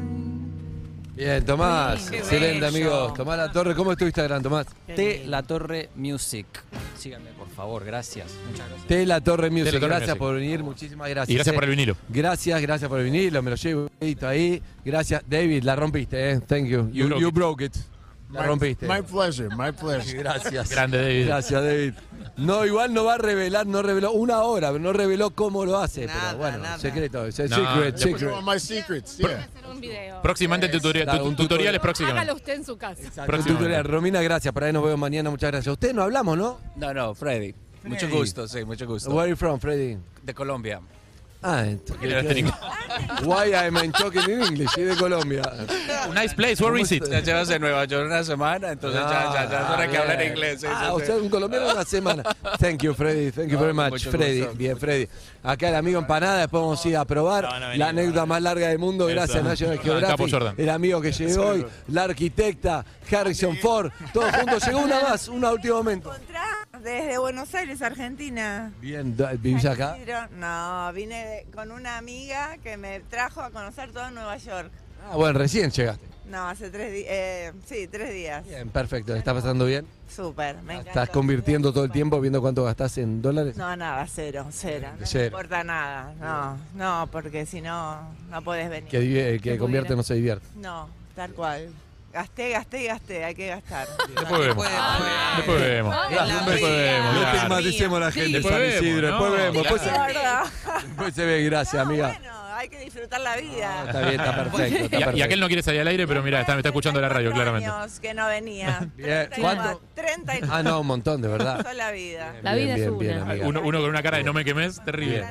Speaker 7: Bien, Tomás.
Speaker 26: Qué
Speaker 7: Excelente,
Speaker 26: bello.
Speaker 7: amigos. Tomás La Torre, ¿cómo es tu Instagram, Tomás?
Speaker 26: T
Speaker 10: La Torre Music. Síganme, por favor. Gracias. Muchas gracias.
Speaker 7: T La Torre Music.
Speaker 10: T La Torre
Speaker 7: gracias
Speaker 10: Music.
Speaker 7: por venir, muchísimas gracias.
Speaker 6: Y gracias
Speaker 7: eh.
Speaker 6: por el vinilo.
Speaker 7: Gracias, gracias por el vinilo, me lo llevo ahí. Gracias, David, la rompiste, eh. Thank you. You,
Speaker 18: broke
Speaker 7: you
Speaker 18: it.
Speaker 7: broke it. La
Speaker 18: My-
Speaker 7: rompiste.
Speaker 18: My pleasure, my pleasure.
Speaker 7: Gracias. Gracias, David. No, igual no va a revelar, no reveló una hora, pero no reveló cómo lo hace, pero bueno, secreto, es el
Speaker 6: No,
Speaker 7: secret,
Speaker 6: después-
Speaker 7: secret.
Speaker 18: All my secrets, yeah.
Speaker 12: Hacer un video.
Speaker 6: Próximamente tutoria-
Speaker 7: Dale,
Speaker 6: tu-
Speaker 7: un tutorial.
Speaker 6: tutoriales próximamente.
Speaker 12: Hágalo usted en su casa.
Speaker 7: Tu tutorial. Romina, gracias, para ahí nos vemos mañana, muchas gracias. Usted no hablamos, ¿no?
Speaker 1: No, no, Freddy. Mucho
Speaker 7: Freddy.
Speaker 1: gusto, sí, mucho gusto.
Speaker 7: Where are you from, Freddy?
Speaker 1: De Colombia.
Speaker 7: Ah, ent-
Speaker 1: Porque eres técnico.
Speaker 7: Why I'm in talking in English, y de Colombia.
Speaker 1: Nice place, where is it? Ya llevas de Nueva York una semana, entonces ya, ya, ya es hora que
Speaker 7: Ah,
Speaker 1: hablar
Speaker 7: bien.
Speaker 1: inglés. sí,
Speaker 7: Ah,
Speaker 1: sí,
Speaker 7: o
Speaker 1: sí.
Speaker 7: sea, un colombiano una semana. Thank you, Freddy. Thank you very
Speaker 1: No,
Speaker 7: much,
Speaker 1: mucho
Speaker 7: Freddy.
Speaker 1: gusto.
Speaker 7: Bien, Freddy. Acá el amigo Empanada, después vamos a ir a probar.
Speaker 1: No, no, vení,
Speaker 7: la anécdota más larga del mundo, gracias a
Speaker 1: Eso. Ah,
Speaker 7: National
Speaker 1: el Capo
Speaker 7: Geographic.
Speaker 1: Jordan.
Speaker 7: el amigo que llegó hoy, la arquitecta, Harrison Ford, todos juntos. Llegó una más, una a último momento.
Speaker 9: Desde Buenos Aires, Argentina.
Speaker 7: Bien, da- ¿vivís acá?
Speaker 9: No, vine de- con una amiga que me trajo a conocer todo Nueva York.
Speaker 7: Ah, bueno, recién llegaste.
Speaker 9: No, hace tres días. sí, tres días.
Speaker 7: Bien, perfecto. ¿Está pasando bien?
Speaker 9: Súper, me encanta.
Speaker 7: ¿Estás convirtiendo todo el tiempo viendo cuánto gastás en dólares?
Speaker 9: No, nada, cero, cero. No me
Speaker 7: Cero.
Speaker 9: importa nada. No, no, porque si no, no podés venir.
Speaker 7: Que, divie- que convierte no se divierte.
Speaker 9: No, tal cual. Gasté, gasté, gasté, hay que gastar.
Speaker 7: Después vemos. Ah,
Speaker 6: Después vemos.
Speaker 7: Después vemos. No tematicemos a la gente,
Speaker 6: Después
Speaker 7: San
Speaker 6: vemos,
Speaker 7: Isidro.
Speaker 6: ¿no?
Speaker 7: Después vemos. Después,
Speaker 9: Es verdad.
Speaker 7: se- después se ve, gracias, amiga.
Speaker 9: No, hay que disfrutar la vida.
Speaker 7: Está
Speaker 6: [laughs]
Speaker 7: bien, está perfecto. Está
Speaker 6: Y, y
Speaker 7: perfecto.
Speaker 6: aquel no quiere salir al aire, pero mira, está, me está escuchando la radio, claramente.
Speaker 9: Años que no venía.
Speaker 7: Bien.
Speaker 9: 34,
Speaker 7: ¿Cuánto?
Speaker 9: 34.
Speaker 7: Ah, no, un montón, de verdad.
Speaker 9: Sola vida.
Speaker 7: La Bien, vida es bien, bien, una. amiga.
Speaker 6: Uno, uno con una cara de no me quemes, terrible.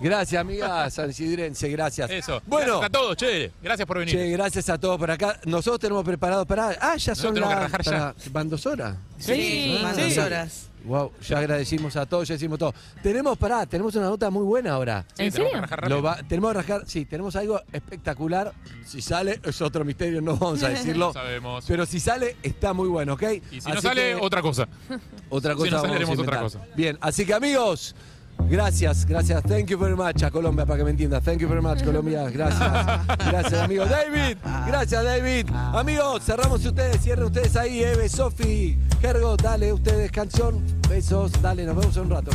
Speaker 7: Gracias, amiga San Isidrense,
Speaker 6: [laughs]
Speaker 7: gracias.
Speaker 6: Eso.
Speaker 7: Bueno.
Speaker 6: Gracias a todos, che. Gracias por venir.
Speaker 7: Che, gracias a todos por acá. Nosotros tenemos preparados para. Ah, ya son
Speaker 6: tenemos que
Speaker 7: las.
Speaker 6: rajar ya.
Speaker 7: pará, ¿Van dos horas?
Speaker 8: Sí, van dos horas.
Speaker 7: Wow, ya agradecimos a todos, ya hicimos todo. Tenemos, pará, tenemos una nota muy buena ahora.
Speaker 6: Sí, ¿En tenemos serio? que rajar rápido.
Speaker 7: Lo va- tenemos que rajar, sí, tenemos algo espectacular. Si sale, es otro misterio, no
Speaker 6: [laughs]
Speaker 7: vamos a decirlo.
Speaker 6: No sabemos.
Speaker 7: Pero si sale, está muy bueno, ¿ok?
Speaker 6: Y si no sale, otra cosa.
Speaker 7: Otra
Speaker 6: Si
Speaker 7: cosa.
Speaker 6: no sale,
Speaker 7: vamos a
Speaker 6: haremos otra
Speaker 7: inventar.
Speaker 6: cosa.
Speaker 7: Bien, así que amigos, gracias, gracias. Thank you very much a Colombia, para que me entiendas. Thank you very much, Colombia. Gracias. Gracias, amigos. David, gracias, David. Amigos, cerramos ustedes, cierren ustedes ahí, Eve, Sofi, Gergo, dale ustedes canción. Besos, dale, nos vemos en un rato.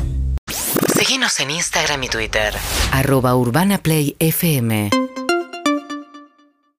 Speaker 17: Síguenos en Instagram y Twitter.
Speaker 22: Arroba Urbana Play FM.